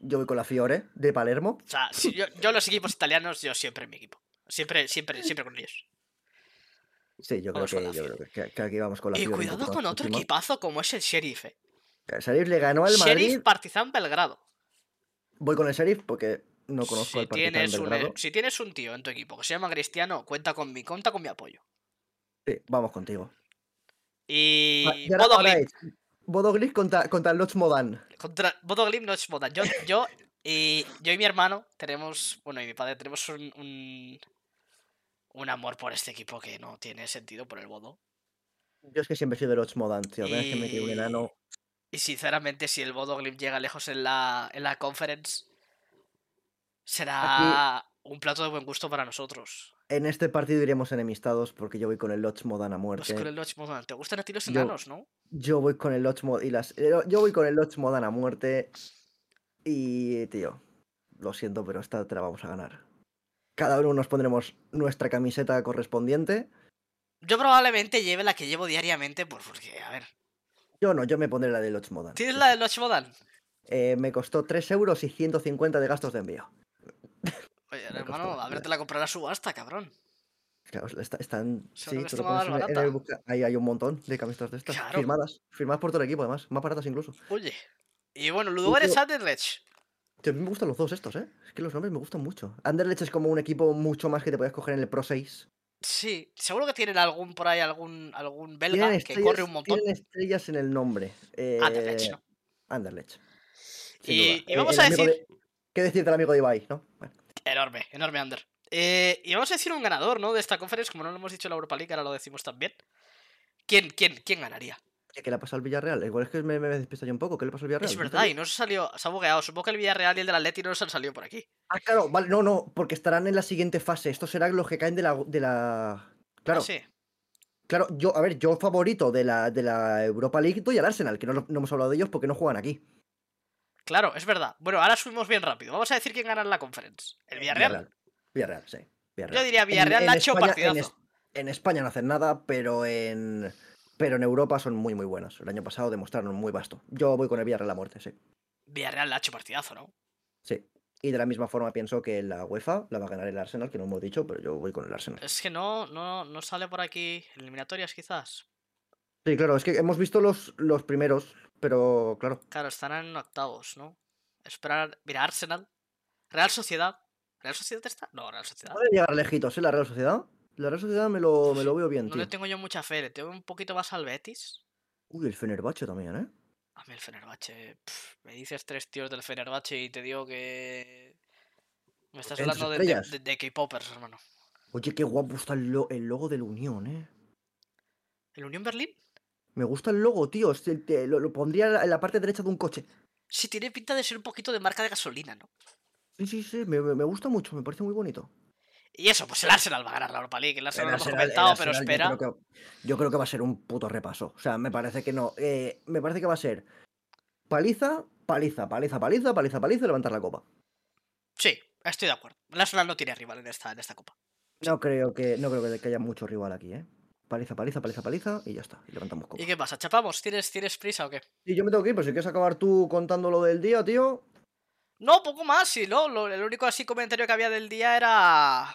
B: Yo voy con la Fiore de Palermo.
A: O sea, si yo, yo los equipos italianos, yo siempre en mi equipo. Siempre, siempre, siempre con ellos.
B: Sí, yo creo,
A: Vamos con
B: que,
A: la
B: yo creo que, que aquí vamos con la
A: Y
B: Fiore. un
A: cuidado
B: poquito
A: con
B: más
A: otro
B: próxima.
A: equipazo como es el Sheriff, eh.
B: El Sheriff le ganó al
A: Sheriff
B: Madrid.
A: Partizan Belgrado.
B: Voy con el Sheriff porque no conozco
A: si,
B: al Partizan
A: tienes un,
B: Belgrado.
A: si tienes un tío en tu equipo que se llama Cristiano, cuenta con mi, cuenta con mi apoyo.
B: Sí, vamos contigo.
A: Y
B: Ah, y ahora-
A: Bodo
B: ahora
A: Glim,
B: es Bodoglic contra, contra el Lodz Modan.
A: contra Bodo Glim no es moda. Yo, yo, y, yo y mi hermano tenemos, bueno, y mi padre tenemos un, un, un amor por este equipo que no tiene sentido por el Bodo.
B: Yo es que siempre he sido de Lodz Modan, tío. cada vez que me tiro un
A: Y-
B: enano.
A: Y sinceramente, si el Bodo Glim llega lejos en la, en la conference, será un plato de buen gusto para nosotros.
B: En este partido iremos enemistados porque yo voy con el Lodz Modan a
A: Pues
B: muerte.
A: con el Lodge Modan, ¿te gustan a ti los
B: Yo-
A: enanos, no?
B: Yo voy con el Lodz Modan y las. eh, Yo voy con el Lodz Modan a muerte. Y, tío, lo siento, pero esta te la vamos a ganar. Cada uno nos pondremos nuestra camiseta correspondiente.
A: Yo probablemente lleve la que llevo diariamente, pues porque, a ver.
B: Yo no, yo me pondré la de Lodz Modan.
A: ¿Tienes
B: sí,
A: la
B: sí.
A: de los Modan?
B: Eh, me costó 3 euros y 150 de gastos de envío.
A: Oye,
B: Me
A: hermano,
B: costó,
A: a ver,
B: mira.
A: te la comprará subasta, cabrón.
B: Claro, está- están.
A: Seguro que está
B: sí, tú lo
A: más
B: pones en el- en el
A: barata.
B: busca- Ahí hay un montón de camisetas de estas.
A: Claro.
B: Firmadas. Firmadas por todo el equipo, además. Más baratas incluso.
A: Oye. Y bueno, Ludogorets Anderlecht.
B: Tío, a mí me gustan los dos estos, ¿eh? Es que los nombres me gustan mucho. Anderlecht es como un equipo mucho más que te podías coger en el Pro 6.
A: Sí, seguro que tienen algún por ahí, algún, algún belga
B: Tienen
A: que corre un montón. Ah,
B: tienen estrellas en el nombre. Eh,
A: Anderlecht, ¿no?
B: Anderlecht. sin
A: Y,
B: duda.
A: y
B: Eh,
A: vamos
B: el
A: a
B: amigo
A: decir.
B: de- ¿Qué decir del amigo de Ibai, no? Bueno,
A: Enorme, enorme Under. Eh, y vamos a decir un ganador, ¿no? De esta conference, como no lo hemos dicho en la Europa League, ahora lo decimos también. ¿Quién, quién, quién ganaría?
B: ¿qué- ¿Qué le ha pasado al Villarreal? Igual es que me, me despista yo un poco. ¿Qué le pasó al Villarreal?
A: Es
B: ¿No
A: verdad,
B: sabía?
A: y no se salió, se ha bugueado. Supongo que el Villarreal y el del Atleti no se han salido por aquí.
B: Ah, claro, vale, no, no, porque estarán en la siguiente fase. Estos serán los que caen de la. De la... Claro,
A: Ah, sí.
B: claro, yo, a ver, yo favorito de la, de la Europa League doy al Arsenal, que no, lo- no hemos hablado de ellos porque no juegan aquí.
A: Claro, es verdad. Bueno, ahora subimos bien rápido. Vamos a decir quién gana en la conference. ¿El Villarreal?
B: Eh, Villarreal, sí. Villarreal.
A: Yo diría Villarreal, Nacho,
B: en,
A: partidazo.
B: Es- en España no hacen nada, pero en, pero en Europa son muy, muy buenos. El año pasado demostraron muy vasto. Yo voy con el Villarreal a muerte, sí.
A: Villarreal, Nacho, partidazo, ¿no?
B: Sí. Y de la misma forma pienso que la UEFA la va a ganar el Arsenal, que no hemos dicho, pero yo voy con el Arsenal.
A: Es que no, no, no sale por aquí eliminatorias, quizás.
B: Sí, claro, es que hemos visto los, los primeros, pero claro,
A: Claro, estarán en octavos, ¿no? Esperar. Mira, Arsenal. Real Sociedad. ¿Real Sociedad está? No, Real Sociedad.
B: puede llegar lejitos, ¿eh? La Real Sociedad. La Real Sociedad me lo, me lo veo bien,
A: No le
B: tío.
A: tengo yo mucha fe, le tengo un poquito más al Betis.
B: Uy, el Fenerbahce también, ¿eh?
A: A mí el Fenerbahce. pf, me dices tres tíos del Fenerbahce y te digo que. Me estás
B: Potencias
A: hablando de, de,
B: estrellas.
A: de- de K-Popers, hermano.
B: Oye, qué guapo está el, lo- el logo de la Unión, ¿eh?
A: ¿El Unión Berlín?
B: Me gusta el logo, tío. es el- te- lo, lo pondría en la parte derecha de un coche.
A: Sí, tiene pinta de ser un poquito de marca de gasolina, ¿no?
B: Sí, sí, sí, me, me- me gusta mucho, me parece muy bonito.
A: Y eso, pues el Arsenal va a ganar la Europa League. El
B: El
A: Arsenal lo hemos
B: Arsenal- el
A: comentado, pero
B: Arsenal
A: espera.
B: Yo creo, que, yo creo que va a ser un puto repaso. O sea, me parece que no. eh, me parece que va a ser paliza, paliza, paliza, paliza, paliza, paliza, levantar la copa.
A: Sí, estoy de acuerdo. El Arsenal no tiene rival en esta, en esta copa.
B: No creo que, no creo que- que haya mucho rival aquí, ¿eh? Paliza, paliza, paliza, paliza y ya está. Y levantamos copa.
A: ¿Y qué pasa? ¿Chapamos? ¿Tienes, ¿Tienes prisa o qué?
B: Y yo me tengo que ir, pero si quieres acabar tú contando lo del día, tío.
A: No, poco más, sí, no. lo- el único así comentario que había del día era.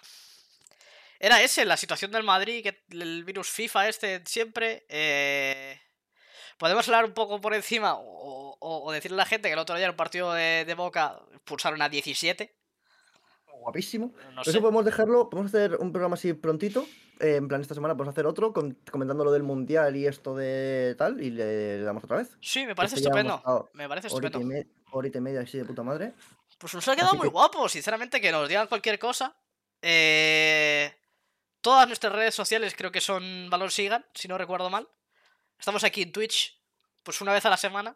A: Era ese, la situación del Madrid, que el virus FIFA este siempre. eh, Podemos hablar un poco por encima o, o- o decirle a la gente que el otro día en el partido de, de Boca expulsaron a 17.
B: Guapísimo.
A: No
B: Pues Eso
A: sé.
B: podemos dejarlo, podemos hacer un programa así prontito. eh, en plan, esta semana podemos hacer otro con- comentando lo del mundial y esto de tal. Y le, damos otra vez.
A: Sí, me parece
B: que Este ya hemos
A: estupendo.
B: estado
A: Me parece
B: Horita y,
A: estupendo.
B: me- horita y media así de puta madre.
A: Pues nos ha quedado
B: Así
A: muy
B: que-
A: guapo, sinceramente, que nos digan cualquier cosa. Eh, Todas nuestras redes sociales creo que son Valor Sigan, si no recuerdo mal. Estamos aquí en Twitch, pues una vez a la semana.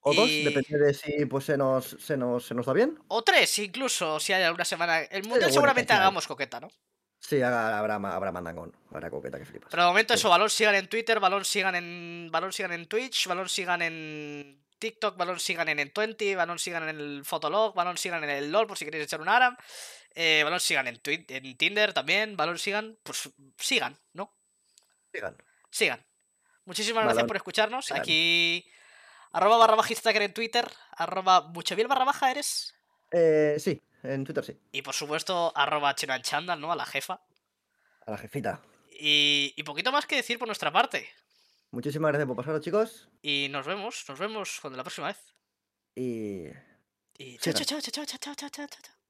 B: O dos,
A: Y-
B: depende de si pues, se, nos, se, nos, se nos da bien.
A: O tres, incluso, si hay alguna semana. El mundial
B: bueno,
A: seguramente
B: al final.
A: hagamos coqueta, ¿no?
B: Sí, haga- habrá, ma- habrá mandangón. Habrá coqueta que flipas.
A: Pero de momento
B: Sí.
A: eso, balón sigan en Twitter, balón sigan en. Balón sigan en Twitch, balón sigan en TikTok, balón sigan en N20, balón sigan en el Fotolog, balón sigan en el LOL por si queréis echar un ARAM, eh, balón sigan en, Twi- en Tinder también, balón sigan, pues sigan, ¿no?
B: Sigan.
A: Sigan. Muchísimas gracias
B: Balón
A: por escucharnos.
B: sigan.
A: Aquí. Arroba barra baja Instagram en Twitter, arroba muchaviel barra baja eres.
B: Eh, sí, en Twitter sí.
A: Y por supuesto, arroba chino en chándal, ¿no? A la jefa.
B: A la jefita.
A: Y, y poquito más que decir por nuestra parte.
B: Muchísimas gracias por pasaros, chicos.
A: Y nos vemos, nos vemos cuando la próxima vez.
B: Y
A: Y chao,
B: Sigan.
A: chao, chao, chao, chao, chao, chao, chao, chao.